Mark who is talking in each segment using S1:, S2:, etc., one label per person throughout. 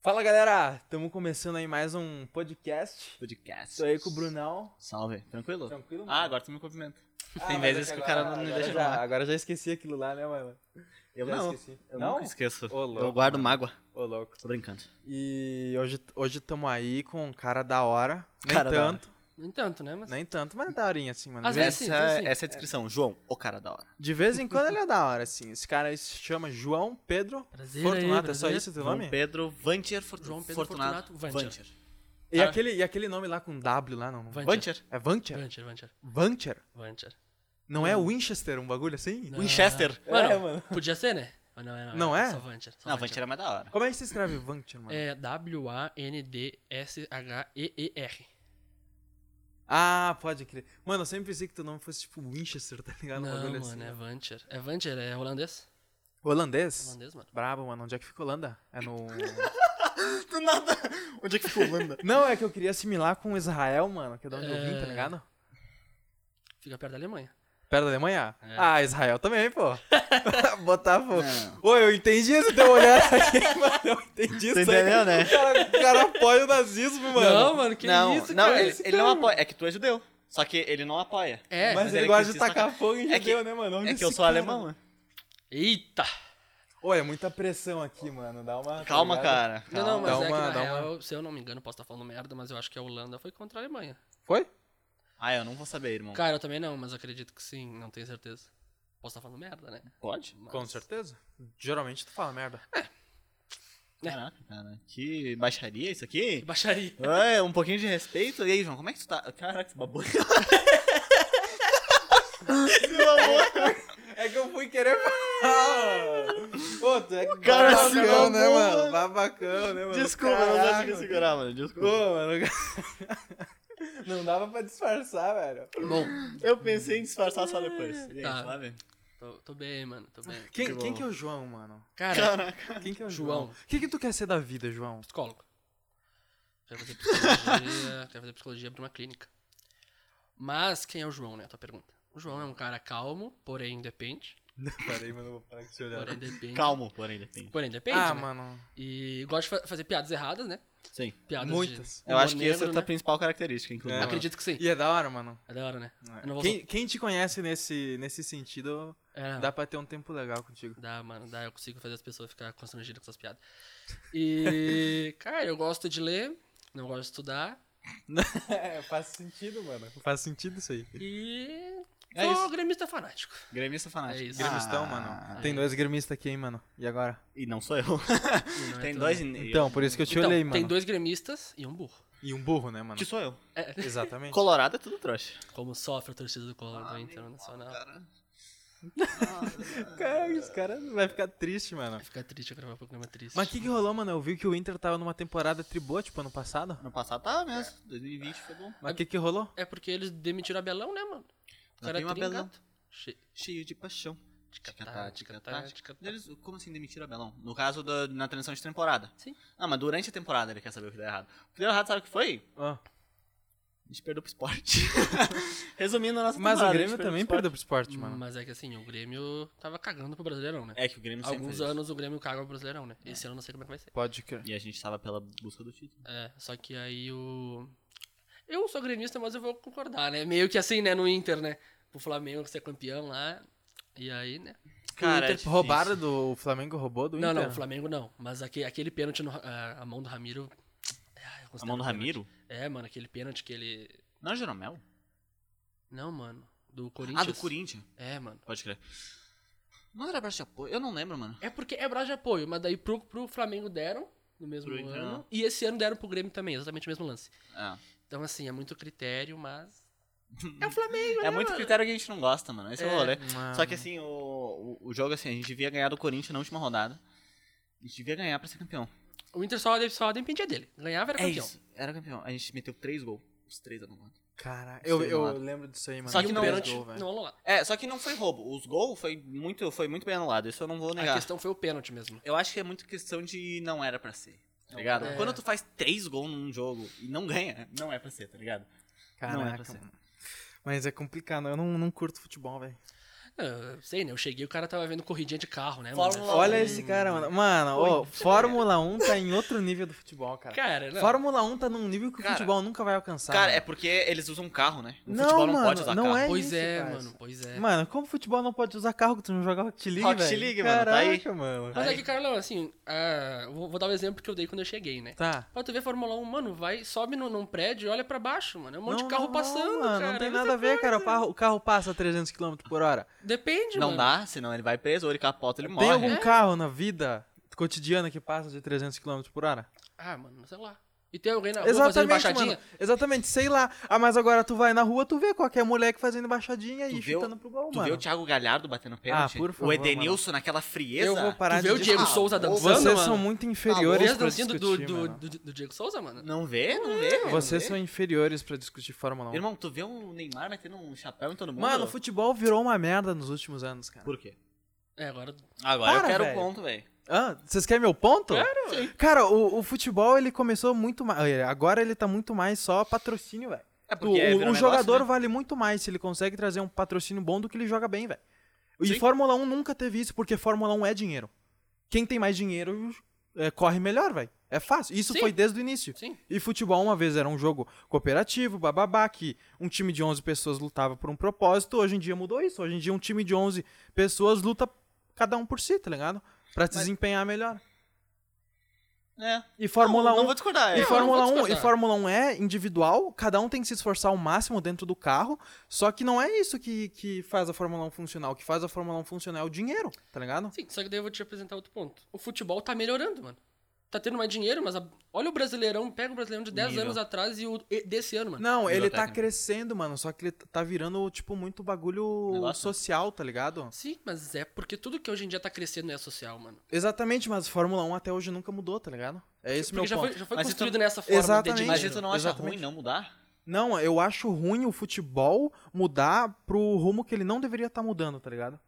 S1: Fala galera, estamos começando aí mais um podcast.
S2: Podcast.
S1: Tô aí com o Brunão.
S2: Salve, tranquilo?
S1: Tranquilo, mano?
S2: Ah, agora tu me cumprimenta.
S1: Ah,
S2: tem
S1: mas
S2: vezes
S1: é
S2: que o cara não me
S1: agora
S2: deixa
S1: já,
S2: falar.
S1: Agora já esqueci aquilo lá, né, mano?
S2: Eu
S1: já
S2: não.
S1: esqueci.
S2: Eu
S1: não?
S2: nunca esqueço.
S1: Ô, louco,
S2: eu guardo mágoa.
S1: Ô, louco.
S2: Tô brincando.
S1: E hoje hoje estamos aí com um cara da hora. Nem
S2: Cara da
S1: tanto,
S3: No entanto, né? Mas
S1: nem tanto, mas é daorinha assim, mano.
S3: Às
S1: De vez-
S3: vezes-
S2: Essa,
S3: sim, sim, sim.
S2: essa é a descrição. João, o cara da hora.
S1: De vez em quando ele é da hora, assim. Esse cara aí se chama João Pedro
S3: Prazer aí,
S1: Fortunato, é só
S3: prazer.
S1: isso o teu
S2: João
S1: nome?
S2: Pedro Vantier Fort-
S3: João Pedro
S2: Fortunato.
S3: Fortunato Vantier.
S1: E
S2: Cara.
S1: aquele, e aquele nome lá com W lá, não? não-
S3: Van-
S2: Vantier.
S1: É Vancher?
S3: Vancher, Vancher,
S1: Vancher?
S3: Vancher.
S1: Não é Winchester, um bagulho assim?
S3: Não.
S2: Winchester.
S1: É,
S3: Ah, Mano,
S1: mano.
S3: podia ser, né? Mas não é. Não,
S1: Não é?
S3: Só Vancher. Só
S2: Não, Vantier é mais da hora.
S1: Como é que se escreve Vancher, mano?
S3: É W-A-N-D-S-H-E-E-R.
S1: Ah, pode crer. Mano, eu sempre pensei que teu nome fosse tipo Winchester, tá ligado? Um
S3: Não,
S1: bagulho
S3: mano,
S1: assim.
S3: é Vancher. É Vancher, é holandês?
S1: Holandês?
S3: Holandês, mano.
S1: Brabo, mano. Onde é que fica Holanda? É no.
S2: Do nada. Onde é que ficou Holanda?
S1: Não, é que eu queria assimilar com Israel, mano, que é de onde eu vim, tá
S3: É.
S1: ligado?
S3: Fica perto da Alemanha.
S1: Perto da Alemanha?
S3: É.
S1: Ah, Israel também, pô. Botafogo. Ô, eu entendi esse teu olhar aqui, mano. Eu entendi isso
S2: Tu
S1: aí.
S2: entendeu, né?
S1: O cara, o cara apoia o nazismo, mano.
S3: Não, mano, que
S2: não,
S3: isso,
S2: não,
S3: cara?
S2: ele, ele não apoia. É que tu é judeu. Só que ele não apoia.
S3: É.
S1: mas,
S2: mas
S1: ele
S2: ele
S1: gosta
S2: quis
S1: de
S2: destacar.
S1: tacar fogo em
S2: É
S1: judeu,
S2: que-
S1: né, mano? Olha
S2: É que eu
S1: esse
S2: sou
S1: cara,
S2: alemão,
S1: mano.
S2: né?
S3: Eita!
S1: Ô, é muita pressão aqui, mano. Dá uma. tá
S2: Calma,
S1: ligado?
S2: cara.
S3: Não, não, mas
S1: Dá
S3: é que
S1: uma-
S3: na
S1: dá
S3: real, se eu não me engano, posso estar falando merda, mas eu acho que a Holanda foi contra a Alemanha.
S1: Foi?
S2: Ah, eu não vou saber, irmão.
S3: Cara, eu também não, mas acredito que sim, não tenho certeza. Posso estar falando merda, né?
S2: Pode?
S3: Mas-
S1: Com certeza. Geralmente tu fala merda.
S3: É.
S2: Caraca, cara. Que baixaria isso aqui?
S3: Que baixaria.
S2: É, um pouquinho de respeito. E aí, João, como é que tu tá? Caraca, tu babou. Se babou.
S1: É que eu fui querer falar. Ô, tu é que
S2: cara se
S1: babacão, né,
S2: amou,
S1: mano?
S2: mano.
S1: Babacão, né, mano?
S2: Desculpa, eu não
S1: Caraca,
S2: consegui segurar, mano.
S1: Ô,
S2: Desculpa.
S1: mano. Não dava pra disfarçar, velho.
S3: Bom,
S2: Eu pensei em disfarçar só depois. E aí,
S3: Tá.
S2: sabe?
S3: tô, tô bem, mano, tô bem.
S1: Quem,
S2: Muito
S1: quem
S2: bom.
S1: que é o João, mano?
S3: Cara,
S2: Caraca.
S1: Quem que é o
S3: João.
S1: João? O que, que tu quer ser da vida, João?
S3: psicólogo. Quero fazer psicologia, quero fazer psicologia pra uma clínica. Mas quem é o João, né? A tua pergunta. O João é um cara calmo, porém depende.
S1: Peraí, mano, eu vou parar de se olhar.
S3: Porém depende.
S2: É. Calmo, porém, depende.
S3: Porém depende,
S1: Ah,
S3: né?
S1: mano.
S3: E gosto de fa- fazer piadas erradas, né?
S2: Sim.
S3: Piadas
S1: Muitas.
S3: de
S2: Eu acho que
S3: humor
S2: essa é a
S3: negro,
S2: tua principal característica,
S1: É,
S2: inclusive.
S1: mano.
S3: Acredito que sim.
S1: E é da hora, mano.
S3: É da hora, né? Eu não vou
S1: Quem, quem te conhece nesse, nesse sentido,
S3: É, não.
S1: dá pra ter um tempo legal contigo.
S3: Dá, mano, dá. Eu consigo fazer as pessoas ficar constrangidas com essas piadas. E, cara, eu gosto de ler, não gosto de estudar.
S1: É, faz sentido, mano. Faz sentido isso aí.
S3: E
S2: É
S3: sou
S2: isso.
S3: gremista fanático.
S2: Gremista fanático.
S3: É isso.
S1: Gremistão,
S2: Ah,
S1: mano. Tem dois gremistas aqui, hein, mano. E agora?
S2: E não sou eu.
S3: E não é
S2: Tem
S3: tu,
S2: dois.
S3: né?
S2: e-
S1: Então, por isso que eu te
S3: Então,
S1: olhei, mano.
S3: Tem dois gremistas e um burro.
S1: E um burro, né, mano?
S2: Que sou eu.
S3: É,
S1: Exatamente.
S2: Colorado é tudo trouxa.
S3: como sofre a torcida do Colorado Internacional.
S1: Cara, os caras vai ficar triste, mano.
S3: Fica triste eu gravar um programa triste.
S1: Mas o que, que rolou, mano? Eu vi que o Inter tava numa temporada triboa, tipo, ano passado.
S2: No passado tava mesmo. 2020 foi bom.
S1: Mas o que, que rolou?
S3: É porque eles demitiram a Belão, né, mano? O cara
S2: tem uma
S3: é
S2: Belão.
S3: trincato. Che-
S2: Cheio de paixão.
S3: Ticatá, ticatá, ticatá.
S2: Eles, como assim demitiram a Belão? No caso da, na transição de temporada.
S3: Sim.
S2: Ah, mas durante a temporada ele quer saber o que deu errado. O que deu errado, sabe o que foi?
S1: Ah,
S2: A gente perdeu pro esporte. Resumindo a nossa
S1: Mas o
S2: temporada, a gente
S1: Grêmio também
S2: pro
S1: perdeu pro esporte, mano.
S3: Mas é que assim, o Grêmio tava cagando pro Brasileirão, né?
S2: esporte. É que o Grêmio sempre
S3: Alguns
S2: fez isso.
S3: anos o Grêmio caga o Brasileirão, né? Esse ano eu não sei como é que vai ser.
S1: Pode crer.
S2: E a gente tava pela busca do título.
S3: É, só que aí o. Eu sou gremista, mas eu vou concordar, né? Meio que assim, né? No Inter, né? Pro Flamengo ser campeão lá. E aí, né?
S2: Cara,
S3: Inter
S2: é difícil.
S1: tipo, Roubaram do. O Flamengo roubou do
S3: Não,
S1: Inter?
S3: não, o Flamengo não. Mas aque- aquele pênalti no. é, A, a mão do Ramiro. Ah, eu
S2: A
S3: considero
S2: mão do
S3: um pênalti.
S2: Ramiro?
S3: É, mano, aquele pênalti que ele.
S2: Não é o Jeromel?
S3: Não, mano. Do
S2: Ah,
S3: Corinthians.
S2: do Corinthians.
S3: É, mano.
S2: Pode crer. Não era braço de apoio? Eu não lembro, mano.
S3: É porque é braço de apoio, mas daí pro, pro Flamengo deram no mesmo
S2: Pro Inter,
S3: ano.
S2: não.
S3: E esse ano deram pro Grêmio também, exatamente o mesmo lance.
S2: Ah.
S3: Então, assim, é muito critério, mas. É o Flamengo, né,
S2: É muito
S3: mano?
S2: critério que a gente não gosta, mano. Esse é, o
S3: É.
S2: rolê.
S1: Mano.
S2: Só que assim, o, o, o jogo, assim, a gente devia ganhar do Corinthians na última rodada. A gente devia ganhar pra ser campeão.
S3: O Inter só, só dependia dele. Ganhava era
S2: É
S3: campeão.
S2: isso. Era campeão. A gente meteu três gols. Os três anulados.
S1: Cara, eu,
S2: Sei
S1: eu
S2: lá.
S1: lembro disso aí, mano.
S2: Só
S3: E
S2: que
S3: o
S2: não-
S3: pênalti
S1: Gol, velho.
S3: não rolou lá.
S2: É, só que não foi roubo. Os gols foi muito, foi muito bem anulado. Isso eu não vou
S3: A
S2: negar.
S3: questão foi o pênalti mesmo.
S2: Eu acho que é muito questão de não era pra ser. Tá ligado?
S3: É.
S2: Quando tu faz três gols num jogo e não ganha, não é pra ser, tá ligado? Não é pra
S1: Caraca.
S2: ser.
S1: mano. Mas é complicado, eu não, não curto futebol, velho.
S3: Eu sei, né? Eu cheguei o cara tava vendo corridinha de carro, né?
S4: Fórmula
S2: um
S3: mano?
S1: Olha esse cara, mano. Mano, ó, Fórmula 1 tá em outro nível do futebol, cara.
S3: Cara, não.
S1: Fórmula 1 tá num nível que o
S2: Cara,
S1: futebol nunca vai alcançar.
S2: Cara, é
S1: mano.
S2: porque eles usam carro, né? O
S1: Não,
S2: futebol não
S1: mano,
S2: pode usar
S1: não
S2: carro.
S1: é
S3: Pois
S1: isso,
S3: é,
S1: parça.
S3: mano, pois é.
S1: Mano, como o futebol não pode usar carro que tu não joga Rocket League,
S2: Rocket
S1: velho?
S2: League, mano,
S1: Caraca,
S2: tá aí.
S1: mano.
S3: Mas é que, Carlão, assim, ah, eu vou, vou dar o exemplo que eu dei quando eu cheguei, né?
S1: Tá.
S3: Pra tu ver a Fórmula 1, mano, vai, sobe no, num prédio e olha pra baixo, mano. É um monte
S1: Não,
S3: de carro
S1: não,
S3: passando,
S1: não,
S3: cara.
S1: mano,
S2: é
S1: Não tem
S3: Mas é,
S1: nada a ver, cara. O carro, o carro passa a 300 km por hora. é,
S3: Depende,
S2: Não
S3: mano.
S2: dá, senão ele vai preso, ou ele capota, ele morre. É.
S1: Tem algum carro na vida cotidiana que passa de 300 km por hora?
S3: Ah, mano, sei lá. E tem alguém na rua fazendo
S1: Exatamente,
S3: baixadinha?
S1: mano. Exatamente, sei lá. Ah, mas agora tu vai na rua, tu vê qualquer moleque fazendo baixadinha
S2: Tu
S1: e
S2: vê o-
S1: chutando pro gol,
S2: Tu
S1: mano. Ah,
S2: vê o Thiago Galhardo batendo pênalti?
S1: por favor,
S2: o Edenilson naquela frieza?
S1: Eu vou parar
S3: Tu vê
S1: de
S3: o Diego
S1: discutir.
S3: Souza dançando,
S1: Vocês
S3: mano?
S1: são muito
S3: Olha
S1: inferiores
S3: as
S1: pra
S3: dancinhas do,
S1: discutir,
S3: do, do,
S1: mano.
S3: do- do Diego Souza, mano.
S2: Não vê? Não vê? não
S1: Vocês
S2: vê?
S1: são inferiores pra discutir Fórmula 1.
S2: Irmão, tu vê o Neymar metendo um chapéu em todo mundo?
S1: Mano, o futebol virou uma merda nos últimos anos, cara.
S2: Por quê?
S3: É, agora...
S2: Agora
S1: Para,
S2: eu quero o
S1: velho.
S2: ponto, velho.
S1: Ah, vocês querem meu ponto? Claro. Cara, o, o futebol ele começou muito mais. Agora ele tá muito mais só patrocínio, velho.
S2: É
S1: O,
S2: porque virou
S1: o- o
S2: negócio,
S1: jogador
S2: né?
S1: vale muito mais se ele consegue trazer um patrocínio bom do que ele joga bem, velho. E
S2: Sim.
S1: Fórmula 1 nunca teve isso, porque Fórmula 1 é dinheiro. Quem tem mais dinheiro é, corre melhor, velho. É fácil. Isso
S3: Sim.
S1: foi desde o início.
S3: Sim.
S1: E futebol, uma vez, era um jogo cooperativo, bababá, que um time de 11 pessoas lutava por um propósito. Hoje em dia mudou isso. Hoje em dia, um time de 11 pessoas luta cada um por si, tá ligado? Pra se desempenhar melhor.
S2: É.
S1: E Fórmula
S2: não, não
S1: 1.
S2: vou discordar.
S1: E
S2: é.
S1: Fórmula,
S3: vou
S1: 1, e
S3: discordar.
S1: Fórmula 1 é individual, cada um tem que se esforçar ao máximo dentro do carro, só que não é isso que, que faz a Fórmula 1 funcionar. O que faz a Fórmula 1 funcionar é o dinheiro, tá ligado?
S3: Sim, só que daí eu vou te apresentar outro ponto. O futebol tá melhorando, mano. Tá tendo mais dinheiro, mas a- olha o Brasileirão, pega o Brasileirão de 10
S2: Nível.
S3: anos atrás e o e- desse ano, mano.
S1: Não, ele tá
S2: técnico.
S1: crescendo, mano, só que ele tá virando, tipo, muito bagulho
S2: Negócio. né?
S1: social, tá ligado?
S3: Sim, mas é porque tudo que hoje em dia tá crescendo é social, mano.
S1: Exatamente, mas Fórmula 1 até hoje nunca mudou, tá ligado? É esse
S3: Porque
S1: meu
S3: já
S1: ponto.
S3: foi, já foi
S2: Mas
S3: construído
S2: então-
S3: nessa forma
S1: Exatamente. então-
S3: de
S2: Mas
S3: dinheiro.
S2: isso não acha
S1: Exatamente.
S2: ruim não mudar?
S1: Não, eu acho ruim o futebol mudar pro rumo que ele não deveria estar mudando, tá ligado?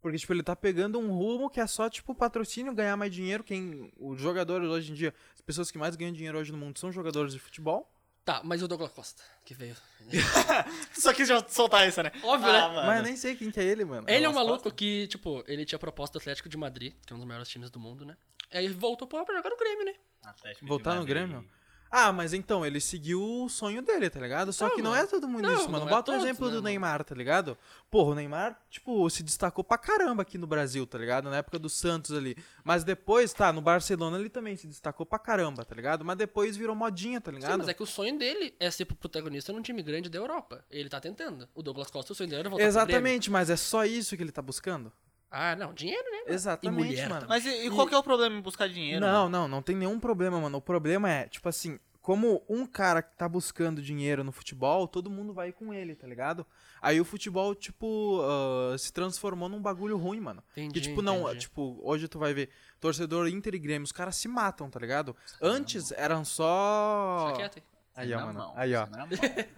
S1: Porque, tipo, ele tá pegando um rumo que é só, tipo, patrocínio, ganhar mais dinheiro. Quem. Os jogadores hoje em dia, as pessoas que mais ganham dinheiro hoje no mundo são jogadores de futebol.
S3: Tá, mas e o Douglas Costa, que veio.
S2: Só quis já soltar isso, né?
S3: Óbvio, né?
S2: mano.
S1: Mas eu nem sei quem que é ele, mano.
S3: Ele é um
S1: Nossa,
S3: maluco que, tipo, ele tinha proposta do Atlético de Madrid, que é um dos maiores times do mundo, né? Aí ele voltou pra pra jogar no Grêmio, né?
S2: Atlético de
S1: Voltar no
S2: Madrid.
S1: Grêmio? Ah, mas então, ele seguiu o sonho dele, tá ligado? Só
S3: Não,
S1: que não
S3: mano.
S1: é todo mundo
S3: Não,
S1: isso, mano.
S3: não é
S1: Bota o
S3: todos,
S1: exemplo
S3: né,
S1: do
S3: mano?
S1: Neymar, tá ligado? Porra, o Neymar, tipo, se destacou pra caramba aqui no Brasil, tá ligado? Na época do Santos ali. Mas depois, tá, no Barcelona ele também se destacou pra caramba, tá ligado? Mas depois virou modinha, tá ligado?
S3: Sim, mas é que o sonho dele é ser protagonista num time grande da Europa. Ele tá tentando. O Douglas Costa, o sonho dele era voltar pro Grêmio.
S1: Exatamente, mas é só isso que ele tá buscando?
S3: Ah, não, dinheiro, né?
S1: Exatamente,
S3: mulher
S1: mano.
S3: também.
S2: Mas e, e qual que é o problema em buscar dinheiro?
S1: Não,
S2: mano?
S1: não, não tem nenhum problema, mano. O problema é, tipo assim, como um cara que tá buscando dinheiro no futebol, todo mundo vai com ele, tá ligado? Aí o futebol, tipo, ah, se transformou num bagulho ruim, mano.
S3: Entendi,
S1: Que, tipo, não,
S3: entendi.
S1: tipo, hoje tu vai ver torcedor Inter e Grêmio, os caras se matam, tá ligado? Antes eram só.
S3: Fica quieto aí.
S1: Aí, ó, tá
S2: Na
S1: mano.
S2: mão,
S1: Aí, ó.
S2: na mão.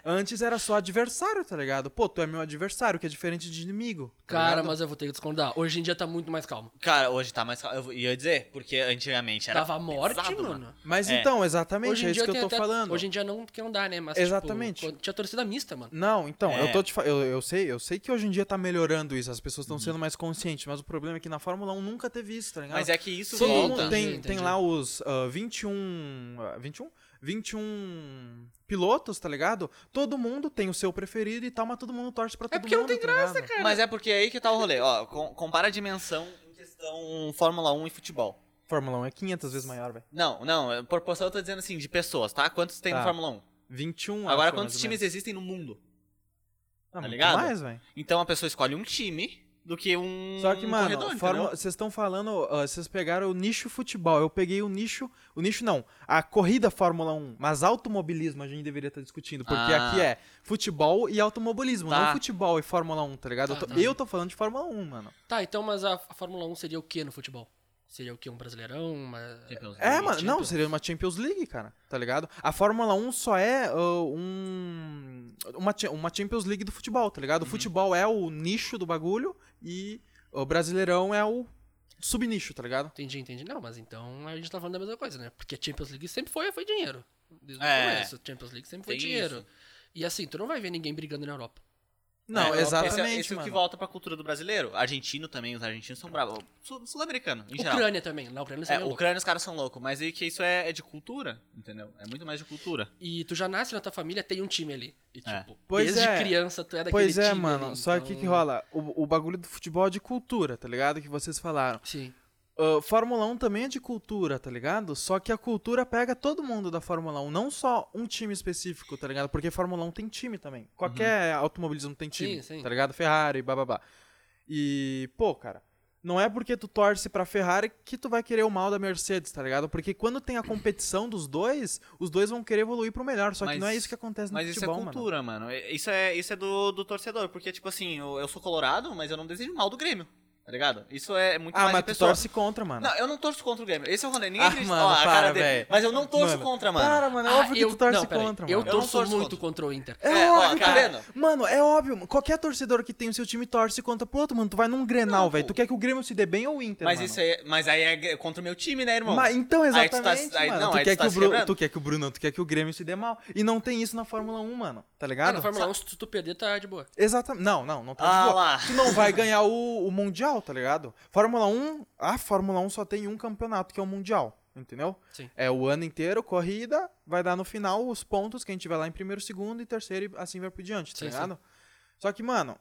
S1: Antes era só adversário, tá ligado? Pô, tu é meu adversário, que é diferente de inimigo. tá
S3: Cara,
S1: ligado?
S3: mas eu vou ter que discordar. Hoje em dia tá muito mais calmo.
S2: Cara, hoje tá mais... Eu ia dizer, porque antigamente
S1: Tá
S2: era
S3: Tava morte,
S2: pesado,
S3: mano.
S1: Mas
S2: É.
S1: então, exatamente, é isso que eu
S3: tem
S1: tô
S3: até-
S1: falando.
S3: Hoje em dia não, porque não dá, né? Mas,
S1: Exatamente.
S3: Tipo, quando tinha torcida mista, mano.
S1: Não, então,
S2: É.
S1: eu tô te fa- eu, eu sei, eu sei que hoje em dia tá melhorando isso, as pessoas estão
S2: Uhum.
S1: sendo mais conscientes, mas o problema é que na Fórmula 1 nunca teve isso, tá ligado?
S2: Mas é que isso
S1: Todo mundo
S2: volta.
S1: tem,
S3: Entendi,
S1: tem
S3: entendi.
S1: lá os ah, 21, ah, 21, 21 pilotos, tá ligado? Todo mundo tem o seu preferido e tal, mas todo mundo torce pra
S2: É
S1: todo
S3: porque não
S1: mundo,
S3: tem
S1: tá
S3: graça,
S1: ligado?
S3: cara.
S2: Mas é porque aí que tá o rolê. Ó, com- compara a dimensão em questão Fórmula 1 e futebol.
S1: Fórmula 1 é 500 vezes maior, velho.
S2: Não, não, é proporção eu tô dizendo assim, de pessoas, tá? Quantos tem
S1: Tá.
S2: no Fórmula 1?
S1: 21
S2: Agora,
S1: acho, é
S2: quantos
S1: mais ou
S2: times
S1: menos.
S2: existem no mundo?
S1: Ah, muito
S2: ligado?
S1: mais, velho.
S2: Então a pessoa escolhe um time do que um
S1: Só que, mano,
S2: corredor,
S1: Fórmula-
S2: entendeu?
S1: vocês estão falando, ah, vocês pegaram o nicho futebol. Eu peguei o nicho, o nicho não, a corrida Fórmula 1, mas automobilismo a gente deveria estar discutindo, porque
S2: Ah.
S1: aqui é futebol e automobilismo,
S2: Tá. Ah,
S1: não futebol e Fórmula 1, tá ligado? eu,
S3: Tá,
S1: tô,
S3: tá.
S1: eu tô falando de Fórmula 1, mano.
S3: Tá, então, mas a, a Fórmula 1 seria o que no futebol? Seria o que? Um brasileirão? Uma...
S2: Champions League.
S1: É, mano, não,
S3: Champions.
S1: seria uma Champions League, cara, tá ligado? A Fórmula 1 só é ah, um uma, cha- uma Champions League do futebol, tá
S2: Uhum.
S1: ligado? O futebol é o nicho do bagulho e o Brasileirão é o subnicho, tá ligado?
S3: Entendi, entendi. Não, mas então a gente tá falando da mesma coisa, né? Porque a Champions League sempre foi, foi dinheiro. Desde o
S2: É.
S3: começo, a Champions League sempre foi
S2: Tem
S3: dinheiro.
S2: isso.
S3: E assim, tu não vai ver ninguém brigando na Europa.
S1: Não,
S2: É,
S1: exatamente,
S2: Esse, esse é o que
S1: mano.
S2: volta pra cultura do brasileiro. Argentino também, os argentinos são bravos. Sul- Sul-americano, em geral.
S3: Ucrânia também. Na Ucrânia você
S2: É,
S3: é, louco.
S2: Ucrânia os caras são loucos, mas aí que isso é, é de cultura, entendeu? É muito mais de cultura.
S3: E tu já nasce na tua família, tem um time ali. E,
S2: É.
S3: tipo,
S1: Pois
S3: desde
S1: é.
S3: criança tu é daquele
S1: Pois
S3: time.
S1: é, mano.
S3: ali,
S1: Só que o que
S3: então-
S1: rola? O, o bagulho do futebol é de cultura, tá ligado? Que vocês falaram.
S3: Sim.
S1: Ah, Fórmula 1 também é de cultura, tá ligado? Só que a cultura pega todo mundo da Fórmula 1, não só um time específico, tá ligado? Porque Fórmula 1 tem time também. Qualquer automobilismo tem time,
S3: Sim, sim.
S1: tá ligado? Ferrari, bababá. E, pô, cara, não é porque tu torce pra Ferrari que tu vai querer o mal da Mercedes, tá ligado? Porque quando tem a competição dos dois, os dois vão querer evoluir pro melhor. Só
S2: Mas-
S1: que não é isso que acontece no
S2: Mas isso é
S1: futebol, mano.
S2: cultura, mano. E- Isso é, isso é do, do torcedor, porque, tipo assim, eu, eu sou colorado, mas eu não desejo mal do Grêmio, tá ligado? Isso é muito
S1: Ah,
S2: mais
S1: mas
S2: de
S1: tu
S2: pessoa.
S1: torce contra, mano.
S2: Não, eu não torço contra o Grêmio. Esse é o rolê. Ninguém
S1: Ah,
S2: acredita.
S1: mano,
S2: Ó, a cara
S1: para,
S2: dele.
S1: velho.
S2: Mas eu não torço
S1: Mano,
S2: contra, mano.
S1: Para, mano, é
S3: Ah,
S1: óbvio que
S3: eu-
S1: tu torce
S3: não, pera aí.
S1: contra,
S3: Eu
S1: mano.
S2: Eu não
S3: torço
S2: torço
S3: muito
S2: contra.
S3: contra o Inter.
S1: É,
S2: É, ó,
S1: óbvio,
S2: tá
S1: cara.
S2: vendo?
S1: Mano, é óbvio. mano. Qualquer torcedor que tem o seu time torce contra pro outro, mano. Tu vai num Grenal,
S2: Não,
S1: velho.
S2: pô.
S1: Tu quer que o Grêmio se dê bem ou o Inter,
S2: Mas,
S1: mano?
S2: isso aí, mas aí é contra o meu time, né, irmão?
S1: Mas, então,
S2: Aí tu tá-
S1: exatamente,
S2: aí-
S1: mano.
S2: não,
S1: tu,
S2: aí
S1: quer
S2: tu tá
S1: que o
S2: se
S1: Bruno,
S2: quebrando.
S1: tu quer que o Bruno, não, tu quer que o Grêmio se dê mal. E não tem isso na Fórmula 1, mano. Tá
S3: Ah,
S1: ligado?
S3: na Fórmula 1, se tu, tu perder, tá de boa.
S1: Exatamente. Não, não, não tá
S2: um. Ah,
S1: de boa.
S2: lá.
S1: Tu não vai ganhar o, o Mundial, tá ligado? Fórmula 1, a Fórmula 1 só tem um campeonato, que é o Mundial, entendeu?
S3: Sim.
S1: É o ano inteiro, corrida, vai dar no final os pontos, quem tiver lá em primeiro, segundo e terceiro, e assim vai por diante, tá
S3: Sim,
S1: ligado? Só que, mano,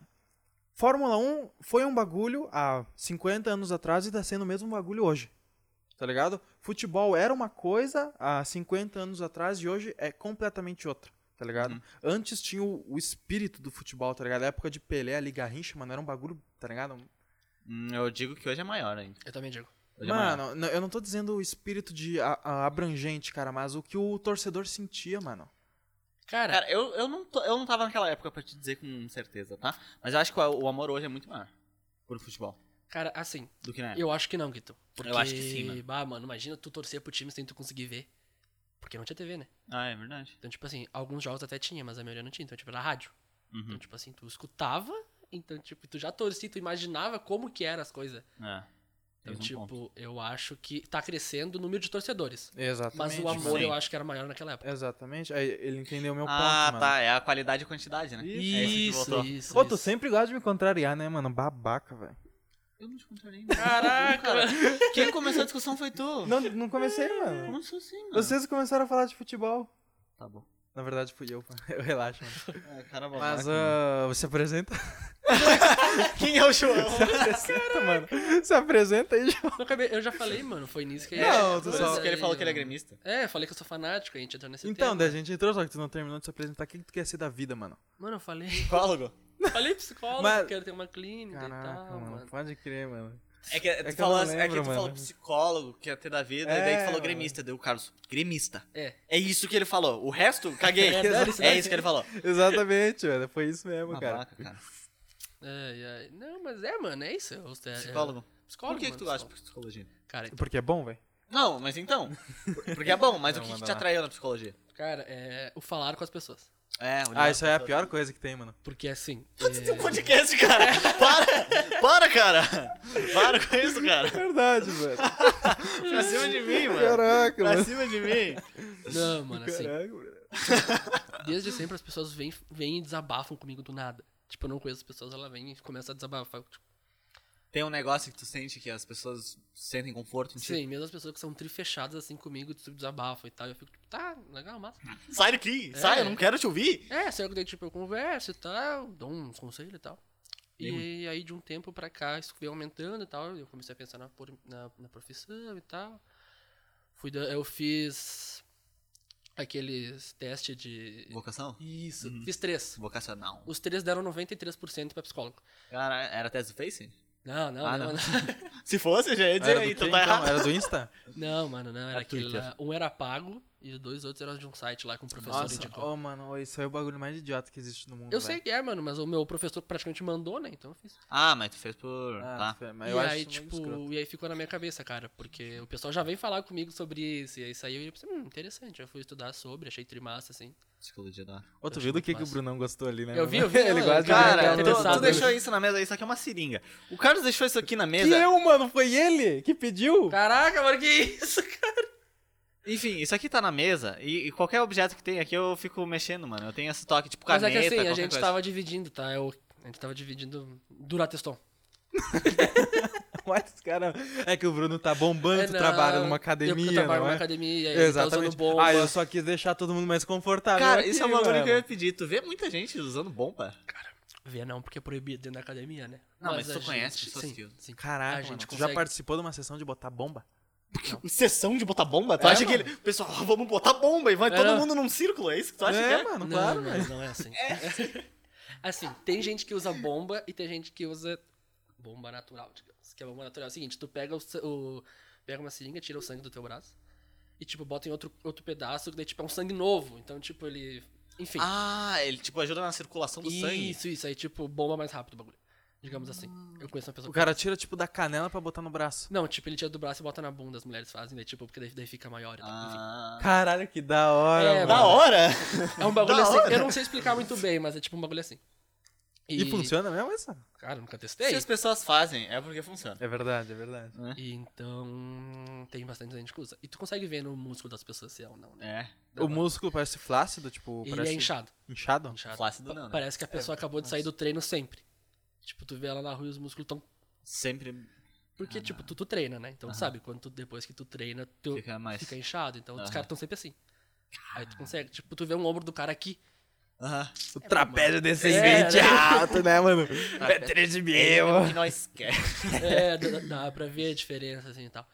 S1: Fórmula 1 foi um bagulho há 50 anos atrás e tá sendo o mesmo bagulho hoje. Tá ligado? Futebol era uma coisa há 50 anos atrás e hoje é completamente outra. Tá ligado?
S3: Uhum.
S1: Antes tinha o, o espírito do futebol, tá ligado? A época de Pelé ali, Garrincha, mano, era um bagulho, tá ligado?
S2: Hum, eu digo que hoje é maior ainda.
S3: Eu também digo.
S2: Hoje é maior.
S1: Mano, não- eu não tô dizendo o espírito de a- a- abrangente, cara, mas o que o torcedor sentia, mano.
S3: Cara,
S2: Cara, eu, eu, não tô- eu não tava naquela época pra te dizer com certeza, tá? Mas eu acho que o, o amor hoje é muito maior por futebol
S3: cara, assim,
S2: do que na época.
S3: eu acho que não, Guito. Porque,
S2: Eu acho que sim, mano.
S3: Bah, mano, imagina tu torcer pro time sem tu conseguir ver. Porque não tinha TV, né?
S2: Ah, é verdade.
S3: Então, tipo assim, alguns jogos até tinha, mas a maioria não tinha. Então, tipo, era rádio. Então,
S2: Uhum.
S3: tipo assim, tu escutava, então, tipo, tu já torcia, tu imaginava como que eram as
S2: É.
S3: coisas. Então,
S2: Tens um
S3: tipo,
S2: ponto.
S3: eu acho que tá crescendo o número de torcedores. Mas
S1: Exatamente.
S3: o amor
S2: sim.
S3: eu acho que era maior naquela época.
S1: Exatamente. Aí ele entendeu meu
S2: Ah,
S1: ponto, mano.
S2: tá. É a qualidade e a quantidade, né?
S1: Isso,
S2: é que voltou.
S3: isso.
S1: Pô, tu sempre gosta de me contrariar, né, mano? Babaca, velho.
S2: Eu não te contrariei. mano.
S3: Caraca,
S2: Cara, Quem começou a discussão foi tu.
S1: Não, não comecei, mano.
S2: Começou assim, mano.
S1: Vocês começaram a falar de futebol.
S2: Tá bom.
S1: Na verdade, fui eu. pô. Eu relaxo, mano.
S2: É, cara,
S1: Mas ah, você apresenta?
S2: Quem é o João?
S1: Se apresenta, mano. Se apresenta aí, João.
S3: Eu, acabei- eu já falei, mano, foi nisso que
S1: Não, tu
S2: Por
S1: só-
S2: isso que ele falou que ele é gremista.
S3: É, eu falei que eu sou fanático, a gente entrou nesse
S1: Então,
S3: tema.
S1: daí a gente entrou, só que tu não terminou de se apresentar. O que que tu quer ser da vida, mano?
S3: Mano, eu falei.
S2: Psicólogo.
S3: Falei psicólogo,
S1: Mas-
S3: quero ter uma clínica e tal, Então, mano.
S1: Pode crer, mano.
S2: É que, tu
S1: que eu
S2: falou,
S1: não
S2: assim- é que
S1: lembro,
S2: tu falou
S1: mano.
S2: psicólogo, que ia ter da vida, e daí
S1: É,
S2: tu falou
S1: mano.
S2: gremista. Deu o Carlos, gremista.
S3: É.
S2: É isso que ele falou. O resto, caguei.
S3: É, dane-se,
S2: é
S3: dane-se.
S2: isso que ele falou.
S1: Exatamente, mano. Foi isso mesmo,
S2: Uma
S1: cara.
S2: vaca, cara.
S3: Ai, ai. Não, mas é, mano, é isso. Eu, é,
S2: Psicólogo.
S3: É,
S2: Por
S3: psicólogo.
S2: que, que
S3: mano,
S2: tu gosta
S3: psicólogo.
S2: de psicologia?
S3: Cara, então,
S1: Porque é bom, velho.
S2: Não, mas então. por- Porque é bom, mas
S1: Não,
S2: o que, que
S1: manda
S2: te
S1: lá.
S2: atraiu na psicologia?
S3: cara, é o falar com as pessoas.
S2: É, o
S1: Ah, isso aí é a pior coisa que tem, mano.
S3: Porque assim.
S2: Tem um
S3: é,
S2: podcast, cara. Para! Para, cara! Para com isso, cara.
S1: Verdade, mano.
S2: Pra cima de mim, mano.
S1: Caraca,
S2: Pra
S1: mano.
S2: cima de mim.
S3: não, mano, assim.
S1: Caraca, mano.
S3: Desde sempre as pessoas vêm, vêm e desabafam comigo do nada. Tipo, eu não conheço as pessoas, ela vem e começa a desabafar. Tipo,
S2: Tem um negócio que tu sente que as pessoas sentem conforto em ti.
S3: sim, mesmo as pessoas que são trifechadas assim comigo, tu desabafa e tal. Eu fico, tipo, tá, legal, massa.
S2: Sai daqui,
S3: É.
S2: sai, eu não quero te ouvir.
S3: É, só que daí, tipo, eu converso e tal, dou uns conselhos e tal.
S2: Bem
S3: E aí, de um tempo pra cá, isso veio aumentando e tal. Eu comecei a pensar na, por- na, na profissão e tal. Fui da- eu fiz aqueles testes de.
S2: Vocação?
S3: Isso.
S2: Uhum.
S3: Fiz três.
S2: Vocacional.
S3: Os três deram 93% pra psicólogo.
S2: Cara, era até do Face?
S3: Não, não,
S2: Ah,
S3: não.
S2: não.
S3: Não,
S2: Se fosse, já ia dizer
S1: Era do
S2: aí, então
S1: quê,
S2: tá
S1: então?
S2: errado.
S1: Era do Insta?
S3: Não, mano, não. Era
S2: É
S3: aquele
S2: Twitter.
S3: lá. Um era pago e os dois outros eram de um site lá com o professor
S1: Nossa,
S3: indicou.
S1: ô, mano, ô, isso aí é o bagulho mais idiota que existe no mundo.
S3: Eu
S1: velho.
S3: sei que é, mano, mas o meu professor praticamente mandou, né? Então eu fiz.
S2: Ah, mas tu fez por.
S1: Ah,
S2: tá.
S1: fé, mas
S3: e
S1: eu acho
S3: aí,
S1: isso meio escroto.
S3: tipo, e aí ficou na minha cabeça, cara, porque o pessoal já vem falar comigo sobre isso, e aí saiu e eu pensei, hum, interessante, eu fui estudar sobre, achei trimassa, assim.
S2: Psicologia da.
S1: Ô, tu
S3: eu
S1: viu
S3: achei
S1: do que, que o
S3: massa.
S1: Brunão gostou ali, né?
S3: Eu
S1: mano?
S3: vi, eu vi,
S1: Ele
S3: eu-
S1: gosta de
S3: Cara,
S1: brincar no
S2: Cara,
S3: tô-
S2: tu,
S1: Insta
S3: interessado
S2: tu
S1: dele.
S2: deixou isso na mesa, isso aqui é uma seringa. O Carlos deixou isso aqui na
S1: Que
S2: mesa.
S1: eu, mano? Foi ele que pediu?
S3: Caraca, mano, que isso, cara?
S2: Enfim, isso aqui tá na mesa e, e qualquer objeto que tem aqui eu fico mexendo, mano. Eu tenho esse toque, tipo
S3: Mas
S2: caneta,
S3: é que assim, a
S2: qualquer
S3: gente
S2: coisa.
S3: tava dividindo, tá? Eu A gente tava dividindo Durateston.
S1: Mas, cara, é que o Bruno tá bombando,
S3: É,
S1: tu
S3: não,
S1: trabalha numa
S3: eu
S1: academia,
S3: que trabalho
S1: não
S3: numa
S1: é?
S3: academia, ele tá usando
S1: Exatamente.
S3: bomba.
S1: Ah, eu só quis deixar todo mundo mais confortável.
S2: Cara, isso é
S1: aqui,
S2: uma coisa que eu
S1: mano.
S2: ia pedir. Tu vê muita gente usando bomba?
S3: Vê não, porque é proibido dentro da academia, né?
S2: Não, mas tu
S3: a
S2: conhece pessoas que
S3: sim,
S2: usam.
S3: sim.
S1: Caraca,
S3: A gente
S1: mano, tu já
S3: consegue.
S1: participou de uma sessão de botar bomba?
S2: Sessão de botar bomba? Tu
S3: É,
S2: acha que
S3: mano.
S2: ele. Pessoal, ah, vamos botar bomba e vai
S3: É,
S2: todo
S3: não.
S2: mundo num círculo? É isso que tu acha
S1: é,
S2: que é?
S1: mano,
S3: Não,
S1: claro,
S3: não,
S1: velho.
S3: não é assim. Assim, tem gente que usa bomba e tem gente que usa bomba natural, digamos. Que a bomba natural é o seguinte, tu pega o, sa- o- pega uma seringa, tira o sangue do teu braço e tipo bota em outro outro pedaço, que daí tipo é um sangue novo. Então, tipo, ele, enfim.
S2: Ah, ele tipo ajuda na circulação do
S3: isso,
S2: sangue.
S3: Isso, aí tipo bomba mais rápido o bagulho. Digamos assim. Eu conheço uma pessoa
S1: O cara tira, tipo, da canela pra botar no braço.
S3: Não, tipo, ele tira do braço e bota na bunda, as mulheres fazem, daí, tipo, porque daí, daí fica maior e tal. enfim.
S2: Ah.
S1: Caralho, que da hora,
S3: É,
S1: mano.
S2: Da hora!
S3: É um bagulho
S2: Da
S3: assim.
S2: hora.
S3: Eu não sei explicar muito bem, mas é tipo um bagulho assim.
S1: E... funciona mesmo essa?
S3: Cara, eu nunca testei.
S2: Se É as pessoas fazem, é porque funciona.
S1: É verdade, é verdade.
S3: E então tem bastante gente que usa. E tu consegue ver no músculo das pessoas se é ou não, né?
S2: É.
S1: O músculo parece flácido, tipo,
S3: Ele
S1: parece
S3: é inchado.
S1: inchado.
S3: inchado. É,
S2: Flácido
S3: Pa-
S2: não, né?
S3: Parece que a pessoa acabou de sair do treino sempre. Tipo, tu vê ela na rua e os músculos tão.
S2: Sempre
S3: Porque, tipo, tu, tu treina, né? Então tu sabe, quando tu, depois que tu treina, tu
S2: fica mais.
S3: fica inchado. Então os
S2: Aham.
S3: caras tão sempre assim. Aí tu consegue, tipo, tu vê um ombro do cara aqui,
S2: Aham.
S1: O trapézio descendente
S3: É, né?
S1: alto, né, mano? É 13
S2: É o
S1: mil.
S2: que nós queremos.
S3: É, dá, dá pra ver a diferença, assim e tal.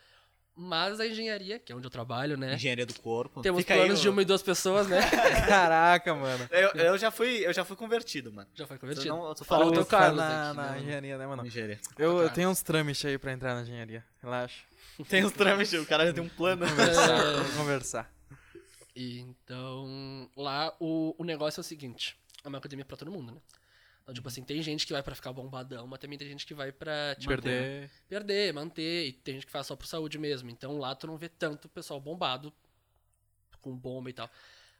S3: Mas a engenharia, que é onde eu trabalho, né?
S2: Engenharia do corpo.
S3: Temos
S2: Fica aí
S3: planos
S2: o-
S3: de uma e duas pessoas, né?
S1: Caraca, mano.
S2: Eu, eu já fui, eu já fui convertido, mano.
S3: Já foi
S2: Eu
S3: convertido.
S2: não, eu tô
S3: Fala o
S2: falando
S3: teu
S1: Tu tá
S3: Carlos
S1: na,
S3: aqui,
S1: na
S3: né?
S1: engenharia, né, mano?
S2: engenharia.
S1: Eu, eu
S3: Carlos.
S1: tenho uns trâmites aí pra entrar na engenharia. Relaxa.
S2: Tem os trâmites, o cara já tem um plano.
S3: Ah.
S1: Conversar,
S3: É,
S1: vamos conversar.
S3: E então, lá o, o negócio é o seguinte: é uma academia pra todo mundo, né? Então,
S2: Uhum.
S3: tipo assim, tem gente que vai pra ficar bombadão, mas também tem gente que vai pra
S1: Te
S3: tipo,
S1: perder.
S3: perder, manter, e tem gente que faz só por saúde mesmo. Então lá tu não vê tanto o pessoal bombado com bomba e tal.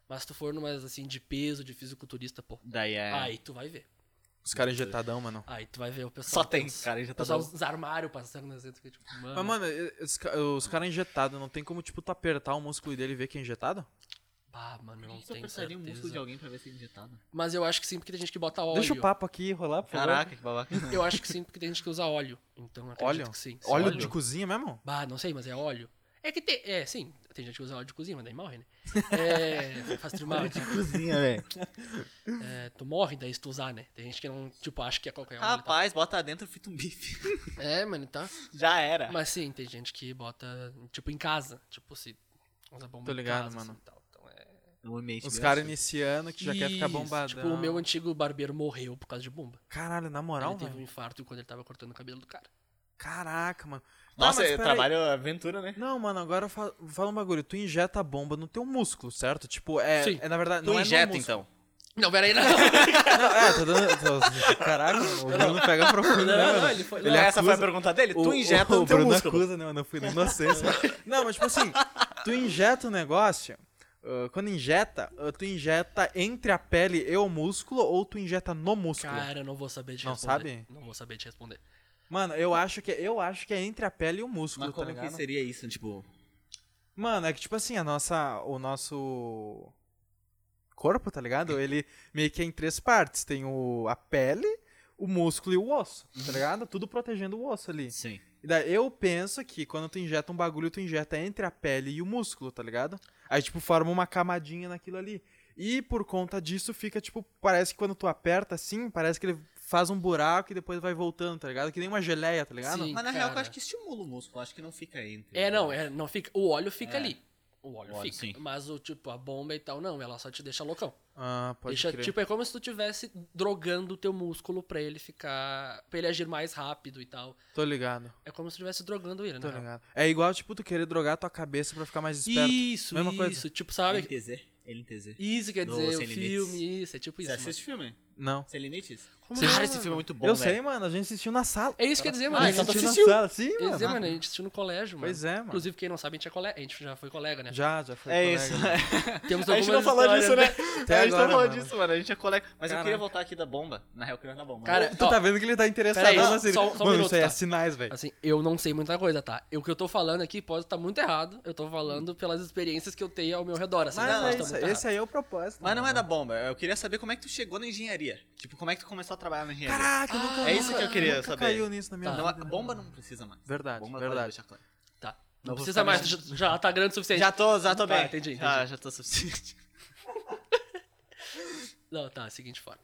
S3: Mas se tu for numas assim de peso, de fisiculturista, pô,
S2: Daí é.
S3: aí tu vai ver.
S1: Os caras injetadão, mano.
S3: Aí tu vai ver o
S2: Só
S3: pessoal.
S2: tem,
S3: os-
S2: cara, já
S3: O
S2: tá
S3: pessoal,
S2: dando.
S3: os armários passando nas redes, tipo, mano.
S1: Mas, mano, os, ca- os caras injetados, não tem como, tipo, tu apertar o músculo dele e ver que é injetado?
S3: Bah, mano, eu não
S2: Só
S3: tenho
S2: apertaria o músculo de
S3: certeza.
S2: alguém pra ver se é injetado.
S3: Mas eu acho que sim, porque tem gente que bota óleo.
S1: Deixa o papo aqui rolar, por favor.
S2: Caraca, que babaca.
S3: Eu acho que sim, porque tem gente que usa óleo. Então eu acredito
S1: Óleo?
S3: que sim. Se
S1: Óleo de cozinha mesmo?
S3: Bah, não sei, mas é óleo. É que tem. É, sim. Tem gente que usa óleo de cozinha, mas daí morre, né? É. Faz tudo mal.
S2: cozinha, velho.
S3: É, tu morre daí se tu usar, né? Tem gente que não, tipo, acha que é qualquer óleo. e tal.
S2: Rapaz, bota dentro, frita um bife.
S3: É, mano, tá.
S2: Já era.
S3: Mas sim, tem gente que bota, tipo, em casa. Tipo, se usa bomba
S1: Tô
S3: em
S1: ligado,
S3: casa,
S1: mano.
S3: assim, e tal. Então é.
S2: No um ambiente assim.
S1: Os
S2: mesmo.
S1: caras iniciando que já quer ficar
S3: Isso,
S1: bombadão.
S3: Tipo, o meu antigo barbeiro morreu por causa de bomba.
S1: Caralho, na moral,
S3: ele teve
S1: velho.
S3: um infarto quando ele tava cortando o cabelo do cara.
S1: Caraca, mano. Tá,
S2: Nossa,
S1: mas
S2: eu
S1: peraí.
S2: trabalho aventura, né?
S1: Não, mano, agora fa- fala um bagulho. Tu injeta a bomba no teu músculo, certo? Tipo, é,
S3: Sim.
S1: é na verdade, não é no
S2: então.
S1: músculo.
S3: Não, peraí, não.
S1: Não, é, tô dando... tô- Caraca, o Bruno pega profundo, né,
S3: Não,
S1: mano?
S3: não, ele foi-
S1: Ele
S2: Não, essa foi a
S1: acusa-
S2: pergunta dele?
S1: O-
S2: tu injeta
S1: o,
S2: no teu
S1: Bruno
S2: músculo.
S1: acusa, né, mano? Eu fui na inocência. não, mas tipo assim, tu injeta o negócio... ah, quando injeta, ah, tu injeta entre a pele e o músculo ou tu injeta no músculo?
S3: Cara, eu não vou saber te
S1: Não
S3: responder.
S1: sabe?
S3: Não vou saber te responder.
S1: Mano, eu acho que eu acho que é entre a pele e o músculo,
S2: Mas
S1: tá
S2: como que
S1: ligado?
S2: seria isso, tipo...
S1: Mano, é que tipo assim, a nossa, o nosso corpo, tá ligado? Ele meio que é em três partes. Tem o, a pele, o músculo e o osso,
S2: Uhum.
S1: tá ligado? Tudo protegendo o osso ali.
S2: Sim.
S1: E daí eu penso que quando tu injeta um bagulho, tu injeta entre a pele e o músculo, tá ligado? Aí, tipo, forma uma camadinha naquilo ali. E por conta disso fica, tipo, parece que quando tu aperta assim, parece que ele faz um buraco e depois vai voltando, tá ligado? Que nem uma geleia, tá ligado?
S3: Sim.
S2: Mas na real, eu
S3: Cara.
S2: acho que estimula o músculo. eu Acho que não fica entre.
S3: É, não, é, não fica. O óleo fica
S2: É.
S3: ali. O óleo
S2: O óleo,
S3: fica.
S2: sim.
S3: Mas o tipo, a bomba e tal, não, ela só te deixa loucão.
S1: Ah, pode
S3: deixa,
S1: crer.
S3: tipo, é como se tu tivesse drogando o teu músculo pra ele ficar. pra ele agir mais rápido e tal.
S1: Tô ligado.
S3: É como se tu estivesse drogando ele,
S1: Tô
S3: né?
S1: ligado. É igual, tipo, tu querer drogar tua cabeça pra ficar mais esperto.
S3: Isso,
S1: Mesma
S3: isso,
S1: coisa.
S3: tipo, sabe?
S2: LTZ. LTZ.
S3: Isso quer
S2: No
S3: dizer, o
S2: Sem Limites.
S3: filme, isso, é tipo isso.
S2: Você
S3: mano.
S2: assiste filme?
S1: Não.
S2: Sem limites?
S3: Como
S2: Cara,
S3: não,
S2: esse
S3: mano?
S2: filme é muito bom,
S1: eu
S2: velho.
S1: sei, mano. A gente assistiu na sala.
S3: né? É isso que quer dizer,
S2: Ah,
S3: mano.
S1: a
S3: A
S1: gente
S2: então
S3: gente
S2: tu
S1: assistiu
S3: assistiu-
S2: assistiu?
S1: na sala. Sim,
S3: Quer
S1: mano.
S3: dizer, mano, a gente assistiu no colégio, mano.
S1: Pois é, mano.
S3: Inclusive, quem não sabe, a gente é colega. A gente já foi colega, né?
S1: Já, já foi.
S2: É
S1: colega.
S2: isso.
S3: Temos
S2: A gente não
S3: algumas
S2: falou
S3: histórias,
S2: disso, né?
S1: Até
S2: a gente
S1: agora,
S2: não falou
S1: mano.
S2: disso, mano. A gente é colega. Mas eu
S1: Caraca.
S2: queria voltar aqui da bomba. Na real, eu queria na bomba.
S3: Cara,
S1: Tu
S3: ó,
S1: tá vendo que ele tá interessado
S3: peraí,
S1: na
S3: só-
S1: nossa-
S3: só- só um
S1: Mano,
S3: minuto,
S1: isso aí é
S3: tá?
S1: sinais, velho.
S3: Assim, eu não sei muita coisa, tá? O que eu tô falando aqui pode estar muito errado. Eu tô falando pelas experiências que eu tenho ao meu redor. Assim,
S1: Mas
S3: pode
S1: é
S3: tá
S1: isso,
S3: muito errado.
S1: esse aí é o propósito.
S2: Mas não é
S1: mano.
S2: da bomba. Eu queria saber como é que tu chegou na engenharia. engenharia. Tipo, como é que tu começou a trabalhar na engenharia?
S1: Caraca, eu nunca,
S2: é isso
S1: nunca-
S2: que eu queria
S1: nunca
S2: saber.
S1: caiu nisso na minha
S2: Não, a
S1: vida.
S2: bomba não precisa mais.
S1: Verdade,
S2: bomba
S1: verdade.
S2: Pode deixar claro.
S3: Tá. Não,
S1: Não vou
S3: precisa
S1: ficar
S3: mais, tu já, já tá grande o suficiente.
S2: um Já tô, já tô
S3: Tá,
S2: bem.
S3: entendi,
S2: Ah, Já, já tô suficiente.
S3: Não, tá, seguinte forma.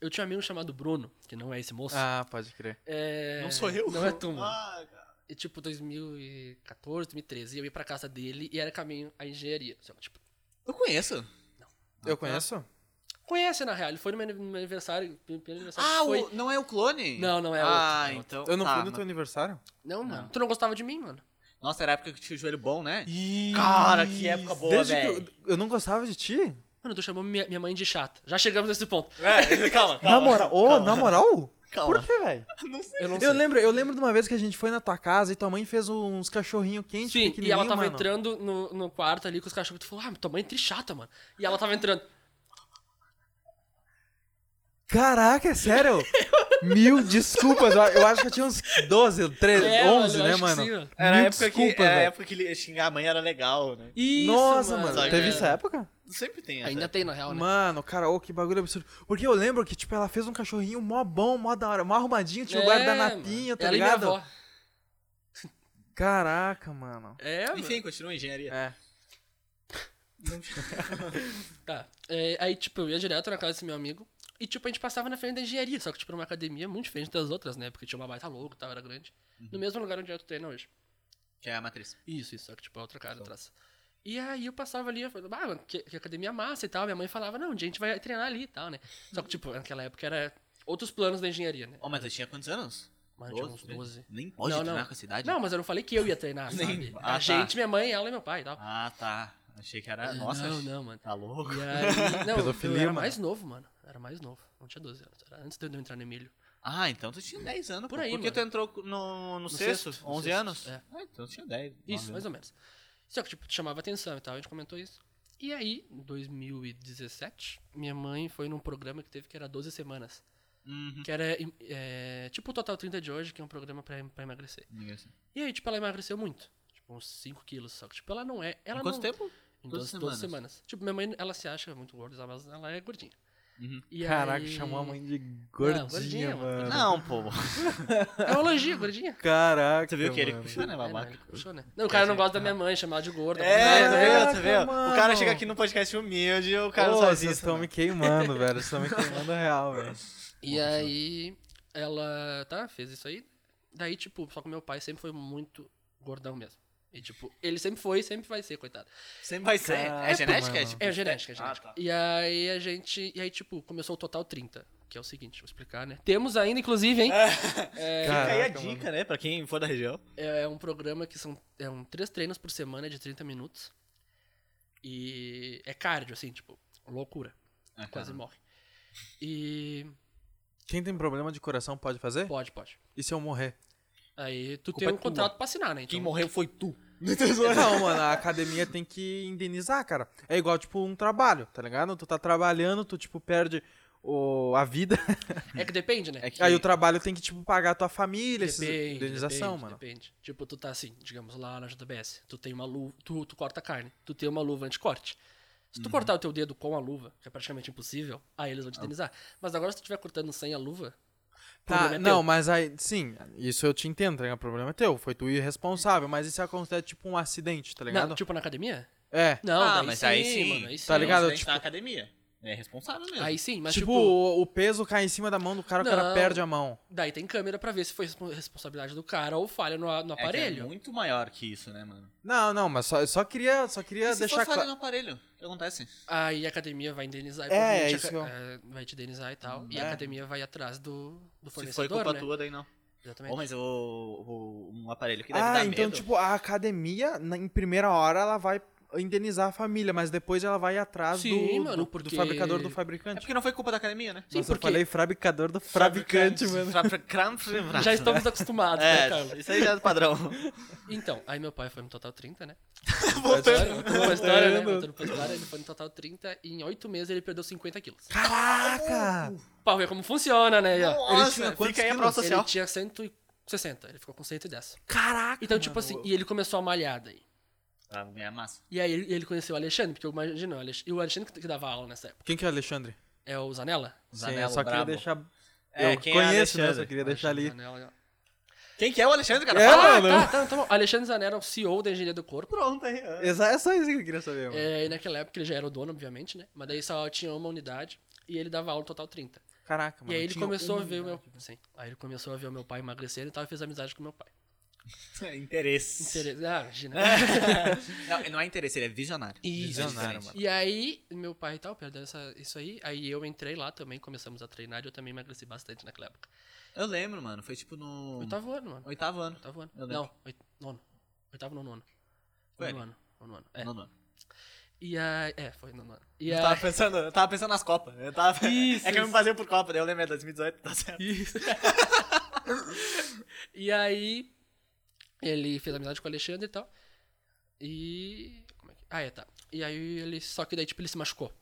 S3: Eu tinha um amigo chamado Bruno, que não é esse moço.
S1: Ah, pode crer.
S3: É,
S2: Não sou eu?
S3: Não é tu, mano.
S2: Ah, cara.
S3: E, tipo, 2014, 2013, eu ia pra casa dele e era caminho à engenharia. Só que, tipo,
S2: Eu conheço.
S1: Eu conheço?
S3: conhece na real, ele foi no meu no meu aniversário, primeiro aniversário
S2: Ah,
S3: que foi.
S2: o, não é o clone?
S3: Não, não é
S2: Ah,
S3: outro, é outro.
S2: então.
S1: Eu não
S2: tá,
S1: fui no teu
S2: mas-
S1: aniversário?
S3: Não, mano.
S2: Não.
S3: Tu não gostava de mim, mano.
S2: Nossa, era a época que tinha o joelho bom, né?
S1: Cara,
S2: Cara, que época boa,
S1: Desde que
S2: velho.
S1: eu, eu não gostava de ti?
S3: Mano, tu chamou minha, minha mãe de chata. Já chegamos nesse ponto.
S2: É, calma,
S1: Na moral, ô, na moral?
S2: Calma.
S1: Por que, velho?
S3: Eu não sei.
S1: Eu lembro, eu lembro de uma vez que a gente foi na tua casa e tua mãe fez uns cachorrinho quente
S3: Sim, e ela tava
S1: mano.
S3: entrando no, no quarto ali com os cachorros. Tu falou, ah, tua mãe é tri chata, mano. E ela tava entrando.
S1: Caraca, é sério? Mil desculpas, eu- eu acho que eu tinha uns 12, 13,
S3: É, mano,
S1: 11,
S3: eu
S1: né,
S3: acho que
S1: mano?
S3: sim, mano.
S2: Era a
S1: Mil
S2: época que,
S1: desculpas,
S3: é
S2: era a
S1: velho.
S2: época que ele- xingar a mãe era legal, né?
S3: Isso,
S1: Nossa, mano,
S2: sabe?
S1: teve
S2: É.
S1: essa época?
S2: Sempre tem essa.
S3: Ainda tem, na real, né?
S1: É. Mano, cara, ô, que bagulho absurdo. Porque eu lembro que, tipo, ela fez um cachorrinho mó bom, mó da hora, mó arrumadinho, tinha um
S3: É,
S1: guardanapinho,
S3: mano.
S1: tá
S3: Ela e minha
S1: ligado?
S3: avó.
S1: Caraca, mano.
S3: É, mano.
S2: Enfim, continua a engenharia.
S1: É.
S3: Tá. É, aí, tipo, eu ia direto na casa desse meu amigo. E, tipo, a gente passava na frente da engenharia. Só que, tipo, era uma academia muito diferente das outras, né? Porque tinha uma baita louca e tal, era grande.
S1: Uhum.
S3: No mesmo lugar onde eu treino hoje.
S2: Que é a matriz.
S3: Isso, isso. Só que, tipo, é outra casa atrás. E aí eu passava ali, eu falava, ah, mano, que, que academia massa e tal. Minha mãe falava, não, um dia a gente vai treinar ali e tal, né? Só que, tipo, naquela época era outros planos da engenharia, né?
S2: Ô, mas eu tinha quantos anos?
S3: Mano, tinha uns
S2: 13?
S3: 12.
S2: Nem pode
S3: Não,
S2: treinar
S3: não.
S2: com essa idade?
S3: Não, mas eu não falei que eu ia treinar,
S2: Nem-
S3: sabe?
S2: É Ah,
S3: a
S2: tá.
S3: gente, minha mãe, ela e meu pai e tal.
S2: Ah, tá. Achei que era... Nossa,
S3: É, não,
S2: achei-
S3: não, mano.
S2: tá louco.
S3: E aí, não, eu
S1: Pedofilia,
S3: era
S1: mano.
S3: mais novo, mano. Eu Era mais novo. Não tinha 12 anos. Era antes de eu entrar no Emílio.
S2: Ah, então tu tinha 10 anos,
S3: Por
S2: Por
S3: aí,
S2: aí, Porque
S3: mano.
S2: tu entrou no, no,
S3: sexto,
S2: sexto,
S3: no
S2: 11
S3: sexto,
S2: anos?
S3: é.
S2: Ah, então tu tinha 10.
S3: Isso, mais
S2: mas
S3: ou menos. Só que, tipo, te chamava atenção e tal. A gente comentou isso. E aí, em 2017, minha mãe foi num programa que teve que era 12 semanas.
S2: Uhum.
S3: Que era, em- é, tipo, o Total 30 de hoje, que é um programa pra, em- pra emagrecer. E aí, tipo, ela emagreceu muito. Tipo, uns 5 quilos. Só que, tipo, ela não é... Ela
S2: Em quanto
S3: não,
S2: tempo?
S3: Em 12
S2: 12
S3: semanas. Tipo, minha mãe, ela se acha muito gorda, mas ela é gordinha.
S2: Uhum.
S3: E
S1: Caraca,
S3: aí-
S1: chamou a mãe de gordinha,
S3: gordinha, gordinha, mano.
S1: mano.
S3: mano.
S2: Não, pô.
S3: É um elogio, gordinha.
S1: Caraca,
S2: Você viu que ele
S1: mano.
S2: puxou, né,
S3: É, não,
S2: babaca?
S3: ele puxou, né? Não, o cara não gosta da minha mãe, chamar ela de gorda.
S2: É,
S1: Caraca,
S2: tu
S3: né?
S2: viu, tu viu?
S1: mano.
S2: O cara chega aqui no podcast humilde e o cara
S1: Ô,
S2: só né?
S1: vocês
S2: existe.
S1: estão me queimando, velho. Vocês estão me queimando real, velho.
S3: E aí, ela, tá, fez isso aí. Daí, tipo, só que meu pai sempre foi muito gordão mesmo. E, tipo, ele sempre foi e sempre vai ser, coitado.
S2: Sempre vai ser.
S1: Caraca,
S2: É genética? É,
S1: mano.
S2: tipo,
S3: É genética, é
S2: Ah,
S3: genética.
S2: tá.
S3: E aí a gente. E aí, tipo, começou o total 30. Que é o seguinte, vou explicar, né? Temos ainda, inclusive, hein?
S2: Fica aí a
S1: Caraca,
S2: dica, né? Pra quem for da região.
S3: É um programa que são é um, três treinos por semana de 30 minutos. E é cardio, assim, tipo, loucura.
S2: Ah, tá.
S3: Quase morre. E.
S1: Quem tem problema de coração pode fazer?
S3: Pode, pode.
S1: E se eu morrer?
S3: Aí tu
S2: Culpa
S3: tem um
S2: é tua.
S3: contrato pra assinar, né?
S2: Quem
S3: Então,
S2: morreu foi tu.
S1: Não, mano, a academia tem que indenizar, cara. É igual, tipo, um trabalho, tá ligado? Tu tá trabalhando, tu, tipo, perde o, a vida.
S3: é que depende, né?
S2: É que-
S1: Aí o trabalho tem que, tipo, pagar a tua família, essas
S3: Depende,
S1: indenização,
S3: depende,
S1: mano.
S3: Depende. Tipo, tu tá assim, digamos lá na JBS, tu tem uma luva, tu, tu corta a carne, tu tem uma luva anticorte. Se tu
S2: Uhum.
S3: cortar o teu dedo com a luva, que é praticamente impossível, aí eles vão te
S2: Ah.
S3: indenizar. Mas agora se tu estiver cortando sem a luva, o
S1: Tá,
S3: problema é
S1: não,
S3: teu.
S1: mas aí, sim, isso eu te entendo, tá ligado? O problema é teu, foi tu irresponsável, mas isso acontece, tipo, um acidente, tá ligado?
S3: Não, tipo na academia?
S1: É.
S3: Não,
S2: ah,
S3: daí
S2: mas
S3: sim,
S2: aí sim.
S3: mano, aí sim.
S1: Tá ligado?
S2: Você tem que
S1: Tipo-
S2: estar na academia. É responsável mesmo.
S3: Aí sim, mas
S1: tipo,
S3: tipo,
S1: o, o peso cai em cima da mão do cara, o cara
S3: Não.
S1: perde a mão.
S3: daí tem câmera pra ver se foi respon- responsabilidade do cara ou falha no, a- no
S2: É que
S3: aparelho.
S2: É muito maior que isso, né, mano?
S1: Não, não, mas só, só queria, só queria
S2: E se
S1: deixar
S2: for falha
S1: claro.
S2: no aparelho, assim. o que acontece?
S3: Aí a academia vai indenizar.
S1: É,
S3: e provavelmente
S1: é
S3: a
S1: isso
S3: ca-
S1: que eu-
S3: é, Vai te indenizar e tal. E a
S1: É.
S3: academia vai atrás do, do
S2: Se foi
S3: fornecedor,
S2: culpa
S3: né?
S2: tua, daí não.
S3: Exatamente.
S2: Ou mas o, o- um aparelho que deve
S1: Ah,
S2: dar
S1: então,
S2: medo.
S1: tipo, a academia, na- em primeira hora, ela vai indenizar a família, mas depois ela vai atrás do-
S3: Sim,
S1: do,
S3: mano,
S1: do
S3: porque-
S1: fabricador do
S2: É
S1: fabricante.
S2: porque não foi culpa da academia, né?
S3: Sim,
S1: mas
S3: porque-
S1: eu falei fabricador do fabricante, mano.
S2: Fabricante, fabricante.
S3: Já estamos acostumados, né, Carlos?
S2: né? É, isso aí já é do padrão.
S3: Então, aí meu pai foi no Total 30, né?
S2: Voltando.
S3: Voltando pra história, né?
S1: Voltando.
S3: Voltando pra história, ele foi no Total 30 e em 8 meses ele perdeu 50 quilos.
S1: Caraca!
S3: Pra ver como funciona, né? E, ó,
S1: Ele tinha
S2: Nossa,
S1: quantos
S2: fica aí a
S1: quilos?
S2: prova
S3: Ele
S2: social.
S3: tinha 160, ele ficou com 110.
S1: Caraca!
S3: Então, tipo assim, e ele começou a malhar daí.
S2: Ah, vou ganhar massa.
S3: E aí ele ele conheceu o Alexandre, porque eu imagino, o Alex- e o Alexandre que que dava aula nessa época.
S1: Quem que é o Alexandre?
S3: É o Zanella?
S1: Sim, eu só queria deixar.
S2: É,
S1: eu
S2: quem é
S1: conheço, né?
S2: Alexandre?
S1: Só queria deixar ali.
S3: Zanella.
S2: Quem que é o Alexandre, cara?
S1: É,
S2: Fala.
S3: Ah,
S1: mano.
S3: tá, tá, tá bom. Alexandre Zanella é o CEO da Engenharia do Corpo.
S2: Pronto, aí. ó.
S1: Exa- É só isso que eu queria saber, mano.
S3: É, e naquela época ele já era o dono, obviamente, né? Mas daí só tinha uma unidade e ele dava aula no total 30.
S1: Caraca, mano.
S3: e aí ele
S1: tinha
S3: começou a ver o
S1: uma né?
S3: meu. Sim. Aí ele começou a ver o meu pai emagrecer e tal, e fez amizade com o meu pai.
S2: é Interesse.
S3: Interesse. Ah, imagina.
S1: É.
S2: Não, não é interesse, ele é visionário.
S3: Isso,
S1: Visionário,
S2: diferente.
S1: mano.
S3: E aí, meu pai e tal, perdeu essa, isso aí. Aí eu entrei lá também, começamos a treinar e eu também emagreci bastante naquela época.
S2: Eu lembro, mano. Foi tipo no.
S3: Oitavo ano, mano.
S2: Oitavo ano.
S3: Oitavo ano.
S2: Eu lembro.
S3: Tá Não, oit... nono. Oitavo, nono ano.
S2: Foi
S3: Nono
S2: ali.
S3: ano. Nono ano. É.
S2: Nono ano.
S3: E aí. É, foi nono ano. E
S2: Eu
S3: aí.
S2: tava pensando, eu tava pensando nas Copas. Eu tava...
S3: Isso,
S2: é que eu
S3: isso.
S2: me passei por Copa, daí eu lembro, é 2018, tá certo.
S3: Isso. e aí, ele fez amizade com o Alexandre e tal. E. Como é que... Ah, é, tá. E aí ele. Só que daí, tipo, ele se machucou.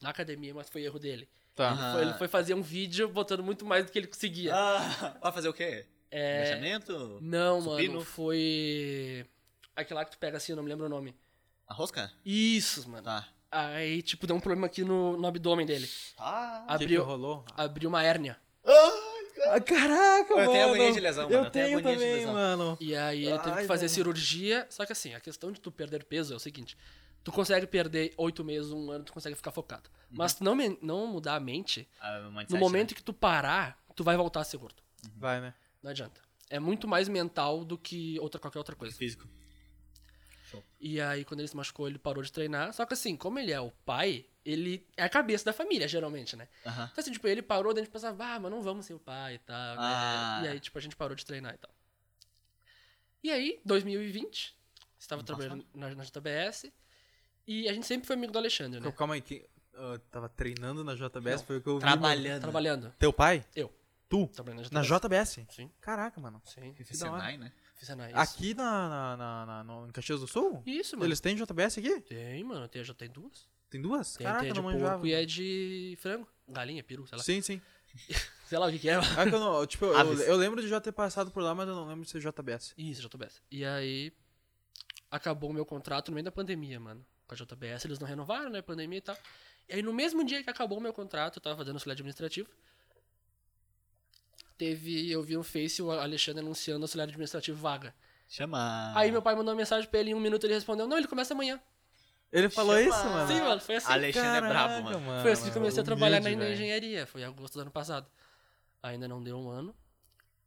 S3: Na academia, mas foi erro dele.
S1: Tá.
S2: Ah.
S3: Foi- ele foi fazer um vídeo botando muito mais do que ele conseguia.
S2: Ah, vai fazer o quê?
S3: é.
S2: Agachamento?
S3: Não,
S2: supino?
S3: mano, foi. Aquela que tu pega assim, eu não me lembro o nome.
S2: A rosca?
S3: Isso, mano.
S2: Tá.
S3: Aí, tipo, deu um problema aqui no, no abdômen dele.
S2: Ah.
S1: O que, que
S3: Abriu,
S1: rolou?
S3: abriu uma hérnia.
S1: Ah, caraca,
S2: Eu
S1: mano.
S2: tenho agonia de lesão, mano.
S1: Eu
S2: Eu tenho
S1: tenho
S2: agonia de
S1: também,
S2: lesão.
S1: mano.
S3: E aí ele teve
S1: Ai,
S3: que fazer
S1: mano.
S3: cirurgia. Só que assim, a questão de tu perder peso é o seguinte: tu consegue perder oito meses, um ano, tu consegue ficar focado. Mas tu não, men- não mudar a mente,
S2: Ah, o mindset,
S3: no
S2: né?
S3: momento que tu parar, tu vai voltar a ser gordo.
S1: Vai, né?
S3: Não adianta. É muito mais mental do que outra, qualquer outra coisa.
S2: Físico.
S3: E aí, quando ele se machucou, ele parou de treinar. Só que assim, como ele é o pai, ele é a cabeça da família, geralmente, né?
S2: Aham.
S3: Então assim, tipo, ele parou, daí a gente pensava, ah, mas não vamos ser o pai e tal, né?
S2: Ah.
S3: E aí, tipo, a gente parou de treinar e tal. E aí, 2020, estava
S2: Ano
S3: trabalhando na, na JBS e a gente sempre foi amigo do Alexandre, né?
S1: Calma aí. Quem... eu tava treinando na JBS, foi o que eu vi. mano.
S2: Trabalhando.
S3: Trabalhando.
S1: Teu pai?
S3: Eu.
S1: Tu?
S3: Trabalhando na JBS.
S1: Na JBS?
S3: Sim,
S1: Caraca, mano.
S3: sim.
S2: Fiz
S1: Que da hora.
S2: Senai, né?
S3: Fiz a É isso.
S1: Aqui na, na, na, na- no- em Caxias do Sul?
S3: Isso, mano.
S1: Eles têm JBS aqui?
S3: Tem, mano. Tem, já tem duas.
S1: Tem duas?
S3: Tem,
S1: Caraca,
S3: tem a de
S1: não
S3: porco
S1: manjava.
S3: e é de frango. Galinha, peru, sei lá.
S1: Sim, sim.
S3: Sei lá o que que é.
S1: É que eu, não- tipo, eu,
S2: Aves.
S1: eu lembro de já ter passado por lá, mas eu não lembro de ser JBS.
S3: Isso, JBS. E aí, acabou o meu contrato no meio da pandemia, mano. Com a JBS, eles não renovaram, né? Pandemia e tal. E aí, no mesmo dia que acabou o meu contrato, eu tava fazendo auxiliar administrativo. Teve, eu vi no Face o Alexandre anunciando auxiliar administrativo vaga.
S2: Chama.
S3: Aí meu pai mandou uma mensagem pra ele em um minuto ele respondeu: Não, ele começa amanhã.
S1: Ele falou
S2: Chama-
S1: isso, mano?
S3: Sim, mano, foi assim.
S2: Alexandre é brabo,
S1: Caraca,
S2: mano.
S3: Foi assim que eu comecei a trabalhar na,
S1: Humilde,
S3: na
S1: velho.
S3: engenharia. Foi em agosto do ano passado. Ainda não deu um ano.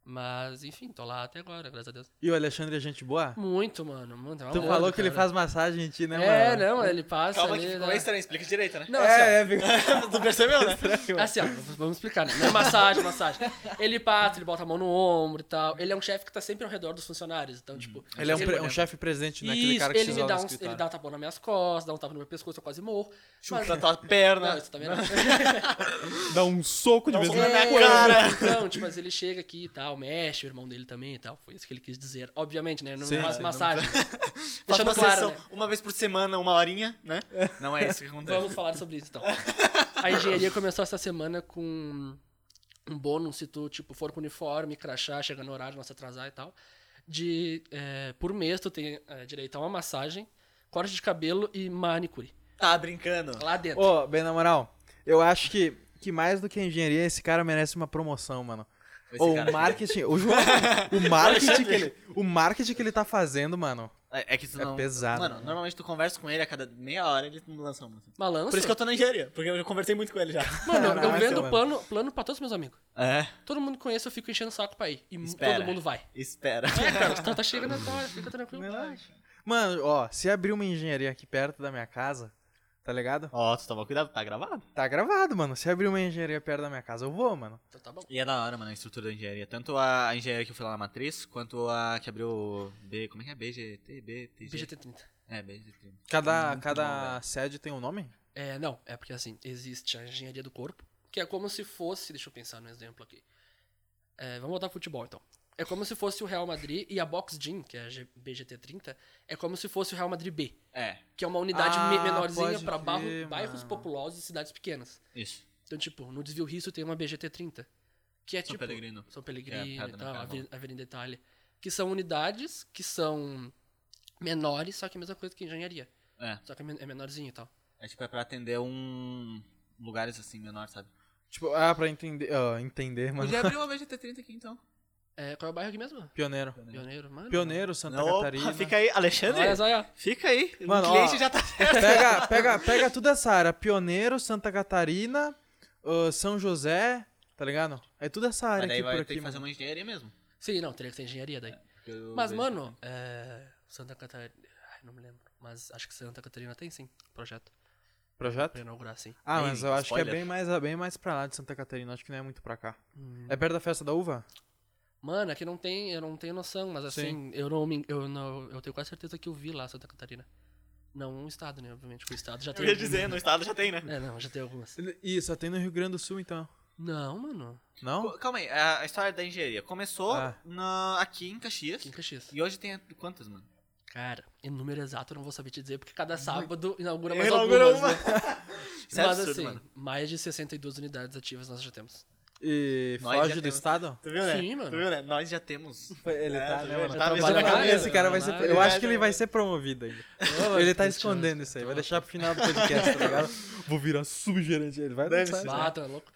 S3: Mas, enfim, tô lá até agora, graças a Deus.
S1: E o Alexandre é gente boa?
S3: Muito, mano. Muito, é um
S1: tu
S3: amor,
S1: falou que ele
S3: cara.
S1: faz massagem em ti, né,
S3: É,
S1: mano?
S3: não, ele passa
S2: Calma
S3: ali,
S2: que ficou
S3: né?
S2: meio estranho, explica direito, né?
S3: Não, assim, ó,
S1: É, é, fica-
S2: tu percebeu, né?
S3: assim, ó, vamos explicar, né? Não é massagem, massagem. Ele passa, ele bota a mão no ombro e tal. Ele é um chefe que tá sempre ao redor dos funcionários, então, tipo...
S1: Ele é um, pre- um
S3: Isso,
S1: chefe presidente, né? Aquele cara que
S3: ele
S1: se
S3: me
S1: isola
S3: dá
S1: no
S3: um, ele
S1: escritório.
S3: dá um tapão nas minhas costas, dá um tapa no meu pescoço, eu quase morro. Mas-
S2: Chuta tua perna.
S3: Não, isso também não.
S1: Dá um soco de
S2: Dá um
S1: vez em
S2: soco
S1: quando.
S2: na minha
S3: É,
S2: cara.
S3: Não, tipo, mas ele chega aqui e tal, mexe, o irmão dele também e tal. Foi isso que ele quis dizer. Obviamente, né? Não
S1: Sim,
S3: faço
S1: sim,
S3: massagem.
S2: Faz
S3: Deixando
S2: uma
S3: claro,
S2: sessão
S3: né?
S2: uma vez por semana, uma horinha, né? Não é isso que acontece.
S3: Vamos falar sobre isso então. A engenharia começou essa semana com um bônus, se tu tipo, for com uniforme, crachá, chegar no horário, não se atrasar e tal. De, eh, por mês tu tem eh, direito a uma massagem, corte de cabelo e manicure.
S2: Tá brincando.
S3: Lá dentro.
S1: Ô, bem na moral, eu acho que, que mais do que engenharia, esse cara merece uma promoção, mano.
S2: Esse
S1: Ou
S2: cara
S1: o
S2: aqui.
S1: marketing, o João, o marketing que ele, o marketing que ele tá fazendo, mano.
S2: É, é que tu
S1: É
S2: não...
S1: pesado,
S2: Mano,
S1: né?
S2: normalmente tu conversa com ele a cada meia hora, ele lança uma. música.
S3: Malanço.
S2: Por isso que eu tô na engenharia, porque eu já conversei muito com ele já.
S3: Mano, eu- eu
S1: Caraca,
S3: vendo
S1: mano.
S3: plano, plano pra todos os meus amigos.
S2: É,
S3: Todo mundo que conhece, eu fico enchendo o saco pra ir. E m-
S2: Espera.
S3: todo mundo vai.
S2: espera.
S3: É, cara, os tá chegando agora, fica tranquilo.
S1: Mano, ó, se abrir uma engenharia aqui perto da minha casa, tá ligado?
S2: Ó, tu toma cuidado, tá gravado.
S1: Tá gravado, mano. Se abrir uma engenharia perto da minha casa, eu vou, mano.
S3: Então tá bom.
S2: E é da hora, mano, a estrutura da engenharia. Tanto a engenharia que eu fui lá na matriz, quanto a que abriu o B. Como é que é? BGT, BTG.
S3: BGT30.
S2: É, BGT.
S1: Cada,
S2: Muito bom,
S1: cada
S2: velho.
S1: sede tem um nome?
S3: É, não, é porque assim, existe a engenharia do corpo, que é como se fosse, deixa eu pensar num exemplo aqui. É, vamos botar futebol então. É como se fosse o Real Madrid e a Box Gym, que é a G- BGT30, é como se fosse o Real Madrid B,
S2: É,
S3: que é uma unidade
S1: Ah,
S3: me- menorzinha
S1: pode
S3: pra barro-
S1: crer,
S3: bairros
S1: mano.
S3: populosos e cidades pequenas.
S2: isso.
S3: Então, tipo, no Desvio Risso tem uma BGT30, que é
S2: São
S3: tipo
S2: Pellegrino.
S3: São
S2: É,
S3: Pellegrino
S2: a
S3: e
S2: Pedra
S3: tal,
S2: na
S3: Avenida, Avenida Itália, que são unidades que são menores, só que é a mesma coisa que engenharia,
S2: É.
S3: só que é men- é menorzinho e tal.
S2: É tipo, é pra atender um. lugares assim menores, sabe?
S1: Tipo, ah, pra entender. ah, entender, mas.
S2: Podia abrir uma VGT30 aqui então.
S3: É, qual é o bairro aqui mesmo?
S1: Pioneiro.
S3: Pioneiro, mano.
S1: Pioneiro, Santa
S2: Opa,
S1: Catarina.
S2: fica aí, Alexandre.
S3: né? Olha só, aí, ó.
S2: Fica aí.
S1: Mano,
S2: o cliente
S1: ó.
S2: já tá certo.
S1: Pega, pega, pega toda essa área. Pioneiro, Santa Catarina, ah, São José, tá ligado? É toda essa área
S2: Mas daí
S1: aqui
S2: vai
S1: por
S2: ter
S1: aqui.
S2: que fazer
S1: mano.
S2: uma engenharia mesmo.
S3: Sim, não, teria que ser engenharia daí. Mas, mano, é, Santa Catarina. Ai, não me lembro. Mas acho que Santa Catarina tem sim projeto pra
S1: Projeto?
S3: inaugurar sim.
S1: Ah,
S2: Ih,
S1: mas eu acho que é
S2: spoiler.
S1: bem mais, bem mais pra lá de Santa Catarina. Acho que não é muito pra cá. É perto da festa da uva?
S3: Mano, aqui não tem, eu não tenho noção, mas assim, eu não, me- eu não, eu tenho quase certeza que eu vi lá Santa Catarina. Não um estado, né, obviamente, porque o estado já
S2: Eu
S3: tem.
S2: ia dizer, no estado já tem, né?
S3: É, não, já tem algumas.
S1: Ih, só tem no Rio Grande do Sul, então.
S3: Não, mano.
S1: Não?
S2: Co- Calma aí, a a história da engenharia começou
S1: Ah.
S2: na- aqui em Caxias.
S3: Aqui em Caxias.
S2: E hoje tem quantas, mano?
S3: Cara, em número exato eu não vou saber te dizer, porque cada sábado inaugura mais
S2: Hum. Inaugura
S3: algumas,
S2: uma.
S3: né?
S2: Isso é
S3: Mas
S2: absurdo,
S3: assim,
S2: mano.
S3: mais de 62 unidades ativas nós já temos.
S1: E
S2: Nós
S1: foge
S2: já
S1: do
S2: temos-
S1: estado?
S2: Tu viu, né?
S3: Sim, mano.
S2: Tu viu, né? Nós já temos.
S1: Ele
S2: É,
S1: tá,
S2: tá
S1: né,
S2: vendo?
S1: mano?
S2: Tá
S1: Esse
S2: pensando
S1: cara-
S2: na cabeça,
S1: esse cara vai ser.
S3: trabalho.
S1: Eu acho que ele tá vai ser promovido ainda. Ele tá
S3: Mentiroso,
S1: escondendo isso aí, vai
S3: tá
S1: deixar pro final do podcast, tá ligado? Vou virar subgerente. Ele vai
S2: Deve
S1: dançar.
S2: ser.
S3: Ah, tá louco.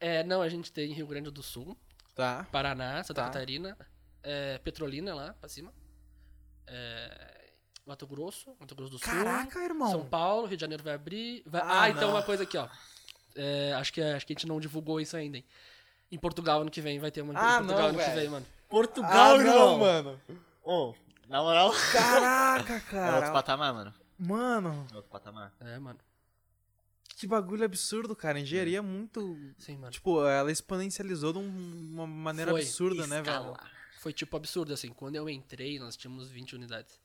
S3: É, não, a gente tem Rio Grande do Sul,
S1: Tá.
S3: Paraná, Santa
S1: Tá.
S3: Catarina, é, Petrolina lá pra cima, é, Mato Grosso, Mato Grosso do Sul,
S1: Caraca,
S3: São
S1: irmão.
S3: Paulo, Rio de Janeiro vai abrir. vai-
S1: Ah,
S3: Ah, então
S1: não.
S3: uma coisa aqui, ó. É, acho, que, acho que a gente não divulgou isso ainda, hein? Em Portugal ano que vem vai ter uma
S1: Ah,
S3: em Portugal
S1: não,
S3: ano que
S1: velho.
S3: vem, mano.
S2: Portugal,
S1: ah, não, mano.
S2: Ô, na moral.
S1: Caraca,
S2: É outro
S1: cara.
S2: patamar, mano.
S1: Mano,
S2: É outro patamar.
S3: É, mano.
S1: que bagulho absurdo, cara. Engenharia é muito.
S3: Sim, mano.
S1: Tipo, ela exponencializou de um- uma maneira
S3: Foi.
S1: absurda, né, velho?
S3: Foi tipo absurdo, assim. Quando eu entrei, nós tínhamos 20 unidades.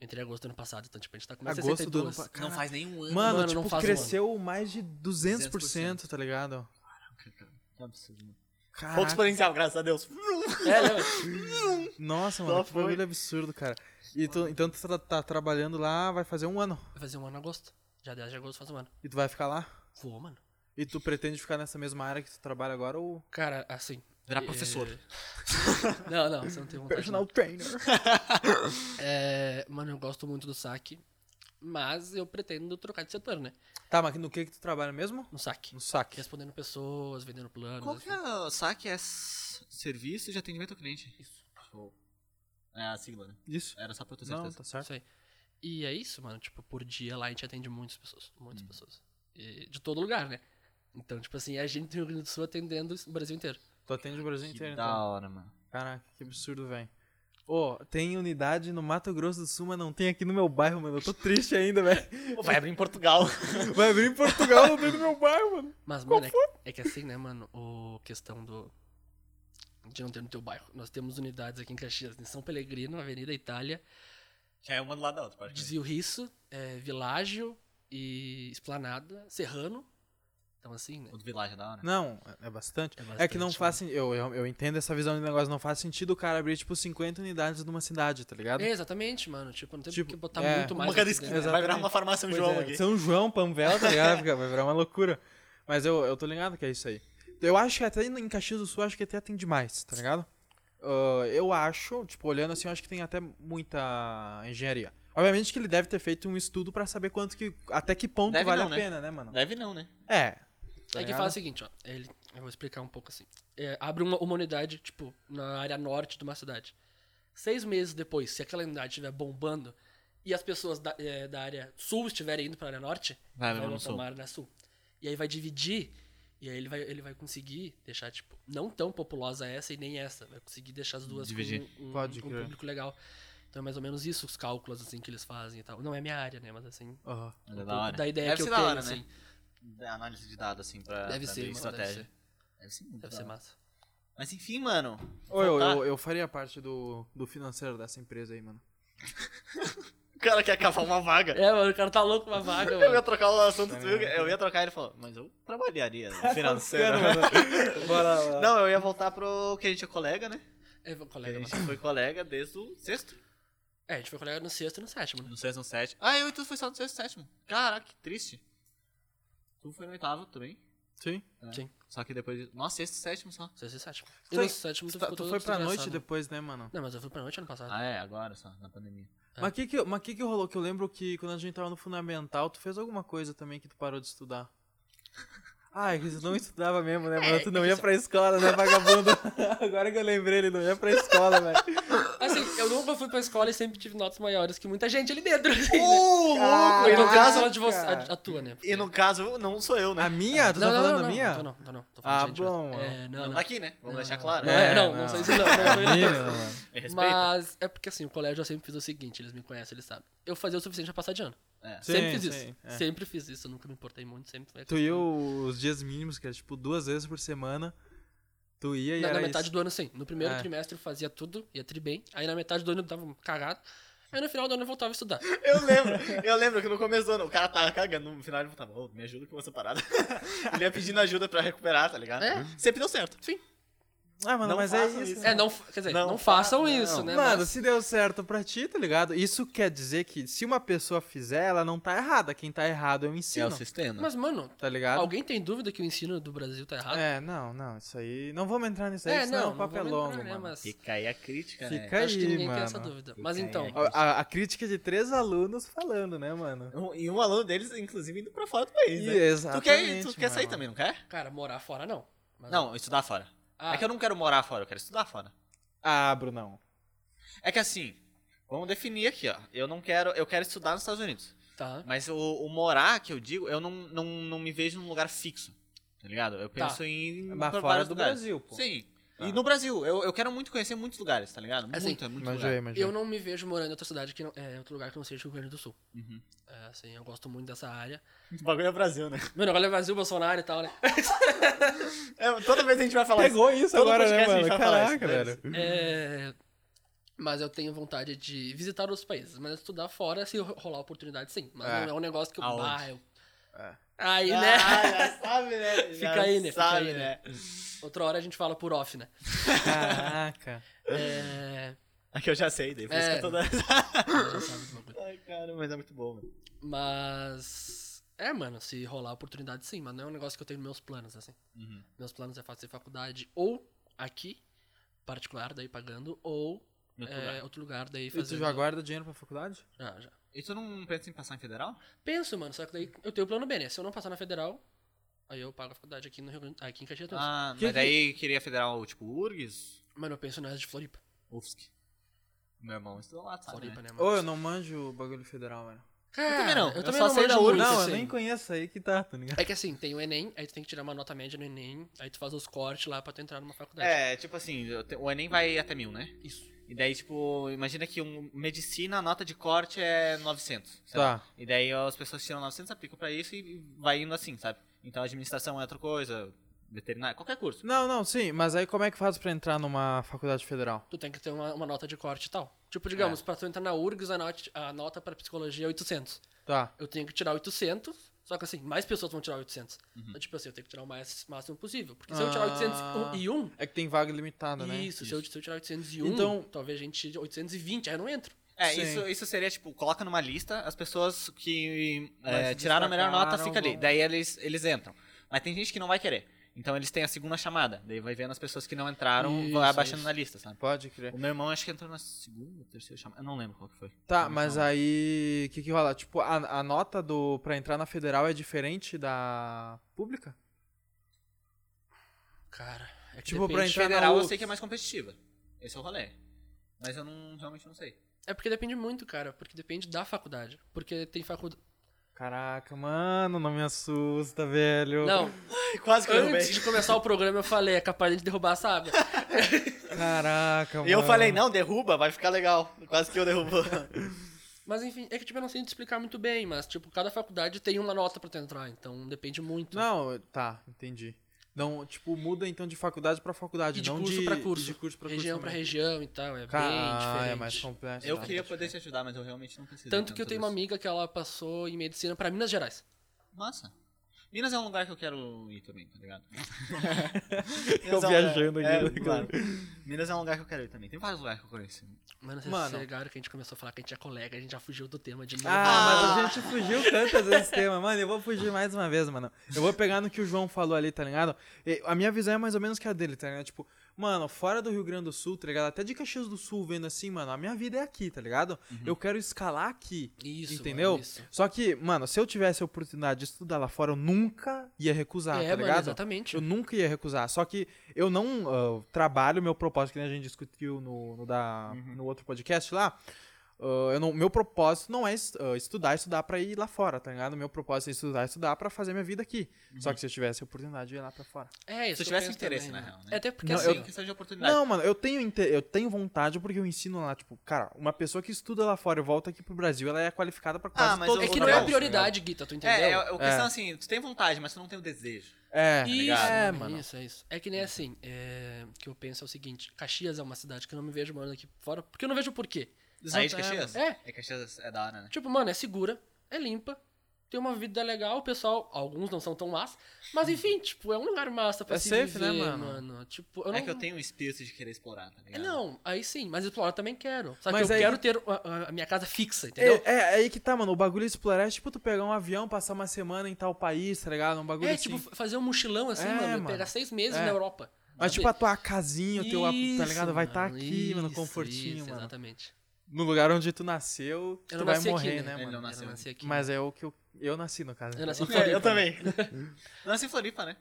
S3: Eu entrei em agosto do ano passado, então tipo, a gente tá com mais
S1: Agosto do ano
S3: 62.
S1: pa-
S2: Não faz nenhum ano.
S1: Mano,
S3: Mano, não
S1: tipo,
S3: faz um
S1: cresceu mais de 200%,
S2: 200%,
S1: tá ligado?
S2: Que absurdo. mano. Ponto
S1: Caraca,
S2: exponencial, graças a Deus.
S3: É, né, mano?
S1: nossa, mano,
S2: Só
S1: que
S2: foi.
S1: bagulho absurdo, cara. E tu- então tu tá, tá trabalhando lá, vai fazer um ano.
S3: Vai fazer um ano em agosto. Já 10 de agosto faz um ano.
S1: E tu vai ficar lá?
S3: Vou, mano.
S1: E tu pretende ficar nessa mesma área que tu trabalha agora ou...
S3: Cara, assim.
S2: Virar
S3: é-
S2: professor.
S3: não, não, você não tem vontade. Não.
S1: trainer.
S3: É, mano, eu gosto muito do saque. Mas eu pretendo trocar de setor, né?
S1: Tá, mas no que que tu trabalha mesmo?
S3: No saque.
S1: No saque.
S3: Respondendo pessoas, vendendo planos.
S2: Qual que
S3: assim.
S2: é o saque? É s- serviço de atendimento ao cliente.
S3: Isso.
S2: Show. É a sigla, né?
S1: Isso.
S2: Era só pra eu ter
S1: Não,
S2: certeza.
S1: tá certo.
S3: Isso aí. E é isso, mano. Tipo, por dia lá a gente atende muitas pessoas.
S2: Hum.
S3: Muitas pessoas. E de todo lugar, né? Então, tipo assim, a gente do Rio Grande do Sul atendendo o Brasil inteiro.
S1: Tu atende o Brasil inteiro,
S2: que
S1: então.
S2: da hora, mano.
S1: Caraca, que absurdo, velho. Ô, tem unidade no Mato Grosso do Sul, mas não tem aqui no meu bairro, mano. Eu tô triste ainda, velho.
S2: Vai abrir em Portugal.
S1: Vai abrir em Portugal, não tem no meu bairro, mano.
S3: Mas, mano, é, que- é que assim, né, mano, o questão do. De não ter no teu bairro. Nós temos unidades aqui em Caxias, em São Pelegrino, Avenida Itália,
S2: Já é uma do lado da outra, praticamente.
S3: Desvio Risso, é, Világio e Esplanada, Serrano. Então, assim, né?
S2: O do Village é da hora.
S1: Não, é bastante.
S3: É
S1: É,
S3: bastante,
S1: que não
S3: né?
S1: faz sentido. Eu, eu, eu entendo essa visão de negócio. Não faz sentido o cara abrir, tipo, 50 unidades numa cidade, tá ligado?
S3: É, exatamente, mano. Tipo, não tem
S1: Tipo,
S3: que botar
S1: é,
S3: muito mais.
S2: Uma cada
S3: aqui
S2: esquina.
S3: dentro.
S2: Vai virar
S1: Exatamente.
S2: uma farmácia São
S1: Pois
S2: João
S1: é,
S2: aqui.
S1: São João, Pamvel, tá ligado? Fica- Vai virar uma loucura. Mas eu, eu tô ligado que é isso aí. Eu acho que até em Caxias do Sul, acho que até tem demais, tá ligado? Ah, eu acho, tipo, olhando assim, eu acho que tem até muita engenharia. Obviamente que ele deve ter feito um estudo pra saber quanto que. Até que ponto
S2: Deve
S1: vale
S2: não,
S1: a
S2: né?
S1: pena, né, mano?
S2: Deve não, né?
S1: É. tá
S3: É que
S1: ligado?
S3: faz o seguinte, ó. Ele, eu vou explicar um pouco assim. É, abre uma, uma unidade, tipo, na área norte de uma cidade. Seis meses depois, se aquela unidade estiver bombando e as pessoas da, é, da área sul estiverem indo pra área norte,
S2: Vai abrir
S3: vai
S2: no
S3: botar
S2: sul.
S3: uma área na sul. E aí vai dividir, e aí ele vai, ele vai conseguir deixar, tipo, não tão populosa essa e nem essa. Vai conseguir deixar as duas
S2: Dividir.
S3: com um, um,
S1: Pode
S3: um
S1: crer.
S3: público legal. Então é mais ou menos isso, os cálculos, assim, que eles fazem e tal. Não é minha área, né? Mas assim,
S1: Aham.
S2: É
S3: um
S2: da
S3: pouco
S2: hora.
S3: da ideia
S2: Deve
S3: que eu
S2: ser
S3: tenho,
S2: da hora,
S3: assim.
S2: né? Da análise de dados, assim, pra,
S3: Deve
S2: pra
S3: ser,
S2: ver
S3: mano,
S2: estratégia.
S3: deve
S2: Deve ser.
S3: Deve ser massa.
S2: Mas enfim, mano.
S1: Ô, eu,
S2: Tá.
S1: eu, eu faria parte do, do financeiro dessa empresa aí, mano.
S2: O cara quer cavar uma vaga.
S3: É, mano, o cara tá louco com uma vaga,
S2: Eu
S3: mano. é.
S2: ia trocar o assunto,
S1: Tá
S2: tu viu?
S1: ligado?
S2: eu ia trocar ele falou, mas eu trabalharia no financeiro.
S1: Bacana, mano. Bora lá.
S2: Não, eu ia voltar pro que a gente é colega, né?
S3: É,
S2: A
S3: colega,
S2: gente
S3: mano.
S2: foi colega desde o sexto.
S3: É, a gente foi colega no sexto e no sétimo, né?
S2: No sexto, no sétimo. Ah, eu e tu foi só no sexto e sétimo. Caraca, que triste. Tu foi no oitavo também.
S1: Sim.
S2: Só que depois... de- Nossa, sexto e sétimo só.
S3: Sexto e sétimo.
S1: Tu
S3: E no
S1: foi-
S3: sétimo
S1: Tu,
S3: tu,
S1: tá-
S3: ficou
S1: tu
S3: todo
S1: foi pra
S3: desgraçado,
S1: noite
S3: né?
S1: depois, né, mano?
S3: Não, mas eu fui pra noite ano passado.
S2: Ah, é, agora só, na pandemia.
S3: É.
S1: Mas o que que, mas que que rolou? Que eu lembro que quando a gente tava no fundamental, tu fez alguma coisa também que tu parou de estudar. Ah, você não estudava mesmo, né, mano? Tu não
S3: é
S1: ia
S3: isso.
S1: pra escola, né, vagabundo? Agora que eu lembrei, ele não ia pra escola, velho.
S3: Assim, eu nunca fui pra escola e sempre tive notas maiores que muita gente ali dentro. Assim,
S1: Uh!
S3: né?
S2: Ô, louco! E
S3: Eu
S2: no
S3: tô
S2: caso.
S3: falando de você, a,
S1: cara.
S3: a tua, né?
S2: E no caso, não sou eu, né?
S1: A minha? Tu tá
S3: não, não,
S1: falando
S3: não,
S1: a
S3: não,
S1: minha?
S3: Tô não, tô não. Tô
S1: Ah,
S3: falando de gente.
S1: bom.
S3: É, não, não.
S2: Aqui, né? Vamos deixar claro.
S3: Não, é, não, não sou isso não, não sou isso não.
S1: Minha, mano.
S2: Me respeita.
S3: Mas é porque assim, o colégio eu sempre fiz o seguinte, eles me conhecem, eles sabem. Eu fazia o suficiente pra passar de ano.
S2: É.
S1: Sim,
S3: sempre fiz
S1: sim,
S3: isso.
S1: é.
S3: Sempre fiz isso, eu nunca me importei muito, sempre foi
S1: Tu ia os dias mínimos, que era tipo duas vezes por semana. Tu ia e
S3: Na,
S1: era
S3: na metade
S1: isso.
S3: do ano, sim. No primeiro
S1: É.
S3: trimestre eu fazia tudo, ia tri bem. Aí na metade do ano eu tava cagado. Aí no final do ano eu voltava a estudar.
S2: Eu lembro, eu lembro que no começo do ano o cara tava cagando, no final ele falava, ô, me ajuda com essa parada. ele ia pedindo ajuda pra recuperar, tá ligado?
S3: É.
S2: Sempre deu certo.
S3: Sim.
S1: Ah, mano,
S2: Não
S1: mas é
S2: façam
S1: isso.
S2: isso.
S3: É, não, fa- quer dizer,
S2: Não
S3: não, façam
S2: fa-
S3: isso,
S2: não.
S3: né?
S1: Mano,
S3: Mas-
S1: se deu certo pra ti, tá ligado? Isso quer dizer que se uma pessoa fizer, ela não tá errada. Quem tá errado é o ensino,
S2: sistema.
S3: mas, mano,
S1: tá ligado?
S3: alguém tem dúvida que o ensino do Brasil tá errado?
S1: É, não, não, isso aí... Não vamos entrar nisso aí,
S3: É,
S1: senão
S3: não,
S1: o papo é
S3: vamos
S1: longo,
S3: entrar, né,
S1: mano.
S3: mas-
S2: Fica aí a crítica,
S1: Fica
S2: né?
S1: é aí,
S3: acho que ninguém
S1: mano.
S3: tem essa dúvida. Mas
S2: Fica aí,
S3: então,
S2: né?
S1: A, a- a crítica de três alunos falando, né, mano?
S2: Um- E um aluno deles, inclusive, indo pra fora do país, né? Tu
S1: Exatamente,
S2: quer, tu quer
S1: mano.
S2: sair também, não quer?
S3: cara, morar fora não. Mas-
S2: Não, estudar fora.
S3: Ah,
S2: É que eu não quero morar fora, eu quero estudar fora.
S1: Ah, Brunão.
S2: É que assim, vamos definir aqui, ó. Eu não quero, eu quero estudar nos Estados Unidos.
S3: Tá.
S2: Mas o, o morar, que eu digo, eu não, não, não me vejo num lugar fixo, tá ligado? Eu
S3: Tá.
S2: penso em
S1: Mas fora
S2: pra vários
S1: do
S2: lugares.
S1: Brasil, pô.
S2: Sim.
S1: Tá.
S2: E no Brasil, eu, eu quero muito conhecer muitos lugares, tá ligado?
S3: Assim,
S2: muito, é muito
S1: Mas
S2: lugar.
S1: aí, mas
S3: Eu não me vejo morando em outra cidade que não. É outro lugar que não seja o Rio Grande do Sul.
S2: Uhum.
S3: É, assim, eu gosto muito dessa área.
S2: O bagulho é Brasil, né?
S3: Meu negócio é Brasil, Bolsonaro e tal, né?
S2: É, toda vez a gente vai falar
S1: Pegou isso
S2: Todo
S1: agora, né,
S2: podcast a
S1: mano?
S2: gente vai falar isso,
S1: Caraca,
S2: né?
S1: velho.
S3: É, Mas eu tenho vontade de visitar outros países. Mas estudar fora, se ro- rolar oportunidade, sim. Mas
S1: É.
S3: não é um negócio que eu.
S2: Aonde?
S3: Ah, eu...
S1: É.
S3: Aí,
S2: Ah,
S3: né?
S2: já sabe, né? Já
S3: Fica aí, né? Fica
S2: Sabe,
S3: aí,
S2: né?
S3: né? Outra hora a gente fala por off, né?
S1: Caraca.
S3: É...
S2: É que eu já sei, daí por isso que
S3: É.
S2: eu tô dando...
S3: a gente sabe do bagulho.
S2: Ai, cara, mas é muito bom, mano.
S3: Mas. É, mano, se rolar oportunidade, sim. Mas não é um negócio que eu tenho nos meus planos, assim.
S2: Uhum.
S3: Meus planos é fazer faculdade ou aqui, particular, daí pagando, ou
S2: Em outro
S3: é,
S2: lugar.
S3: outro lugar, daí
S1: E tu
S3: fazendo.
S1: já guarda dinheiro pra faculdade?
S3: Ah, já.
S2: E tu não pensa em passar em federal?
S3: Penso, mano, só que daí eu tenho o plano B, né? Se eu não passar na federal, aí eu pago a faculdade aqui no Rio Grande, aqui em Caxias. do Sul.
S2: Ah,
S1: Então, Que-
S2: mas daí queria federal, tipo, URGS,
S3: Mano, eu penso nas de Floripa.
S2: UFSC. Meu irmão estudou lá, sabe?
S3: Floripa,
S2: né?
S3: né, mano?
S1: Ô, eu não manjo o bagulho federal, velho.
S3: Cara,
S2: também não, eu
S3: Eu também
S2: só
S3: não
S2: sei da
S3: manjo
S2: URGS,
S3: muito,
S1: Não, eu
S3: assim.
S1: nem conheço aí que tá, tá ligado?
S3: É que assim, tem o Enem, aí tu tem que tirar uma nota média no Enem, aí tu faz os cortes lá pra tu entrar numa faculdade.
S2: É, tipo assim, eu te- o Enem vai até mil, né?
S3: Isso.
S2: E daí, tipo, imagina que um medicina, a nota de corte é 900. sei lá.
S1: Tá.
S2: E daí ó, as pessoas tiram 900, aplicam pra isso e vai indo assim, sabe? Então administração é outra coisa, veterinário, qualquer curso.
S1: Não, não, sim, mas aí como é que faz pra entrar numa faculdade federal?
S3: Tu tem que ter uma, uma nota de corte e tal. Tipo, digamos, pra tu entrar na URGS, a, not, a nota pra psicologia é 800.
S1: Tá.
S3: Eu tenho que tirar 800, só que assim, mais pessoas vão tirar 800. Então, tipo assim, eu tenho que tirar o mais máximo possível. Porque se eu tirar
S1: Ah.
S3: 801,
S1: É que tem vaga limitada, né?
S3: Isso, se eu, se eu tirar 801,
S1: Então-
S3: talvez a gente tire 820, aí eu não entro.
S2: É,
S1: Sim.
S2: isso, isso seria, tipo, coloca numa lista as pessoas que
S1: Mas
S2: é,
S1: se
S2: tiraram a melhor nota,
S1: destacaram,
S2: fica ali.
S1: vão-
S2: Daí eles, eles entram. Mas tem gente que não vai querer. Então eles têm a segunda chamada. Daí vai vendo as pessoas que não entraram,
S3: Isso,
S2: vai abaixando
S3: isso.
S2: na lista, sabe?
S1: Pode crer.
S2: O meu irmão acho que entrou na segunda, terceira chamada. Eu não lembro qual que foi.
S1: Tá,
S2: Não
S1: mas
S2: lembro.
S1: aí. O que, que rola? Tipo, a, a nota do pra entrar na federal é diferente da pública?
S3: Cara, é que
S1: Tipo, pra
S3: depende-
S1: entrar na
S2: Federal eu
S1: UFSC.
S2: sei que é mais competitiva. Esse é o rolê. Mas eu não realmente não sei.
S3: É porque depende muito, cara, porque depende da faculdade. Porque tem faculdade...
S1: Caraca, mano, não me assusta, velho.
S3: Não,
S2: Quase
S3: antes de começar o programa eu falei, é capaz de gente derrubar essa água.
S1: Caraca, mano.
S2: E eu falei, não, derruba, vai ficar legal. Quase que eu derrubo.
S3: Mas enfim, é que tipo, eu não sei te explicar muito bem, mas tipo, cada faculdade tem uma nota pra tu entrar, então depende muito.
S1: Não, tá, entendi. Não, tipo, muda então de faculdade pra faculdade,
S3: E de
S1: não
S3: curso
S1: de,
S3: pra curso.
S1: e de curso pra
S3: região
S1: curso
S3: pra
S1: também.
S3: região e tal, é bem
S1: Cara,
S3: diferente.
S1: é mais complexo.
S2: eu
S1: tá.
S2: queria poder te ajudar, mas eu realmente não preciso.
S3: Tanto que eu
S2: entendo
S3: tenho uma
S2: tudo
S3: amiga que ela passou em medicina pra Minas Gerais.
S2: isso. Massa. Minas é um lugar que eu quero ir também, tá ligado?
S1: Tô viajando aqui,
S2: É,
S1: tá ligado?
S2: claro. Minas é um lugar que eu quero ir também. Tem vários lugares que eu conheço.
S3: Mano, vocês
S1: Mano.
S3: se ligaram que a gente começou a falar que a gente é colega, a gente já fugiu do tema de novo.
S1: Ah, mas a gente fugiu tantas vezes desse tema. Mano, eu vou fugir mais uma vez, mano. Eu vou pegar no que o João falou ali, tá ligado? E A minha visão é mais ou menos que a dele, tá ligado? Tipo, Mano, fora do Rio Grande do Sul, tá ligado? Até de Caxias do Sul vendo assim, mano, a minha vida é aqui, tá ligado?
S3: Uhum.
S1: Eu quero escalar aqui.
S3: Isso,
S1: entendeu?
S3: mano, isso.
S1: Só que, mano, se eu tivesse a oportunidade de estudar lá fora, eu nunca ia recusar,
S3: é,
S1: tá
S3: mano,
S1: ligado?
S3: exatamente.
S1: Eu nunca ia recusar. Só que eu não ah, trabalho meu propósito, que nem a gente discutiu no, no, da, no outro podcast lá. Ah, eu não- meu propósito não é es- ah, estudar, estudar pra ir lá fora, tá ligado? Meu propósito é estudar, estudar pra fazer minha vida aqui. Só que se eu tivesse a oportunidade de ir lá pra fora.
S3: É,
S2: Se
S3: isso
S2: eu
S3: que
S2: tivesse
S3: penso
S2: interesse,
S3: também,
S2: na
S3: mano.
S2: real, né?
S3: Até porque
S1: Não,
S3: assim,
S2: eu...
S3: ó,
S2: questão de oportunidade.
S1: Não, mano, eu tenho, inte- eu tenho vontade porque eu ensino lá, tipo, cara, uma pessoa que estuda lá fora e volta aqui pro Brasil, ela é qualificada pra quase
S2: Ah, mas
S1: todo tá
S3: é
S2: eu-
S3: que
S2: eu-
S3: não é a
S2: eu-
S3: prioridade, Guita, tu entendeu?
S2: É, é, a questão assim, tu tem vontade, mas tu não tem o desejo.
S1: É,
S3: Isso,
S2: Tá ligado?
S1: é,
S3: é,
S1: mano. Uhum.
S3: isso, é isso. É que nem assim, é, o que eu penso é o seguinte, Caxias é uma cidade que eu não me vejo morando aqui fora, porque eu não vejo o porquê.
S2: Sair de
S3: Exato, é,
S2: Caxias?
S3: mano.
S2: É, Caxias é da hora, né?
S3: Tipo, mano, é segura, é limpa, tem uma vida legal, o pessoal, alguns não são tão massa, mas enfim, tipo, é um lugar massa
S1: Uhum.
S3: pra
S1: É
S3: se
S1: safe, né,
S3: viver,
S1: mano?
S3: Tipo, eu não...
S2: É que eu tenho um espírito de querer explorar, tá
S3: É,
S2: ligado?
S3: Não, aí sim, mas explorar também quero. Só que
S1: Mas
S3: eu
S1: aí-
S3: quero ter a, a- a minha casa fixa, entendeu?
S1: É, é aí que tá, mano. O bagulho é explorar é tipo tu pegar um avião, passar uma semana em tal país, tá ligado? Um bagulho
S3: É,
S1: assim.
S3: tipo, fazer um mochilão assim,
S1: É,
S3: mano,
S1: mano.
S3: pegar seis meses
S1: É.
S3: na Europa.
S1: Mas
S3: sabe?
S1: tipo a tua casinha, o teu, ap- tá
S3: Isso,
S1: ligado? Vai estar
S3: mano,
S1: aqui, mano,
S3: isso,
S1: confortinho,
S3: isso,
S1: mano.
S3: Exatamente.
S1: No lugar onde tu nasceu,
S3: Eu
S1: tu
S3: não
S1: vai
S3: nasci aqui,
S1: morrer,
S3: né?
S1: né,
S2: Ele
S1: mano?
S2: não
S3: Eu
S2: nasceu.
S3: nasci aqui.
S1: Mas é o que eu, eu nasci, no caso.
S3: Eu nasci em
S2: É,
S3: Floripa.
S2: eu também. Eu nasci em Floripa, né?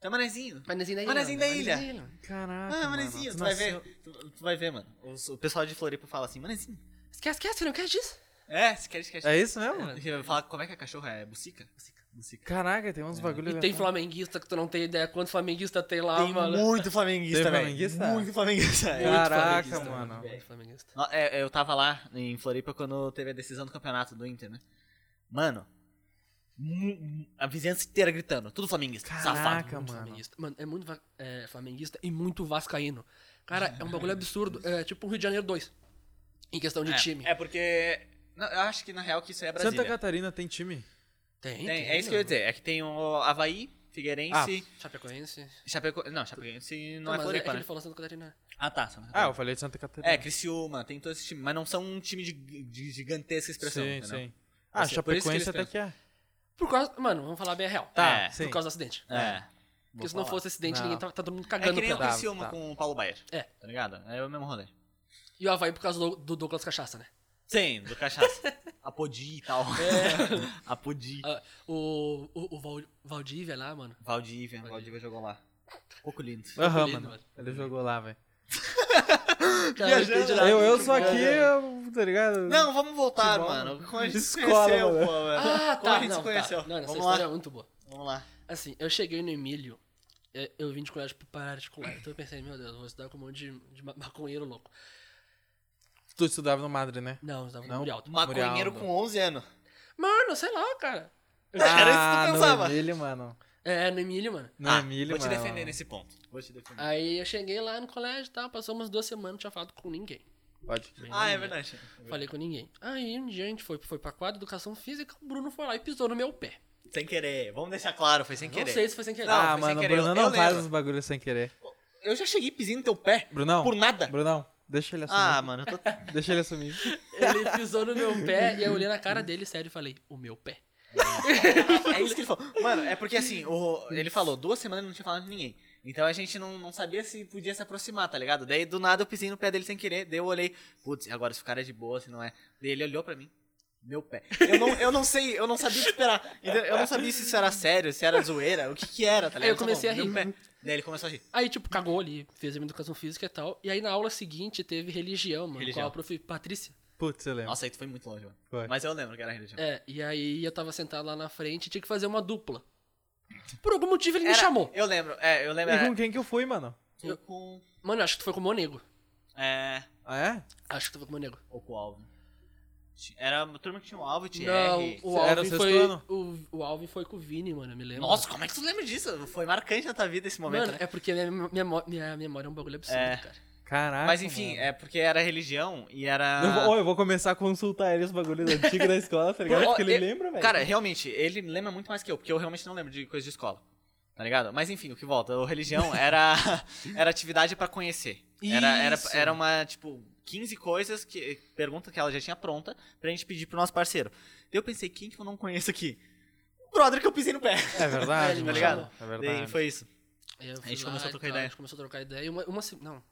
S2: Tu é manezinho.
S3: Manezinho da é ilha.
S2: Manezinho da ilha.
S3: Manezinho.
S1: Caraca,
S2: Ah,
S1: mano,
S2: manezinho,
S1: tu
S2: tu vai
S1: nasceu-
S2: ver. Tu, tu vai ver, mano. Os- o pessoal de Floripa fala assim, manezinho.
S3: Esquece, esquece, não quer disso?
S2: É, se quer, esquece.
S1: É isso mesmo?
S2: É. Fala como é que é cachorro? É bucica? Bucica. bucica.
S1: Caraca, tem uns bagulhos...
S3: É. E tem flamenguista que tu não tem ideia quanto flamenguista tem lá,
S2: Tem
S3: mano.
S2: muito flamenguista,
S1: Ah, Tem
S2: velho.
S1: flamenguista?
S2: Muito flamenguista. é.
S3: Muito
S1: Caraca,
S3: flamenguista,
S1: mano.
S3: Muito flamenguista.
S2: No- é, Eu tava lá em Floripa quando teve a decisão do campeonato do Inter, né? Mano, mu- mu- a vizinhança inteira gritando. Tudo flamenguista. Safado.
S1: Caraca,
S3: Muito
S1: mano.
S3: flamenguista. Mano, é muito va- é, flamenguista e muito vascaíno. Cara, é um bagulho absurdo. É tipo um Rio de Janeiro 2. Em questão de
S2: é,
S3: time.
S2: É porque. não, eu acho que na real que isso é Brasília.
S1: Santa Catarina né? tem time?
S3: Tem,
S2: Tem, é isso que eu ia dizer. É que tem o Havaí, Figueirense,
S1: Ah.
S3: mano. Chapecoense.
S2: Chapeco... Não, Chapecoense não
S3: Tá,
S2: é
S3: mas é, é que
S2: Floripa,
S3: ele
S2: né?
S3: falou Santa Catarina.
S2: Ah, tá. Santa
S1: Ah,
S2: Catarina.
S1: eu falei de Santa Catarina.
S2: É, Criciúma, tem todo esse time. Mas não são um time de, de gigantesca expressão,
S3: né,
S1: Sim,
S2: entendeu?
S1: sim. Ah,
S2: Assim, por isso que eles
S1: Chapecoense até que é. Ah,
S3: Por causa... Mano, vamos falar bem a real.
S2: Tá,
S3: É,
S1: sim.
S3: Por causa do acidente.
S2: É.
S3: Porque se não fosse acidente,
S1: Não.
S3: ninguém tá, tá todo mundo
S2: É
S3: cagando
S2: que nem o
S3: pra
S1: Tá,
S2: Criciúma
S1: tá.
S2: com o Paulo Baier.
S3: É.
S2: Tá ligado? É o mesmo rolê.
S3: E o Havaí por causa do, do Douglas Cachaça, né?
S2: Sim, do cachaça. Apodi e tal. Apodi.
S3: Ah, o, o, o Val- Valdívia lá, mano.
S2: Valdívia. Valdívia jogou lá. Pouco lindo.
S1: Aham,
S3: lindo,
S1: mano.
S3: mano.
S1: Ele jogou lá, velho.
S3: Cara,
S2: Viajando,
S3: entendi
S2: né?
S3: nada.
S1: Eu, eu
S2: muito
S1: sou
S2: bom,
S1: aqui,
S2: né?
S1: eu- tá ligado?
S2: Não, vamos voltar,
S1: Futebol,
S2: mano. Como a gente se
S1: Escola,
S2: conheceu,
S1: mano.
S2: pô. velho.
S3: Ah,
S2: Como a
S3: tá.
S2: gente
S3: Não,
S2: se
S3: tá.
S2: conheceu.
S3: Não, essa
S2: vamos
S3: história é
S2: lá.
S3: muito boa.
S2: Vamos lá.
S3: Assim, eu cheguei no Emílio, é, eu vim de colégio particular, então eu pensei, meu Deus, eu vou estudar com um monte de, de ma- maconheiro louco.
S1: Tu estudava no Madre, né?
S3: Não, eu estava
S1: Não?
S3: no Muri Alto.
S2: Maconheiro
S1: Murialdo.
S2: com 11 anos.
S3: Mano, sei lá, cara. Eu
S2: Ah.
S3: cheguei-
S2: Era isso que tu
S1: no
S2: pensava.
S1: Emílio, mano.
S3: É, no Emílio, mano. Ah,
S1: No
S2: Ah,
S1: Emílio,
S2: Vou te
S1: mano.
S2: defender nesse ponto. Vou te defender.
S3: Aí eu cheguei lá no colégio e tal, passou umas duas semanas, não tinha falado com ninguém.
S1: Pode.
S2: Ah, é verdade.
S3: Falei com ninguém. Aí um dia a gente foi, foi pra quadra de educação física, o Bruno foi lá e pisou no meu pé.
S2: Sem querer. Vamos deixar claro, foi sem
S3: Não
S2: querer.
S3: sei se foi sem querer.
S1: Ah,
S2: foi sem
S1: mano, o
S2: querer,
S1: Bruno
S2: eu-
S1: não
S2: eu
S1: faz
S2: lembro.
S1: os bagulhos sem querer.
S2: Eu já cheguei pisando no teu pé.
S1: Brunão?
S2: Por nada.
S1: Brunão, deixa ele assumir.
S2: Ah, mano, eu tô...
S1: Deixa ele assumir.
S3: Ele pisou no meu pé e eu olhei na cara dele sério e falei, o meu pé.
S2: É isso que ele falou. Mano, é porque assim, o- ele falou, duas semanas não tinha falado com ninguém. Então a gente não, não sabia se podia se aproximar, tá ligado? Daí do nada eu pisei no pé dele sem querer, daí eu olhei, putz, agora se o cara é de boa, se não é. Daí ele olhou pra mim, meu pé. Eu não, eu não sei, eu não sabia esperar. entendeu? Eu não sabia se isso era sério, se era zoeira, o que que era, tá ligado?
S3: Aí eu comecei
S2: Só, bom,
S3: a rir.
S2: meu pé. Daí ele começou a rir.
S3: Aí, tipo, cagou ali, fez a minha educação física e tal. E aí na aula seguinte teve religião, mano,
S2: Religião.
S3: com a prof. Patrícia.
S1: Putz, eu lembro.
S2: Nossa, aí tu foi muito longe, mano.
S1: Foi.
S2: Mas eu lembro que era religião.
S3: É, e aí eu tava sentado lá na frente e tinha que fazer uma dupla.
S1: Uhum.
S3: Por algum motivo ele me
S2: Era-
S3: chamou.
S2: Eu lembro, é, eu lembro.
S1: E
S2: É,
S1: com quem que eu fui, mano?
S2: tu com.
S3: Mano, eu acho que tu foi com o Monego.
S2: É.
S1: Ah, é?
S3: Acho que tu foi com o Monego.
S2: Ou com o Alvin. Era a turma que tinha o Alvin, tinha R.
S3: Não, o
S1: Era o
S3: Alvin,
S1: sexto
S3: foi,
S1: ano?
S3: o, o Alvin foi com o Vini, mano, eu me lembro.
S2: Nossa, como é que tu lembra disso? Foi marcante na tua vida esse momento,
S3: Mano,
S2: né?
S3: é porque minha, minha, mo- minha memória é um bagulho absurdo,
S2: É.
S3: cara.
S1: Caraca.
S2: Mas enfim,
S1: mano.
S2: é porque era religião e era.
S1: Eu vou, ó, eu vou começar a consultar ele os bagulhos antigos da escola, tá ligado?
S2: Ó,
S1: Porque ele
S2: eu-
S1: lembra, velho.
S2: Cara, realmente, ele lembra muito mais que eu, porque eu realmente não lembro de coisa de escola. Tá ligado? Mas enfim, o que volta? O religião era, era atividade pra conhecer. Era, era,
S3: Isso.
S2: era uma, tipo, 15 coisas que. Pergunta que ela já tinha pronta pra gente pedir pro nosso parceiro. Daí eu pensei, quem que eu não conheço aqui? O Um brother que eu pisei no pé.
S1: É
S3: É,
S1: verdade,
S3: ele me
S1: mano.
S2: tá ligado?
S1: É
S2: Daí
S1: verdade.
S2: foi isso.
S3: Aí eu
S2: A
S3: fui
S2: gente
S3: lá
S2: começou a
S3: e
S2: trocar
S3: tal,
S2: ideia.
S3: A gente começou a trocar ideia. E uma, uma se- Não.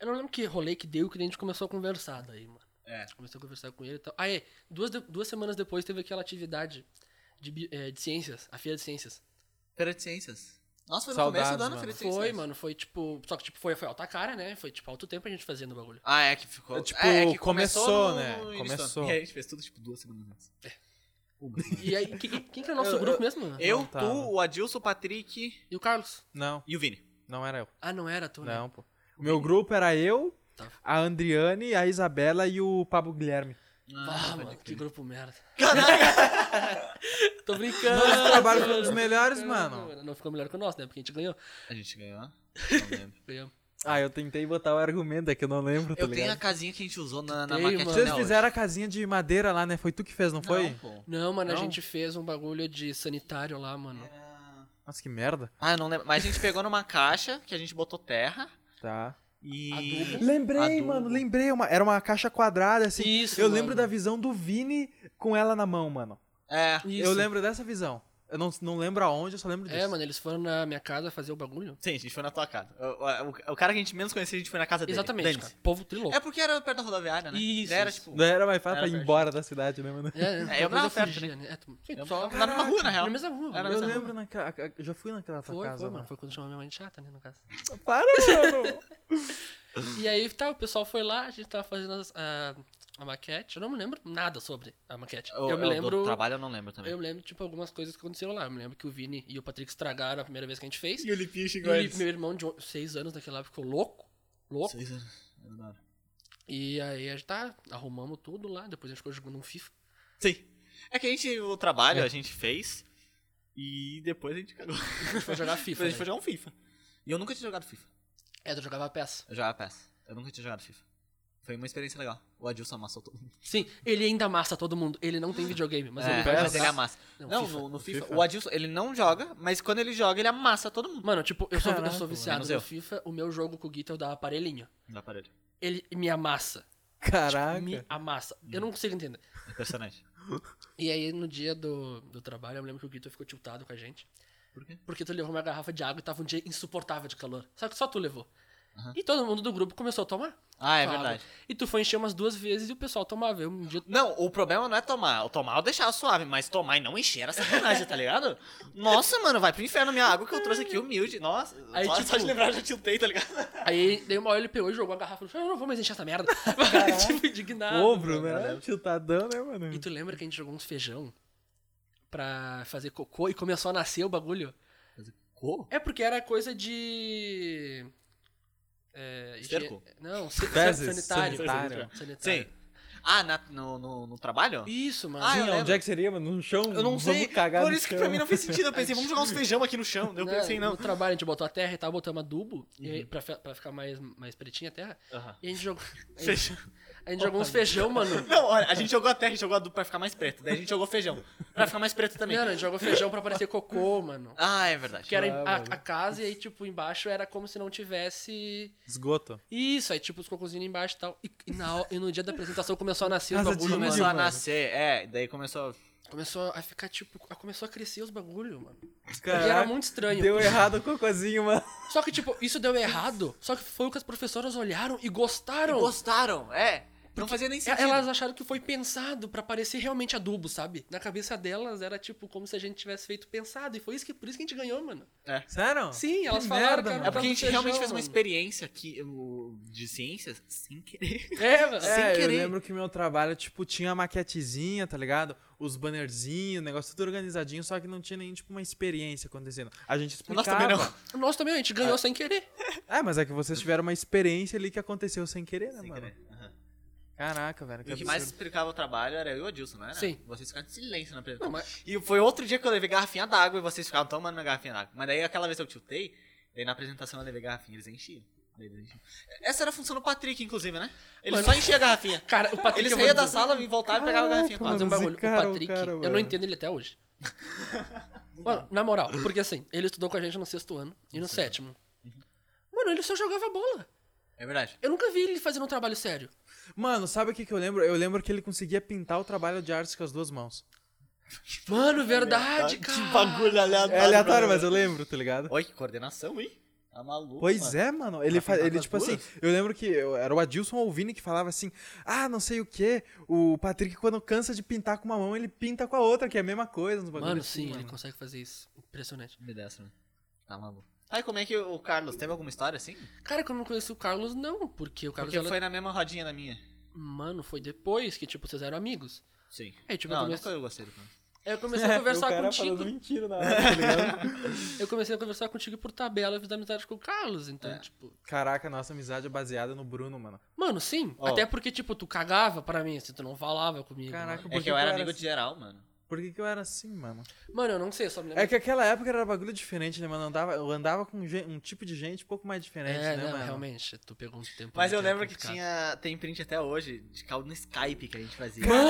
S3: Eu não lembro que rolê que deu que daí a gente começou a conversar daí, mano.
S2: É.
S3: Começou a conversar com ele e tal. Ah, é. Duas, de- duas semanas depois teve aquela atividade de, bi- eh, de ciências, a feira de ciências.
S2: Feira de Ciências. Nossa, foi no
S1: Saudades,
S2: começo do ano a
S1: mano.
S2: Feira de Ciências.
S3: Foi, mano, foi tipo. Só que tipo, foi, foi alta cara, né? Foi tipo alto tempo a gente fazendo o bagulho.
S2: Ah, é que ficou.
S1: É, tipo,
S2: é, é que
S1: começou,
S2: no-
S1: né?
S2: no início do
S1: Começou.
S2: ano. E aí a gente fez tudo, tipo, duas semanas antes. Uma.
S3: E aí, que- que- quem que era o nosso
S2: Eu-
S3: grupo mesmo? mano?
S2: Eu,
S1: Ah, Não tá. tava.
S2: tu, o Adilson, o Patrick
S3: E o Carlos?
S1: Não,
S2: e o Vini.
S1: não era eu.
S3: Ah, não era tu, né?
S1: Não, pô. O meu grupo era eu,
S3: Tá.
S1: a Andriane, a Isabela e o Pablo Guilherme.
S3: Ah, mano,
S2: pode
S3: que
S2: crer.
S3: grupo merda.
S2: Caralho!
S3: Tô brincando.
S1: Mano, esse trabalho foi um dos melhores, mano.
S3: Não ficou melhor que o nosso, né? Porque a gente ganhou.
S2: A gente ganhou. Não lembro.
S3: Ganhamos.
S1: Ah, eu tentei botar o argumento, é que eu não lembro, tá
S2: Eu tenho a
S1: ligado?
S2: casinha que a gente usou na, na
S3: Tem,
S2: maquete
S3: mano.
S2: até
S1: Vocês
S2: hoje.
S1: fizeram a casinha de madeira lá, né? Foi tu que fez, não,
S2: Não,
S1: foi?
S2: pô.
S3: Não, mano,
S1: Não?
S3: a gente fez um bagulho de sanitário lá, mano.
S1: Nossa, que merda.
S2: Ah, eu não lembro. Mas a gente pegou numa caixa que a gente botou terra
S1: Tá.
S2: e.
S3: Adubo.
S1: Lembrei,
S2: Adubo.
S1: mano, lembrei. Uma, era uma caixa quadrada, assim.
S3: Isso,
S1: eu
S3: mano.
S1: lembro da visão do Vini com ela na mão, mano.
S2: É.
S3: Isso.
S1: Eu lembro dessa visão. Eu não, não lembro aonde, eu só lembro disso.
S3: É, mano, eles foram na minha casa fazer o bagulho.
S2: Sim, a gente foi na tua casa. O, o- o cara que a gente menos conhecia, a gente foi na casa dele.
S3: Exatamente,
S2: Dane-se.
S3: cara. Povo trilouco.
S2: É porque era perto da rodoviária, né?
S3: Isso,
S2: Era
S3: isso.
S2: tipo.
S1: Não era mais fácil
S2: Era
S1: pra ir
S2: perto.
S1: embora da cidade, né, mano?
S3: É,
S2: eu
S3: talvez
S2: morava
S3: eu
S2: perto,
S3: fugia, né? É, tu- sim,
S2: Eu
S3: tu só-
S2: morava na rua, na real.
S3: Na mesma rua.
S2: Era
S3: na
S1: Eu
S3: mesma
S2: mesmo.
S1: lembro naquela. Eu já fui naquela tua
S3: Foi,
S1: casa,
S3: foi, mano.
S1: mano.
S3: Foi quando chamou minha mãe de chata, né, no caso.
S1: Para, mano!
S3: E aí, tá, o pessoal foi lá, a gente tava fazendo as- a, a maquete. Eu não me lembro nada sobre a maquete.
S2: O-
S3: eu me
S2: o do
S3: lembro...
S2: trabalho eu não lembro também.
S3: Eu me lembro, tipo, algumas coisas que aconteceram lá. Eu me lembro que o Vini e o Patrick estragaram a primeira vez que a gente fez.
S2: E o Lipinho
S3: E o Lipe, meu irmão de 6 anos naquela época ficou louco. Louco.
S2: É
S3: E aí a gente tá, arrumamos tudo lá, depois a gente ficou jogando um FIFA.
S2: Sim. É que a gente, o trabalho a gente fez e depois a gente cagou.
S3: A gente foi jogar
S2: Depois
S3: FIFA.
S2: a
S3: né?
S2: gente foi jogar um FIFA. E eu nunca tinha jogado FIFA.
S3: É, tu jogava peça.
S2: Eu jogava PES. Eu nunca tinha jogado FIFA. Foi uma experiência legal. O Adilson amassou todo mundo.
S3: Sim, ele ainda amassa todo mundo. Ele não tem videogame, mas
S2: É,
S3: ele
S1: PES?
S3: vai
S2: mas ele
S3: jogar.
S2: amassa.
S3: Não,
S2: Não,
S3: FIFA.
S2: no, no FIFA,
S1: FIFA.
S2: O Adilson, ele não joga, mas quando ele joga, ele amassa todo mundo.
S3: Mano, tipo, eu sou, eu
S1: Caraca,
S3: sou
S1: mano.
S3: viciado
S2: Menos
S3: no
S2: eu.
S3: FIFA, o meu jogo com o Guita eu dava aparelhinho.
S2: No aparelho.
S3: Ele me amassa.
S1: Caraca.
S3: Tipo, Me amassa. Eu não consigo entender.
S2: Impressionante.
S3: E aí, no dia do, do trabalho, eu me lembro que o Guita ficou tiltado com a gente.
S2: Por quê?
S3: Porque tu levou uma garrafa de água e tava um dia insuportável de calor. Só que só tu levou.
S2: Aham.
S3: E todo mundo do grupo começou a tomar.
S2: Ah, é
S3: água.
S2: verdade.
S3: E tu foi encher umas duas vezes e o pessoal tomava. Eu um dia.
S2: Não, o problema não é tomar. O tomar eu deixava suave, mas tomar e não encher era sacanagem, tá ligado? Nossa, mano, vai pro inferno minha água que eu trouxe aqui humilde. Nossa,
S3: Aí,
S2: só,
S3: tipo-
S2: só de lembrar eu já tiltei, tá ligado?
S3: Aí dei uma hora ele pegou e jogou a garrafa no chão. Eu não vou mais encher essa merda. tipo, indignado.
S1: Obro,
S3: mano.
S1: né? Tiltadão, né, mano?
S3: E tu lembra que a gente jogou uns feijão pra fazer cocô e começou a nascer o bagulho?
S2: Como?
S3: É porque era coisa de. É, higie-
S2: Esterco?
S3: Não, se-
S1: Fezes,
S3: sanitário.
S1: sanitário.
S3: Sanitário.
S2: Sim. Ah, na- no, no, no trabalho?
S3: Isso, mano. né,
S2: Ah, eu
S1: Sim, onde
S2: lembro.
S1: é que seria, mano? No chão?
S2: Eu não
S1: Vamos
S2: sei.
S1: Cagar
S2: Por
S1: no
S2: isso que
S1: chão.
S2: pra mim não fez sentido. Eu pensei, vamos jogar uns feijão aqui no chão. Eu
S3: Né,
S2: pensei, não. Uhum.
S3: No trabalho a gente botou a terra e tal, botamos adubo e aí, pra, fe- pra ficar mais, mais pretinha a terra. E a gente jogou. A gente,
S2: Feijão.
S3: a gente jogou uns feijão, mano.
S2: Não, olha, a gente jogou a terra, jogou adubo pra ficar mais preto. Daí a gente jogou feijão pra ficar mais preto também.
S3: Não, a gente jogou feijão pra parecer cocô, mano.
S2: Ah, é verdade.
S3: Que era
S1: Ah,
S3: a,
S1: mano.
S3: a casa e aí, tipo, embaixo era como se não tivesse.
S1: Esgoto.
S3: Isso, aí, tipo, os cocôzinhos embaixo e tal. E, e na ho- e no dia da apresentação começou a nascer os
S1: Casa
S3: bagulho,
S1: de
S3: mano.
S2: Começou a
S1: mano.
S2: nascer, é, daí começou.
S3: Começou a ficar, tipo. a- Começou a crescer os bagulho, mano.
S1: Caraca,
S3: e era muito estranho.
S1: Deu errado o cocôzinho, mano.
S3: Só que, tipo, isso deu errado. Só que foi o que as professoras olharam e gostaram.
S2: Gostaram, é. Não fazia nem sentido.
S3: Elas acharam que foi pensado pra parecer realmente adubo, sabe? Na cabeça delas era tipo como se a gente tivesse feito pensado. E foi isso que, por isso que a gente ganhou, mano.
S1: Sério?
S3: Sim, elas
S1: Que
S3: falaram
S1: merda,
S3: que era
S1: mano.
S2: É porque a gente
S3: Feijão,
S2: realmente fez uma
S3: mano.
S2: experiência aqui o- de ciências sem querer.
S3: É, mano.
S2: Sem
S1: É, eu
S2: querer.
S1: lembro que meu trabalho, tipo, tinha a maquetezinha, tá ligado? Os bannerzinhos, o negócio tudo organizadinho, só que não tinha nem, tipo, uma experiência acontecendo. A gente explicava.
S2: Nós também não.
S3: É. Nós também, a gente ganhou sem querer.
S1: É, mas é que vocês tiveram uma experiência ali que aconteceu sem querer, né,
S2: Sem
S1: mano?
S2: querer. aham.
S1: Caraca, velho.
S2: E o que
S1: absurdo.
S2: mais explicava o trabalho era eu e o Adilson, não era?
S3: Sim.
S2: Vocês ficaram de silêncio na
S3: Não,
S2: apresentação.
S3: mas
S2: E foi outro dia que eu levei garrafinha d'água e vocês ficavam tomando minha garrafinha d'água. Mas daí aquela vez eu tiltei, daí na apresentação eu levei garrafinha, eles enchiam. Daí eles enchiam. Essa era a função do Patrick, inclusive, né? Ele
S3: Mano.
S2: só enchia a garrafinha.
S3: Cara, o Patrick. é
S2: Ele
S3: eu vou
S2: saía da
S3: dizer-
S2: sala, me voltava e pegava a garrafinha.
S1: Caraca,
S3: fazer um
S1: Mas
S3: bagulho.
S1: esse cara é
S3: o
S1: um
S3: Patrick,
S1: cara,
S3: eu
S1: mano.
S3: não entendo ele até hoje. Mano, na moral, porque assim, ele estudou com a gente no sexto ano e no sétimo. Mano, ele só jogava bola.
S2: É verdade.
S3: Eu nunca vi ele fazendo um trabalho sério.
S1: Mano, sabe o que, que eu lembro? Eu lembro que ele conseguia pintar o trabalho de artes com as duas mãos.
S3: Mano, É verdade,
S2: Que
S3: cara.
S2: bagulho aleatório.
S1: É aleatório, mas
S2: mano.
S1: eu lembro, tá ligado?
S2: Oi, que coordenação, hein? Tá maluco.
S1: Pois
S2: mano.
S1: é, mano. Ele,
S2: Tá
S1: fa- ele
S2: filmado
S1: tipo
S2: as
S1: assim, eu lembro que eu- era o Adilson Alvini que falava assim: ah, não sei o que, o Patrick, quando cansa de pintar com uma mão, ele pinta com a outra, que é a mesma coisa. uns bagulho
S3: Mano,
S1: assim,
S3: sim,
S1: mano.
S3: ele consegue fazer isso. Impressionante.
S2: Me dessa, né? Tá maluco. Aí como é que o Carlos teve alguma história assim?
S3: Cara, que eu não conheço o Carlos, não, porque o Carlos.
S2: Porque
S3: ela-
S2: foi na mesma rodinha da minha.
S3: Mano, foi depois que, tipo, vocês eram amigos.
S2: Sim.
S3: É, tipo, eu
S2: não,
S3: comecei-
S2: nunca eu gostei do Carlos.
S1: Tipo,
S3: Aí eu comecei a
S1: o
S3: conversar
S1: cara
S3: contigo.
S1: falando mentira na hora, tá ligado?
S3: Eu comecei a conversar contigo por tabela e fiz amizade com o Carlos, então,
S2: É.
S3: tipo.
S1: Caraca, nossa amizade é baseada no Bruno, mano.
S3: Mano, sim.
S2: Ó.
S3: Até porque, tipo, tu cagava pra mim, assim, tu não falava comigo.
S1: Caraca,
S3: mano.
S1: Por
S2: É
S1: que
S2: que eu
S1: que eu era
S2: era amigo de
S1: assim?
S2: geral, mano.
S1: Por que, que eu era assim, mano?
S3: Mano, eu não sei, só me lembro.
S1: É que aquela época era bagulho diferente, né, mano? Eu andava, eu andava com gen- um tipo de gente um pouco mais diferente,
S3: É,
S1: né,
S3: não,
S1: mano?
S3: realmente, tu pegou um tempo.
S2: Mas
S3: né,
S2: eu
S1: é
S3: era
S2: lembro que
S3: complicado.
S2: tinha. Tem print até hoje de caldo no Skype que a gente fazia.
S1: Mano,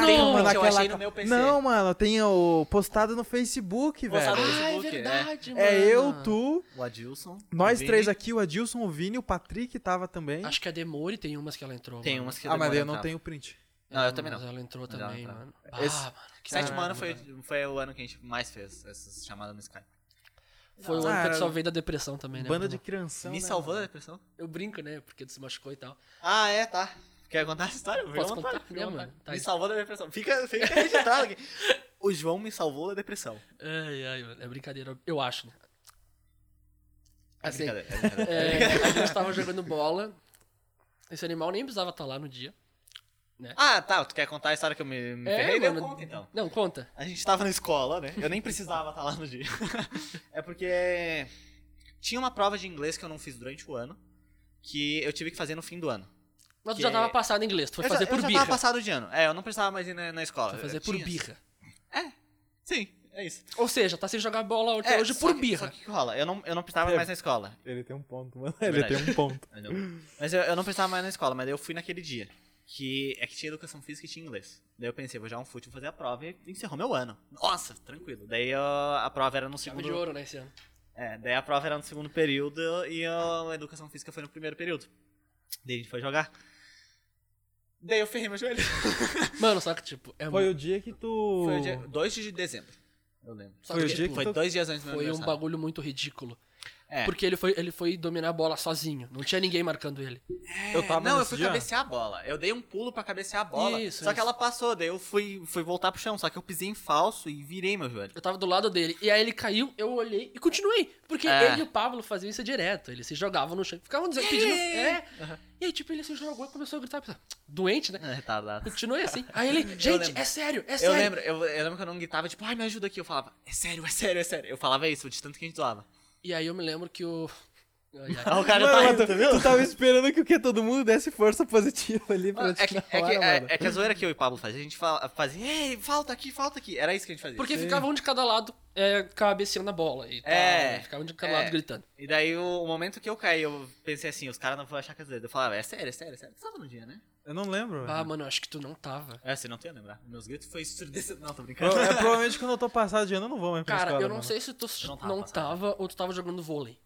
S2: eu tenho um
S1: mano,
S2: print, eu
S1: aquela-
S2: achei no meu PC.
S1: Não, mano, eu tenho postado no Facebook,
S2: Postado
S1: velho.
S2: no
S3: Ah, é
S2: Facebook, é.
S3: verdade, mano.
S1: É eu, tu,
S2: O Adilson.
S1: nós
S2: o Vini.
S1: três aqui, o Adilson, o Vini, o Patrick tava também.
S3: Acho que é a Demore tem umas que ela entrou.
S2: Tem
S3: mano.
S2: umas que
S1: ah, mas
S2: demora
S1: eu não
S2: entrar.
S1: tenho print.
S2: Não, eu também
S3: mas
S2: não.
S3: ela entrou
S2: Mas ela
S3: também,
S2: entrava.
S3: mano.
S1: Esse-
S3: Ah, mano. que
S2: Sétimo
S1: Caralho,
S2: ano foi, foi o ano que a gente mais fez essas chamadas no Skype.
S3: Foi o
S1: Ah,
S3: ano que
S1: era-
S3: tu só veio da depressão também, né?
S1: Banda de
S3: Bruno?
S1: crianção.
S2: Me
S1: né,
S2: salvou da
S1: mano?
S2: depressão?
S3: Eu brinco, né? Porque tu se machucou e tal.
S2: Ah, é, tá. Quer contar essa história? Fica à
S3: Posso
S2: vontade,
S3: contar?
S2: fica à
S3: Né,
S2: vontade.
S3: mano? Tá
S2: me
S3: aí.
S2: salvou da depressão. Fica, fica registrado aqui. O João me salvou da depressão.
S3: Ai, ai, mano. É brincadeira, eu acho, né? Assim,
S2: Brincadeira, é brincadeira.
S3: é, a gente tava jogando bola. Esse animal nem precisava estar lá no dia.
S2: Ah, tá. Tu quer contar a história que eu me,
S3: É,
S2: me ferrei? Deu conta, então.
S3: Não, conta.
S2: A gente tava na escola, né? Eu nem precisava estar lá no dia. é porque tinha uma prova de inglês que eu não fiz durante o ano, que eu tive que fazer no fim do ano.
S3: Mas tu
S2: Que
S3: já
S2: é-
S3: tava passado em inglês, tu foi
S2: eu
S3: fazer
S2: já,
S3: por
S2: eu já
S3: birra.
S2: tava passado de ano. É, eu não precisava mais ir na, na escola.
S3: Foi fazer
S2: Eu
S3: por
S2: tinha-
S3: birra.
S2: Sim, é isso.
S3: Ou seja, tá sem jogar bola até
S2: É,
S3: hoje
S2: só
S3: por
S2: que-
S3: birra.
S2: Só que o que rola? Eu não, eu não precisava
S1: É.
S2: mais na escola.
S1: Ele tem um ponto, mano. Ele
S2: Verdade.
S1: tem um ponto.
S2: Mas eu, eu Ah, não precisava mais na escola, mas daí eu fui naquele dia. Que é que tinha educação física e tinha inglês. Daí eu pensei, vou jogar um fute, vou fazer a prova e encerrou meu ano. Nossa, tranquilo. Daí eu- a prova era no
S3: Chave
S2: segundo.
S3: de ouro, né, esse ano.
S2: É, daí a prova era no segundo período e a educação física foi no primeiro período. Daí a gente foi jogar. Daí eu ferrei meu joelho.
S3: Mano, só que, tipo, é
S1: Foi
S3: um-
S1: o dia que tu.
S2: Foi o dia 2 de dezembro, eu lembro.
S3: só
S1: foi o
S3: que,
S1: dia
S3: tipo,
S2: Foi
S1: tu-
S2: dois dias antes do meu
S3: foi um
S2: aniversário.
S3: bagulho muito ridículo.
S2: É.
S3: Porque ele foi, ele foi dominar a bola sozinho. Não tinha ninguém marcando ele.
S1: Eu tava
S2: É, não, eu
S1: nesse
S2: fui
S1: dia?
S2: cabecear a bola. Eu dei um pulo pra cabecear a bola.
S3: Isso,
S2: só que
S3: isso.
S2: ela passou, daí eu fui, fui voltar pro chão. Só que eu pisei em falso e virei meu joelho.
S3: Eu tava do lado dele. E aí ele caiu, eu olhei e continuei. Porque
S2: É.
S3: ele e o Pablo faziam isso direto. Eles se jogavam no chão. Ficavam dizendo, pedindo. É. E aí, tipo, ele se jogou e começou a gritar. Pensava, Doente, né?
S2: É, retardado.
S3: Continuei assim. Aí ele, gente,
S2: lembro.
S3: é sério, é
S2: Eu
S3: sério.
S2: lembro, eu, eu lembro que eu não gritava, tipo, ai, me ajuda aqui. Eu falava, é sério, é sério, é sério. Eu falava isso, de tanto que a gente zoava.
S3: E aí eu me lembro que o. Ai, ai.
S2: Ah, o cara
S1: Mano,
S2: tá
S1: mas
S2: rindo,
S1: tu-
S2: tu viu?
S1: Tu tava esperando que o que todo mundo desse força positiva ali pra
S2: Não,
S1: te
S2: é, que,
S1: na
S2: é, que,
S1: hora,
S2: é,
S1: mano.
S2: é que a zoeira que eu e o Pablo fazia, a gente fala- fazia, ei, falta aqui, falta aqui. Era isso que a gente fazia.
S3: Porque ficava um de cada lado, é, cabeceando a bola. E tal,
S2: É.
S3: né? Ficava um de cada
S2: É.
S3: lado gritando.
S2: E daí, o, o momento que eu caí, eu pensei assim, os caras não vão achar que é zoeira. Eu falava, é sério, é sério, é sério. Tu tava no dia, né?
S1: Eu não lembro.
S3: Ah,
S1: velho.
S3: mano, eu acho que tu não tava.
S2: É, você não tem a lembrar. Meus gritos foi esturdecendo. Não, tô brincando.
S1: Pro- é, provavelmente quando eu tô passado de ano eu não vou mais pra
S3: Cara,
S1: escola,
S3: eu não
S1: mano.
S3: sei se tu
S2: Eu não
S3: não
S2: tava
S3: tava,
S2: passando.
S3: ou tu tava jogando vôlei.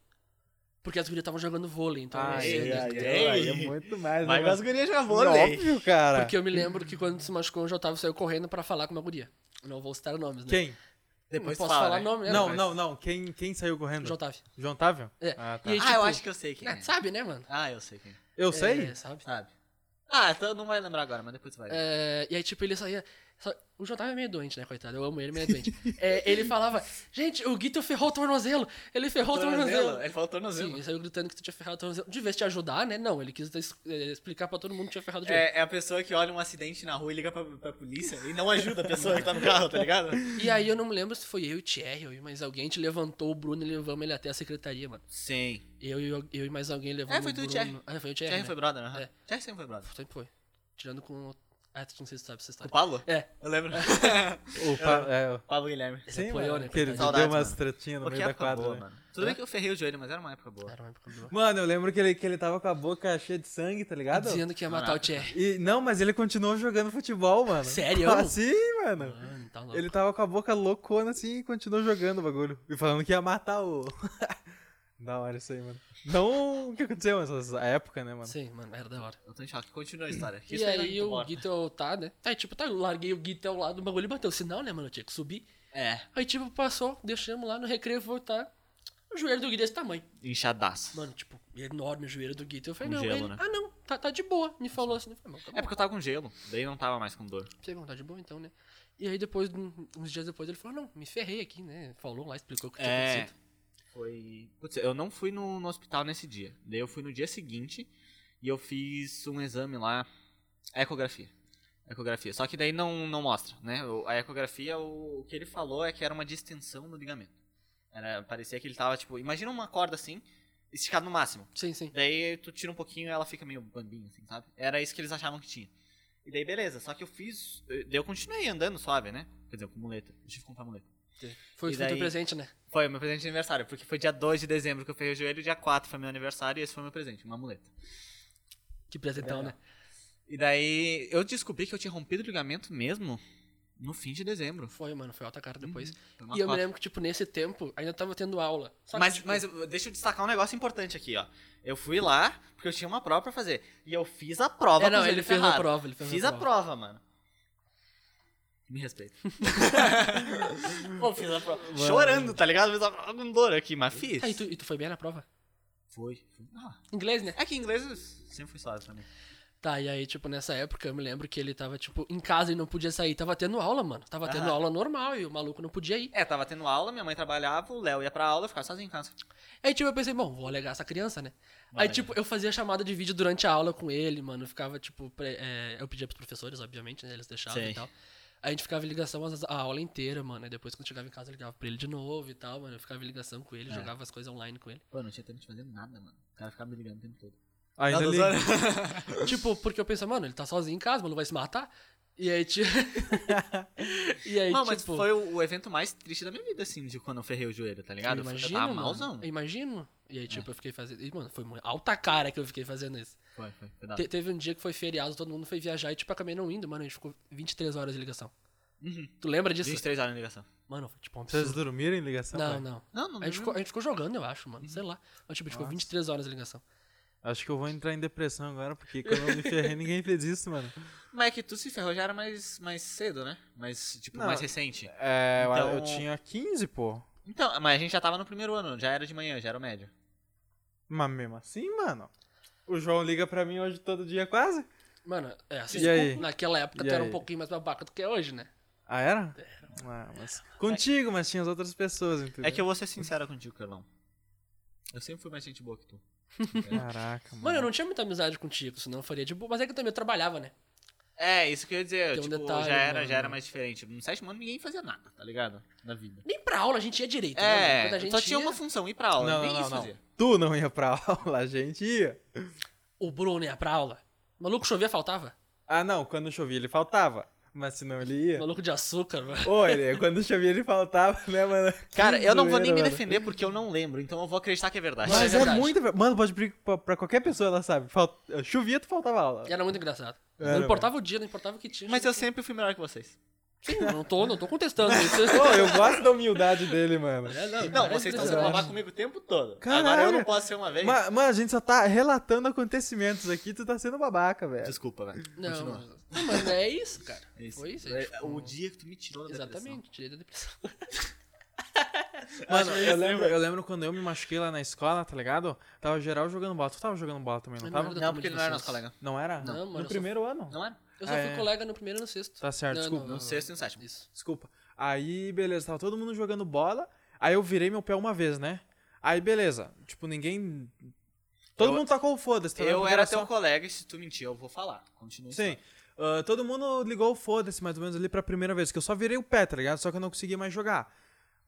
S3: Porque as gurias estavam jogando vôlei, então eu não
S1: Ai,
S3: sei,
S1: ai,
S3: né?
S1: ai,
S2: Ei.
S1: ai, é muito mais.
S2: Mas
S1: né,
S2: as
S1: mano?
S2: gurias já vôlei.
S1: Óbvio, cara.
S3: Porque eu me lembro que quando se machucou, o Jotávio saiu correndo pra falar com uma guria. Não vou citar nomes, né?
S1: Quem?
S2: Depois
S3: não posso
S2: fala,
S3: falar
S2: né?
S3: nome, né?
S1: Não,
S3: Mas-
S1: não, não. Quem, quem saiu correndo?
S3: Jotávio.
S1: João Otávio?
S3: É.
S1: Ah, tá.
S3: E aí-
S2: Ah, eu
S3: tipo-
S2: acho que eu sei quem é.
S3: É, sabe, né, mano?
S2: Ah, eu sei quem é.
S1: Eu sei?
S3: É, sabe?
S2: Sabe? Ah, então não vai lembrar agora, mas depois tu vai.
S3: É, e aí, tipo, ele saía. só- O Jotávio é meio doente, né, coitado? Eu amo ele, mas ele é doente. É, ele falava, gente, o Guito ferrou o tornozelo. Ele ferrou o
S1: é
S3: tornozelo.
S2: Ele falou tornozelo.
S3: Sim, ele saiu gritando que tu tinha ferrado o tornozelo. De vez te ajudar, né? Não, ele quis es- eh, explicar pra todo mundo que tinha ferrado o joelho.
S2: É, é a pessoa que olha um acidente na rua e liga pra, pra polícia e não ajuda a pessoa que tá no carro, tá ligado?
S3: E aí eu não me lembro se foi eu e o Thierry, ou eu e mais alguém, te levantou o Bruno e levamos ele até a secretaria, mano.
S2: Sim.
S3: Eu e, eu, eu e mais alguém levamos
S2: É, foi
S3: o
S2: tu e
S3: Bruno.
S2: o Thierry.
S3: Ah, foi o Thierry.
S2: Jerry
S3: né?
S2: foi brother, né?
S3: É.
S2: Jerry sempre foi brother.
S3: Sempre foi. Tirando com. o- Ah, tu não sei se tu sabe essa
S2: Com o
S3: história.
S2: Pablo?
S3: É.
S2: Eu lembro.
S1: O pa... é.
S2: Pablo Guilherme.
S1: Sim,
S3: apoiou,
S1: mano.
S3: né,
S1: Que ele deu
S3: coitado.
S2: Saudades,
S1: umas
S2: mano.
S1: tretinhas no
S2: Pô, que
S1: meio da
S2: época
S1: quadra.
S2: boa,
S1: né?
S2: mano. Tudo bem que eu ferrei o joelho, mas era uma época boa.
S3: Era um uma época boa.
S1: Mano, eu lembro que ele, que ele tava com a boca cheia de sangue, tá ligado?
S3: Dizendo que ia matar o Thierry.
S1: E, não, mas ele continuou jogando futebol, mano.
S3: Sério?
S1: Assim, mano.
S3: Mano, tá louco.
S1: Ele tava com a boca loucona assim e continuou jogando o bagulho. E falando que ia matar o. Da hora isso aí, mano. Não o que aconteceu, mas essa época, né, mano?
S3: Sim, mano, era da hora.
S2: Eu tô em choque. Continua a história. que
S3: E
S2: isso era
S3: aí
S2: muito
S3: o
S2: bom.
S3: Guito tá, né? Aí, tipo, tá, eu larguei o Guito ao lado do bagulho e bateu o sinal, né, mano? Eu tinha que subir.
S2: É,
S3: Aí, tipo, passou, deixamos lá no recreio voltar. O joelho do Guito desse tamanho.
S2: inchadaço.
S3: Mano, tipo, enorme o joelho do Guito. Eu falei,
S2: Um
S3: não,
S2: gelo,
S3: ele,
S2: né?
S3: ah, não, tá, tá de boa. Me falou assim, eu falei, não, tá bom.
S2: É porque eu tava com gelo, daí não tava mais com dor.
S3: Teve vontade boa então, né? E aí depois, um- uns dias depois, ele falou, não, me ferrei aqui, né? Falou lá, explicou o que tinha
S2: É.
S3: acontecido.
S2: Foi. Putz, eu não fui no, no hospital nesse dia. Daí eu fui no dia seguinte e eu fiz um exame lá. Ecografia. Ecografia. Só que daí não, não mostra, né? O- A ecografia, o, o que ele falou é que era uma distensão no ligamento. Era, parecia que ele tava, tipo, imagina uma corda assim, esticada no máximo.
S3: Sim, sim.
S2: Daí tu tira um pouquinho e ela fica meio bambinha, assim, sabe? Era isso que eles achavam que tinha. E daí beleza, só que eu fiz. eu- Daí eu continuei andando suave, né? Quer dizer, com muleta. Eu tive que comprar muleta.
S3: Foi
S2: E
S3: foi teu
S2: daí-
S3: presente, né?
S2: Foi o meu presente de aniversário, porque foi dia 2 de dezembro que eu ferrei o joelho, dia 4 foi meu aniversário e esse foi meu presente, uma muleta.
S3: Que
S2: É.
S3: presentão, né?
S2: E daí eu descobri que eu tinha rompido o ligamento mesmo no fim de dezembro. Uhum.
S3: Foi, mano, foi alta cara depois.
S2: Foi uma
S3: e eu me
S2: foto.
S3: lembro que, tipo, nesse tempo, ainda tava tendo aula. Só que,
S2: Mas,
S3: tipo,
S2: mas eu- deixa eu destacar um negócio importante aqui, ó. Eu fui lá, porque eu tinha uma prova pra fazer. E eu fiz a prova. com
S3: É,
S2: o
S3: não,
S2: joelho
S3: ele fez
S2: ferrado.
S3: a prova, ele fez
S2: Fiz
S3: a
S2: a
S3: prova.
S2: prova, mano. Me respeita. Pô, fiz a prova. Chorando, tá ligado? Fiz a prova com dor aqui, mas fiz.
S3: Ah, e tu, e tu foi bem na prova?
S2: Foi. foi. Ah,
S3: Inglês, né?
S2: é que inglês eu sempre fui suave também.
S3: Tá, e aí, tipo, nessa época eu me lembro que ele tava, tipo, em casa e não podia sair. Tava tendo aula, mano. Tava tendo
S2: Aham.
S3: aula normal e o maluco não podia ir.
S2: É, tava tendo aula, minha mãe trabalhava, o Léo ia pra aula, eu ficava sozinho em casa.
S3: Aí, tipo, eu pensei, bom, vou alegar essa criança, né? aí,
S2: alegar.
S3: tipo, eu fazia chamada de vídeo durante a aula com ele, mano. Eu Ficava, tipo, pre- é, eu pedia pros professores, obviamente, né? Eles deixavam
S2: Sei.
S3: e tal. Aí a gente ficava em ligação as- a aula inteira, mano. Aí depois, quando chegava em casa, eu ligava pra ele de novo e tal, mano. Eu ficava em ligação com
S2: É.
S3: ele, jogava as coisas online com ele.
S2: Pô, não tinha tempo de fazer nada, mano. O cara ficava me ligando o tempo todo.
S1: Ainda ali.
S3: Tipo, porque eu pensava, mano, ele tá sozinho em casa, mano, vai se matar. E aí, tipo. e aí,
S2: Não, mas
S3: tipo.
S2: foi o, o evento mais triste da minha vida, assim, de quando eu ferrei o joelho, tá ligado?
S3: eu
S2: Eu
S3: imagino,
S2: tava
S3: mano,
S2: malzão. É.
S3: Eu imagino. E aí, tipo, eu fiquei fazendo. E, mano, foi uma alta cara que eu fiquei fazendo isso.
S2: Foi, foi, foi da hora.
S3: Te- teve um dia que foi feriado, todo mundo foi viajar e, tipo, eu acabei não indo, mano. A gente ficou 23 horas de ligação.
S2: Uhum.
S3: Tu lembra disso?
S2: 23 horas na ligação.
S3: Mano, foi tipo um
S1: Vocês
S3: absurdo.
S1: dormiram em ligação?
S3: Não,
S1: pai?
S3: não.
S2: Não, não
S3: A
S2: dormiu.
S3: gente, ficou, a gente ficou jogando, eu acho, mano. Sei lá. Mas, tipo, a gente ficou 23 horas de ligação.
S1: Acho que eu vou entrar em depressão agora, porque quando eu me ferrei, ninguém fez isso, mano.
S2: Mas é que tu se ferrou já era mais, mais cedo, né? Mais, tipo,
S1: Não.
S2: mais recente.
S1: É, eu- eu
S2: Então-
S1: tinha 15, pô.
S2: Então, mas a gente já tava no primeiro ano, já era de manhã, já era o médio.
S1: Mas mesmo assim, mano. O João liga pra mim hoje todo dia, quase.
S3: Mano, é assim.
S1: E aí?
S3: Naquela época
S1: E
S3: tu era
S1: aí?
S3: um pouquinho mais babaca do que é hoje, né?
S1: Ah, era? Ah, mas... Contigo, mas tinha as outras pessoas, entendeu?
S2: É que eu vou ser sincero contigo, Carlão. Eu sempre fui mais gente boa que tu.
S1: Caraca, mano.
S3: Mano, eu não tinha muita amizade contigo, senão eu faria de boa. Mas é que eu também trabalhava, né?
S2: É, isso que eu ia dizer.
S3: Tem um
S2: tipo,
S3: detalhe,
S2: já, era,
S3: mano.
S2: já era mais diferente. No sétimo ano ninguém fazia nada, tá ligado? Na vida.
S3: Nem pra aula a gente ia direito. né? mano? Quando
S2: É,
S3: a gente
S2: só tinha
S3: ia,
S2: uma função, ir pra aula.
S1: Não,
S2: nem
S1: não,
S2: isso
S1: não,
S2: fazia.
S1: Tu não ia pra aula, a gente ia.
S3: O Bruno ia pra aula. O maluco chovia, faltava.
S1: Ah, não, quando chovia ele faltava. Mas senão ele
S3: O
S1: ia.
S3: maluco de açúcar, mano.
S1: Ô, ele, quando chovia ele faltava, né, mano?
S2: Cara,
S1: Que
S2: eu não vou nem
S1: zoeira,
S2: me
S1: mano.
S2: defender porque eu não lembro, então eu vou acreditar que é verdade.
S1: Mas
S3: É
S1: é,
S3: verdade.
S1: muito. Mano, pode pedir pra, pra qualquer pessoa, ela sabe. Falt... Chovia, tu faltava aula.
S3: E Era muito engraçado.
S1: Era,
S3: não importava o dia, não importava o que tinha.
S2: Mas eu sempre fui melhor que vocês.
S3: Sim, não tô, não tô contestando isso.
S1: Pô, eu gosto da humildade dele, mano.
S3: É, não,
S2: Não,
S3: era
S2: vocês estão
S3: engraçado.
S2: sendo babaca comigo o tempo todo. Agora
S1: Caralho.
S2: eu não posso ser uma vez.
S1: Mas, a gente só tá relatando acontecimentos aqui, tu tá sendo babaca, velho.
S2: Desculpa, velho.
S3: Não,
S2: Continua.
S3: mas- não, mas não é isso, cara.
S2: É isso.
S3: Foi isso.
S2: É,
S3: a gente
S2: O
S3: ficou-
S2: dia que tu me tirou da depressão.
S3: Exatamente, tirei da depressão.
S1: Mano, eu lembro, eu lembro quando eu me machuquei lá na escola, tá ligado? Tava geral jogando bola. Tu tava jogando bola também, não
S3: Eu não
S1: tava?
S3: era
S2: Não, porque ele não era nosso
S3: Vocês.
S2: colega.
S1: Não era?
S3: Não, mano, eu
S1: No
S3: só-
S1: primeiro ano.
S2: Não era?
S3: Eu só
S1: Ah,
S3: fui
S1: é.
S3: colega no primeiro e no sexto.
S1: Tá certo,
S3: Não,
S1: desculpa.
S3: não,
S2: No sexto e no sétimo.
S3: Ah, Isso.
S1: Desculpa. Aí, beleza, tava todo mundo jogando bola. Aí eu virei meu pé uma vez, né? Aí, beleza. Tipo, ninguém. Todo
S2: Eu-
S1: mundo tacou o foda-se,
S3: é
S1: tá ligado?
S2: Eu
S1: Porque
S2: era
S1: só-
S2: teu colega e se tu mentir, eu vou falar. Continua.
S1: Sim. Ah, todo mundo ligou o foda-se mais ou menos ali pra primeira vez, que eu só virei o pé, tá ligado? Só que eu não consegui mais jogar.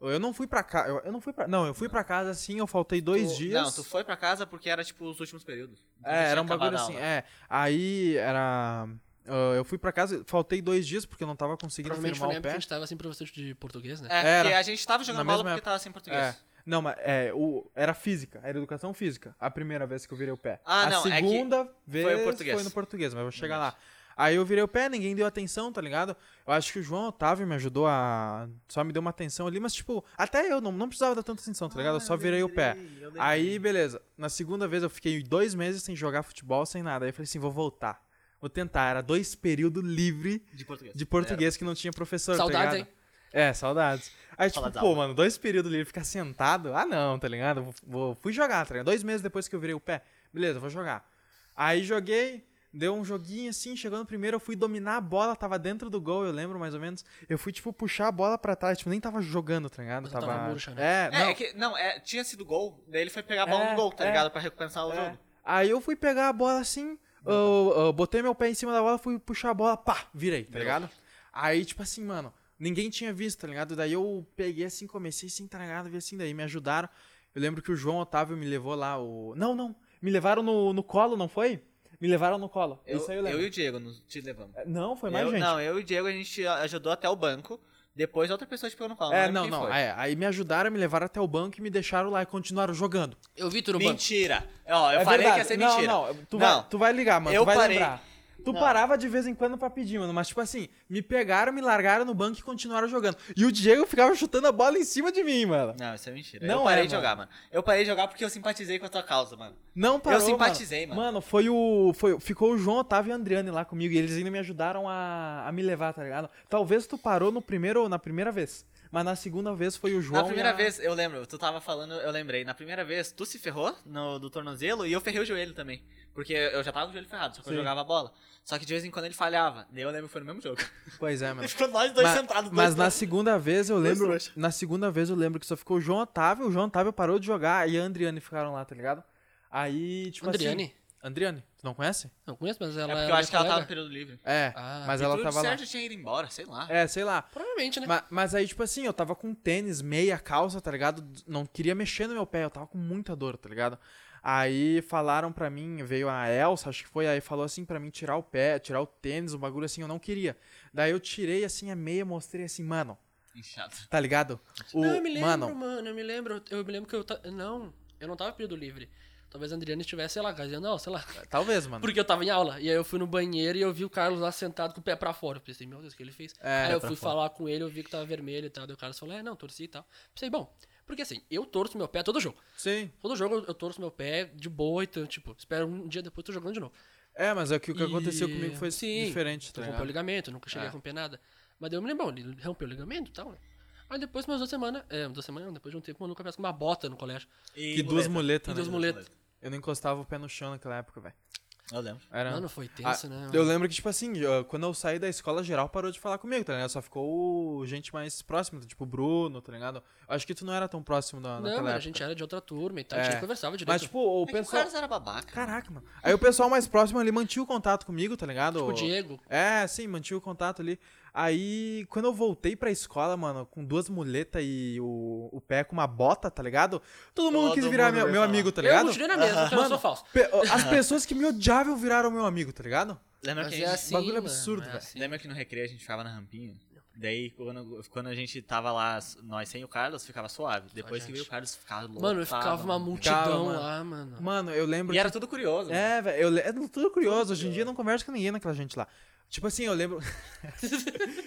S1: Eu não fui pra casa. Eu, eu não fui pra. Não, eu fui pra casa assim, eu faltei dois
S2: Tu-
S1: dias.
S2: Não, tu foi pra casa porque era tipo os últimos períodos. Então já
S1: É, era
S2: tinha
S1: um bagulho
S2: acabado a
S1: assim.
S2: aula.
S1: É. Aí era. ah, eu fui pra casa, faltei dois dias porque eu não tava conseguindo
S3: Provavelmente
S1: firmar
S3: foi na
S1: o pé.
S3: época que um a gente tava sem professor de português, né?
S2: É,
S1: Era.
S2: porque a gente tava jogando
S1: Na
S2: bola
S1: mesma
S2: porque
S1: época.
S2: tava sem português.
S1: É. Não, mas é, o, era física, era educação física, a primeira vez que eu virei o pé.
S2: Ah,
S1: a
S2: não, é que
S1: segunda vez
S2: o português.
S1: foi no português, mas eu vou chegar lá. Aí eu virei o pé, ninguém deu atenção, tá ligado? Eu acho que o João Otávio me ajudou a. Só me deu uma atenção ali, mas tipo, até eu não, não precisava dar tanta atenção, tá ligado? eu só
S2: Ah,
S1: virei o pé. Aí, beleza. Na segunda vez eu fiquei dois meses sem jogar futebol, sem nada. Aí eu falei assim, vou voltar. Vou tentar. Era dois períodos livre
S2: De português.
S1: de português que não tinha professor,
S3: Saudades,
S1: tá
S3: hein?
S1: ligado? É, saudades. Aí, tipo,
S2: Fala da
S1: pô,
S2: aula.
S1: mano, dois períodos livre, ficar sentado. Ah, não, tá ligado? Vou, vou- fui jogar, tá ligado? Dois meses depois que eu virei o pé. Beleza, vou jogar. Aí joguei, deu um joguinho assim, chegando primeiro, eu fui dominar a bola, tava dentro do gol, eu lembro mais ou menos. Eu fui, tipo, puxar a bola pra trás, tipo, nem tava jogando, tá ligado?
S3: Mas eu tava murcha,
S1: É,
S2: É,
S1: não,
S2: é que, não, é, tinha sido gol, daí ele foi pegar a bola
S1: É,
S2: no gol, tá
S1: é,
S2: ligado? Pra recompensar o
S1: É.
S2: jogo.
S1: Aí eu fui pegar a bola assim, eu, eu botei meu pé em cima da bola, fui puxar a bola, pá, virei, tá ligado? Aí, tipo assim, mano, ninguém tinha visto, tá ligado? Daí eu peguei assim, comecei assim, tá ligado? Vi assim, daí me ajudaram. Eu lembro que o João Otávio me levou lá, o. Não, não, me levaram no, no colo, não foi? Me levaram no colo.
S2: Eu,
S1: é Isso aí eu
S2: eu,
S1: lembro. É,
S2: e o Diego nos, te levamos.
S1: Não, foi mais
S2: Eu-
S1: gente.
S2: Não, eu e o Diego a gente ajudou até o banco, depois outra pessoa te pegou no colo.
S1: é,
S2: lembro
S1: não,
S2: quem
S1: não.
S2: foi.
S1: é, aí me ajudaram, me levaram até o banco e me deixaram lá e continuaram jogando.
S3: Eu vi tu no banco.
S2: Mentira! Ó, eu
S1: É
S2: falei
S1: verdade.
S2: que ia ser
S1: não,
S2: mentira.
S1: Não, tu,
S2: Não.
S1: Vai, tu vai ligar, mano.
S2: Eu
S1: tu vai
S2: parei.
S1: lembrar. Tu
S2: Não.
S1: parava de vez em quando pra pedir, mano. Mas, tipo assim, me pegaram, me largaram no banco e continuaram jogando. E o Diego ficava chutando a bola em cima de mim, mano.
S2: Não, isso é mentira.
S1: Não
S2: eu parei
S1: é,
S2: de jogar, mano. Eu parei de jogar porque eu simpatizei com a tua causa, mano.
S1: Não parou,
S2: simpatizei, mano.
S1: Mano, foi o. Foi, ficou o João Otávio e a Andriane lá comigo. E eles ainda me ajudaram a, a me levar, tá ligado? Talvez tu parou no primeiro, na primeira vez. Mas na segunda vez foi o João.
S2: na primeira
S1: e a-
S2: vez, eu lembro, tu tava falando, eu lembrei. Na primeira vez, tu se ferrou no, do tornozelo e eu ferrei o joelho também. Porque eu já tava com o joelho ferrado, só que
S1: Sim.
S2: eu jogava a bola. Só que de vez em quando ele falhava. Daí eu lembro que foi no mesmo jogo.
S1: Pois é, mano.
S2: ficou nós dois
S1: Ma-
S2: sentados.
S1: Mas
S2: dois
S1: na
S2: dois.
S1: segunda vez eu lembro.
S2: trouxa.
S1: Na segunda vez eu lembro que só ficou o João Otávio, o João Otávio parou de jogar e a Andriane ficaram lá, tá ligado? Aí, tipo
S3: Andriane?
S1: assim. Andriane? Tu não conhece?
S3: Não conheço, mas ela
S2: É porque eu
S3: era
S2: acho que ela
S3: minha
S2: tava no período
S3: colega.
S2: livre.
S1: É,
S3: Ah,
S1: mas
S2: E
S1: ela
S2: tu,
S1: tava lá.
S2: Sérgio tinha ido embora, sei lá.
S1: É, sei lá.
S3: Provavelmente, né?
S1: Ma- mas aí, tipo assim, eu tava com tênis, meia calça, tá ligado? Não queria mexer no meu pé, eu tava com muita dor, tá ligado? Aí falaram pra mim, veio a Elsa, acho que foi, aí falou assim pra mim tirar o pé, tirar o tênis, um bagulho assim, eu não queria. Daí eu tirei assim a meia, mostrei assim, mano,
S2: Inchado.
S1: tá ligado? O,
S3: Não, eu me lembro,
S1: mano,
S3: mano, eu me lembro. Eu me lembro que eu. ta- Não, eu não tava em período livre. Talvez a Adriana estivesse, sei lá, gaseando, não, sei lá.
S1: talvez, mano.
S3: Porque eu tava em aula. E aí eu fui no banheiro e eu vi o Carlos lá sentado com o pé pra fora. Eu pensei, meu Deus, o que ele fez?
S1: É,
S3: aí eu
S1: pra
S3: fui
S1: fora.
S3: falar com ele, eu vi que tava vermelho e tal. Daí o Carlos falou, é, não, torci e tal. Pensei, bom, porque assim, eu torço meu pé todo jogo.
S1: Sim.
S3: Todo jogo eu- eu torço meu pé de boa, então, tipo, espero um dia depois eu tô jogando de novo.
S1: É, mas é que o que
S3: E-
S1: aconteceu comigo foi
S3: Sim,
S1: diferente, tá
S3: Tu rompeu o
S1: ligado?
S3: ligamento, eu nunca cheguei
S1: É.
S3: a romper nada. Mas daí eu me lembro, bom, ele rompeu o ligamento e tal, né? Aí depois, umas duas semanas, é, umas duas semanas, não, depois de um tempo, o maluco aparece com uma bota no colégio.
S2: E
S1: Que duas muletas,
S3: E
S1: né?
S3: duas muletas.
S1: Eu não encostava o pé no chão naquela época, velho.
S2: Eu lembro.
S1: Era...
S3: Mano, foi tenso,
S1: Ah,
S3: né?
S1: Eu lembro que, tipo assim, eu- quando eu saí da escola, geral parou de falar comigo, tá ligado? Só ficou gente mais próxima, tipo o Bruno, tá ligado? Acho que tu não era tão próximo da,
S3: Não,
S1: naquela
S3: mano, a
S1: época.
S3: gente era de outra turma e tal, a
S1: É.
S3: gente nem conversava direito.
S1: Mas, tipo, o
S2: É que o
S1: pessoal...
S2: Carlos era babaca.
S1: Caraca, mano. Aí o pessoal mais próximo ali mantinha o contato comigo, tá ligado?
S3: Tipo, o Diego.
S1: É, sim, mantinha o contato ali. Aí, quando eu voltei pra escola, mano, com duas muletas e o, o pé com uma bota, tá ligado? Todo mundo
S2: Todo
S1: quis virar
S2: mundo
S1: meu,
S2: veio
S1: meu
S2: falar.
S1: amigo, tá
S3: eu
S1: ligado?
S3: continuei na mesma, então eu
S1: Mano,
S3: sou falso.
S1: Pe- As pessoas que me odiavam viraram meu amigo, tá ligado?
S2: Lembra
S3: Mas
S2: que
S3: é
S2: a gente-
S3: assim,
S1: bagulho
S3: mano,
S1: absurdo,
S3: é
S1: velho.
S3: assim.
S2: Lembra que no recreio a gente ficava na rampinha? Daí, quando, quando a gente tava lá, nós sem o Carlos, ficava suave. Depois que
S3: gente.
S2: veio o Carlos, ficava louco.
S3: Mano, eu ficava uma multidão
S1: Ficava, mano.
S3: lá, mano.
S1: Mano, eu lembro.
S2: Ah. E era tudo curioso.
S3: né?
S2: mano.
S1: É, velho, eu le- é tudo curioso. Hoje em dia eu não converso com ninguém naquela gente lá. Tipo assim, eu lembro.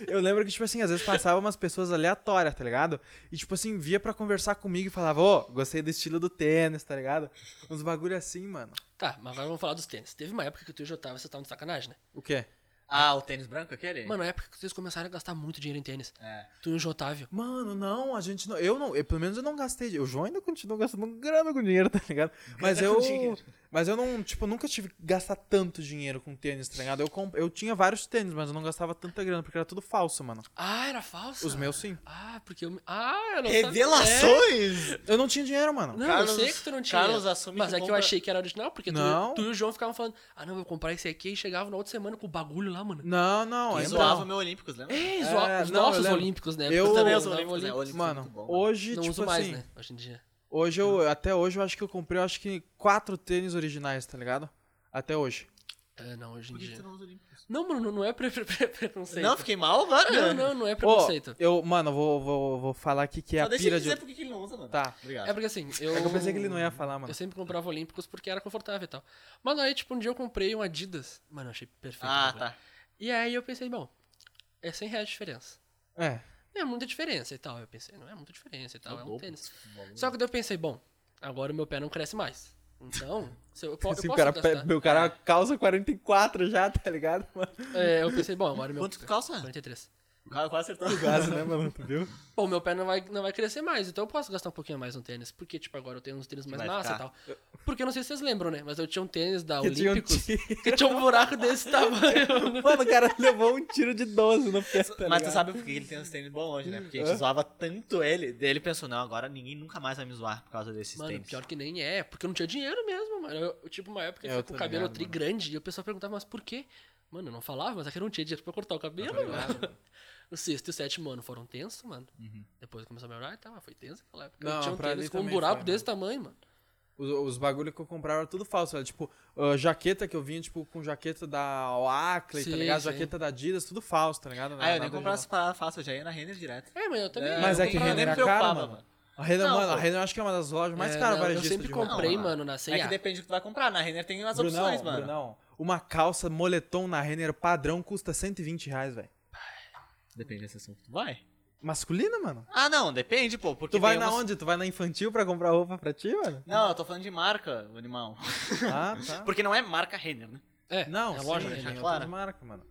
S1: eu lembro que, tipo assim, às vezes passava umas pessoas aleatórias, tá ligado? E, tipo assim, via pra conversar comigo e falava, ô, gostei do estilo do tênis, tá ligado? Uns bagulho assim, mano.
S3: Tá, mas agora vamos falar dos tênis. Teve uma época que tu e o Jotava, você tava de sacanagem, né?
S1: O quê?
S2: Ah, o tênis branco aquele?
S3: Mano, na época que vocês começaram a gastar muito dinheiro em tênis.
S2: É.
S3: Tu e o Jotávio.
S1: Mano, não, a gente não. Eu não. Eu, pelo menos eu não gastei. dinheiro. O João ainda continua gastando grana com dinheiro, tá ligado? Mas
S2: Grana
S1: eu.
S2: com dinheiro.
S1: Mas eu não, tipo, nunca tive que gastar tanto dinheiro com tênis, tá ligado? Eu, comp- eu tinha vários tênis, mas eu não gastava tanta grana, porque era tudo falso, mano.
S3: Ah, era falso?
S1: Os meus sim.
S3: Ah, porque eu. me- Ah, eu não sabia.
S2: Revelações!
S1: Eu não tinha dinheiro, mano.
S3: É. Não,
S2: Carlos-
S3: eu sei que tu não tinha.
S2: Carlos assume
S3: Mas
S2: que
S3: é que eu
S2: compra-
S3: achei que era original, porque tu,
S1: Não.
S3: tu e o João ficavam falando, ah não, eu comprei esse aqui e chegava na outra semana com o bagulho lá, mano.
S1: Não, não,
S2: E
S1: ainda
S2: zoava
S1: não.
S2: meu Olímpicos, lembra?
S3: É,
S1: É,
S3: zoa- os
S1: não, eu
S3: nossos
S1: lembro.
S3: olímpicos, né?
S1: Eu-
S3: Porque
S1: também
S2: uso
S3: usava
S2: Olímpicos, né? Olímpicos é
S1: Mano,
S2: muito bom, né?
S1: hoje,
S3: Não
S1: tipo
S3: uso mais,
S1: assim,
S3: né? Hoje em dia.
S1: hoje eu, até hoje eu acho que eu comprei, eu acho que quatro tênis originais, tá ligado? Até hoje.
S3: É, não, hoje em
S2: Por que que tu
S3: dia.
S2: não usa Olímpicos?
S3: Não, mano, não- não é pre- pre- pre- preconceito.
S2: Não, fiquei mal agora.
S3: não, não, não é
S1: Ô,
S3: preconceito.
S1: eu, mano, vou, vou, vou falar aqui que é
S2: Só
S1: a
S2: deixa ele
S1: pira
S2: dizer
S1: de...
S2: por que que ele não usa, mano.
S1: Tá.
S2: Obrigado.
S3: É porque assim, eu.
S1: É que eu pensei que ele não ia falar, mano.
S3: Eu sempre comprava Olímpicos porque era confortável e tal. Mas aí, tipo, um dia eu comprei um Adidas. Mano, eu achei perfeito. o
S2: Ah,
S3: bagulho.
S2: tá.
S3: E aí eu pensei, bom, é 100 reais de diferença.
S1: É.
S3: Não é muita diferença e tal. Eu pensei, não é muita diferença e tal, é um
S2: dobro.
S3: tênis. Só que daí eu pensei, bom, agora o meu pé não cresce mais. Então, se eu, eu, po- eu
S1: Assim, o
S3: posso
S1: cara,
S3: gastar.
S1: pe- o cara
S2: É.
S1: calça 44 já, tá ligado? mano?
S3: É, eu pensei, bom, agora o meu
S2: Quanto tu calça?
S3: 43.
S2: O cara quase acertou.
S1: Quase, né, mano? Tu viu?
S3: Pô, meu pé não vai, não vai crescer mais, então eu posso gastar um pouquinho mais no tênis. Porque, tipo, agora eu tenho uns tênis mais
S2: Vai
S3: massa
S2: ficar.
S3: e tal. Porque eu não sei se vocês lembram, né? Mas eu tinha um tênis da
S1: Que tinha um
S3: Olímpicos
S1: tiro.
S3: que tinha um buraco desse tamanho.
S1: Mano, o cara levou um tiro de 12 no pé, tá
S2: Mas tu
S1: ligado?
S2: sabe por que ele tem uns tênis bons hoje, né? Porque a gente zoava tanto ele. Daí ele pensou, não, agora ninguém nunca mais vai me zoar por causa desses
S3: Mano,
S2: tênis.
S3: pior que nem é, porque eu não tinha dinheiro mesmo, mano. Eu, eu, tipo, uma época eu
S1: É, Eu
S3: fui com
S1: tô
S3: o cabelo
S1: ligado,
S3: tri
S1: mano.
S3: grande e o pessoal perguntava, mas por quê? Mano, eu não falava, mas é que eu não tinha dinheiro pra cortar o cabelo, mano. O sexto e o sétimo ano foram tensos, mano. Depois começou a melhorar e tal, mas foi tenso naquela época.
S1: Uhum. Não,
S3: eu tinha um
S1: pra
S3: tênis
S1: mim
S3: com um
S1: também
S3: buraco
S1: foi, né?
S3: desse tamanho, mano.
S1: Os, os bagulho que eu comprava era tudo falso. Era tipo, ah, jaqueta que eu vinha, tipo, com jaqueta da Oakley, tá
S3: Sim,
S1: ligado?
S3: sim.
S1: Jaqueta da Adidas, tudo falso, tá ligado?
S2: Ah, eu
S1: Nada
S2: nem comprava
S1: original.
S2: essas paradas fáceis, eu já ia na Renner direto.
S3: É, mas eu é, também.
S1: Mas
S3: eu
S1: é que
S3: comprava.
S1: Renner
S2: nem
S1: é
S2: me
S1: cara,
S2: preocupava,
S1: mano. A Renner,
S2: Não,
S1: mano, a
S2: pô.
S1: Renner eu acho que é uma das lojas mais
S3: É,
S1: caras tá
S3: não, eu
S1: varejistas
S3: sempre
S1: de roupa.
S3: comprei,
S2: Não,
S3: mano, na
S2: É que
S3: C&A.
S2: depende do que tu vai comprar. Na Renner tem as
S1: Brunão,
S2: opções, mano.
S1: Brunão, uma calça moletom na Renner padrão custa 120 reais, velho.
S2: Depende da sessão que tu vai.
S1: Masculina, mano?
S2: Ah, não, depende, pô. Porque
S1: Tu vai
S2: tem
S1: na
S2: umas-
S1: onde? Tu vai na infantil pra comprar roupa pra ti, mano?
S2: Não, eu tô falando de marca, o animal.
S1: Ah, tá.
S2: Porque não é marca Renner, né?
S3: É,
S1: Não,
S3: é a
S1: sim,
S3: loja
S1: a
S3: Renner.
S1: Renner é
S2: claro.
S1: outra marca, mano.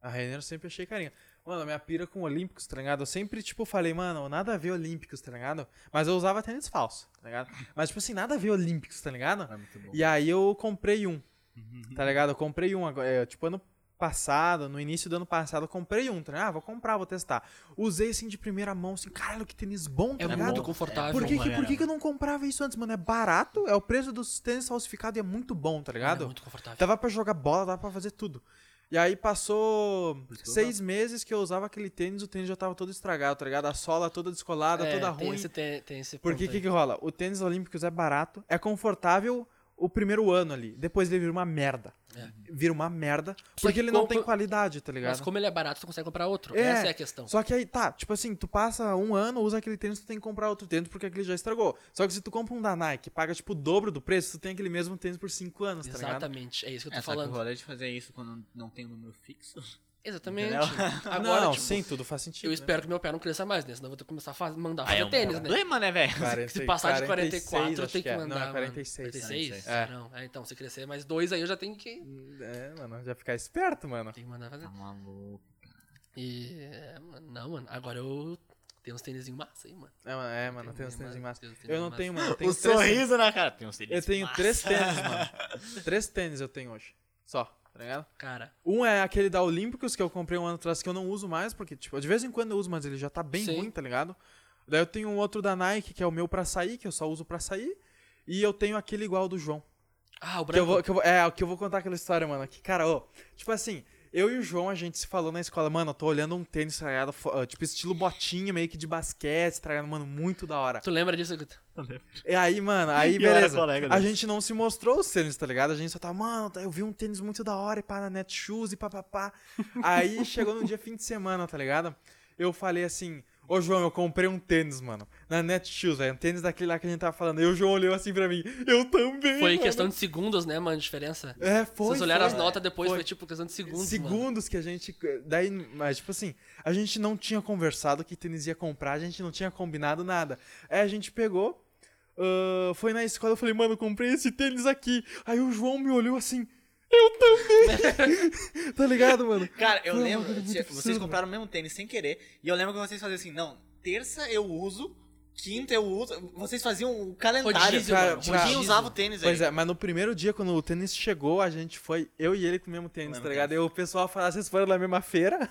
S1: A Renner eu sempre achei carinha. Mano, minha pira com Olímpicos, tá ligado? Eu sempre, tipo, falei, mano, nada a ver Olímpicos, tá ligado? Mas eu usava tênis falso, tá ligado? Mas, tipo assim, nada a ver Olímpicos, tá ligado?
S2: muito bom.
S1: E aí eu comprei um, tá ligado? Eu comprei um agora, é, tipo, ano passado, no início do ano passado, eu comprei um, tá ligado? Ah, vou comprar, vou testar. Usei, assim, de primeira mão, assim, caralho, que tênis bom, tá
S3: É
S1: ligado?
S3: muito confortável.
S1: Por, que, que,
S2: mano,
S1: por que,
S2: era.
S1: que eu não comprava isso antes, mano? É barato, é o preço dos tênis falsificados e é muito bom, tá
S3: Mano,
S1: ligado?
S3: É muito confortável.
S1: Dava pra jogar bola, dava pra fazer tudo. E aí passou
S2: isso que eu
S1: seis meses que eu usava aquele tênis, o tênis já tava todo estragado, tá ligado? A sola toda descolada,
S3: É,
S1: toda
S3: tem
S1: ruim.
S3: Esse, tem, tem esse
S1: Porque o
S3: ponto
S1: que,
S3: aí.
S1: que rola? O tênis olímpicos é barato, é confortável o primeiro ano ali. Depois ele vira uma merda.
S3: É.
S1: Vira uma merda.
S3: Só
S1: Porque
S3: que
S1: ele não tem
S3: como-
S1: qualidade, tá
S3: Mas
S1: ligado?
S3: como ele é barato, tu consegue comprar outro.
S1: É.
S3: Essa é a questão.
S1: Só que aí, tá, tipo assim, tu passa um ano, usa aquele tênis, tu tem que comprar outro tênis porque aquele já estragou. Só que se tu compra um da Nike, paga tipo o dobro do preço, tu tem aquele mesmo tênis por cinco anos, tá ligado?
S3: Exatamente, é isso que eu tô
S2: É, só que o
S3: falando.
S2: rolê de fazer isso quando não tem um número fixo.
S3: Exatamente.
S2: Entendeu?
S3: Agora,
S1: não,
S3: tipo,
S1: sim, tudo faz sentido.
S3: eu
S1: né?
S3: espero que meu pé não cresça mais, né? Senão eu vou ter que começar a faz- mandar fazer
S2: é um
S3: tênis, né?
S2: problema, né, velho?
S1: 40,
S3: Se passar de
S1: 46,
S3: 44, eu
S1: acho
S3: tenho que
S1: é.
S3: mandar.
S1: Não, é
S3: mano.
S1: 46.
S3: 46?
S1: É.
S3: Não, é, então, se crescer mais dois aí, eu já tenho que...
S1: É, mano, já ficar esperto, mano.
S3: Tem que mandar fazer.
S2: Tá maluco.
S3: E... é, mano, não, mano. Agora eu tenho uns tênisinhos massa aí, mano.
S1: É, mano, é, mano tem uns tênis em massa.
S3: tem uns tênis
S1: Eu
S3: em
S1: não
S3: massa.
S1: tenho, mano. eu tenho
S2: O
S1: três tênis.
S2: Um sorriso na cara. Tem uns tênis
S1: Eu tenho
S2: massa.
S1: três tênis, mano. Três tênis eu tenho hoje. Só, tá ligado?
S3: Cara,
S1: Um é aquele da Olímpicos que eu comprei um ano atrás que eu não uso mais, porque, tipo, de vez em quando eu uso, mas ele já tá bem
S3: Sim.
S1: ruim, tá ligado? Daí eu tenho um outro da Nike, que é o meu pra sair, que eu só uso pra sair. E eu tenho aquele igual do João.
S3: ah, o
S1: Que eu
S3: branco.
S1: vou, que eu vou- é, que eu vou contar aquela história, mano. Que, cara, ô, tipo assim, eu e o João, a gente se falou na escola, mano, eu tô olhando um tênis estragado, fo- ah, tipo, estilo botinha, meio que de basquete, estragado, mano, muito da hora.
S3: Tu lembra disso, Guto?
S1: E aí, mano,
S2: E
S1: aí,
S2: eu era
S1: beleza.
S3: né,
S2: colega
S1: A
S2: dele.
S1: gente não se mostrou os tênis, tá ligado? A gente só tava, mano, eu vi um tênis muito da hora, e pá, na Netshoes, e pá, pá, pá. Aí, chegou no dia fim de semana, tá ligado? Eu falei assim, ô, João, eu comprei um tênis, mano, na Netshoes, velho, um tênis daquele lá que a gente tava falando. E o João olhou assim pra mim, eu também,
S3: Foi
S1: mano.
S3: questão de segundos, né, mano, a diferença.
S1: É, foi,
S3: Vocês olharam
S1: foi.
S3: as notas depois,
S1: Foi.
S3: foi, tipo questão de segundos, mano.
S1: segundos que a gente. eh, Daí, mas, tipo assim, a gente não tinha conversado que tênis ia comprar, a gente não tinha combinado nada. Aí a gente pegou, ah, foi na escola, eu falei, mano, eu comprei esse tênis aqui. Aí o João me olhou assim, eu também! tá ligado, mano?
S2: Cara, eu
S1: Não,
S2: lembro.
S1: mano, é muito
S2: tia,
S1: absurdo.
S2: vocês compraram o mesmo tênis sem querer. E eu lembro que vocês faziam assim: não, terça eu uso, quinta eu uso. Vocês faziam o calendário.
S3: Rodízio,
S1: cara,
S2: Cara,
S1: mano,
S2: Rodízio
S1: rodízio.
S2: usava o tênis
S1: Pois
S2: aí.
S1: é, mas no primeiro dia, quando o tênis chegou, a gente foi, eu e ele com o mesmo tênis,
S2: Mano,
S1: tá ligado? E o pessoal falava, vocês foram na mesma feira?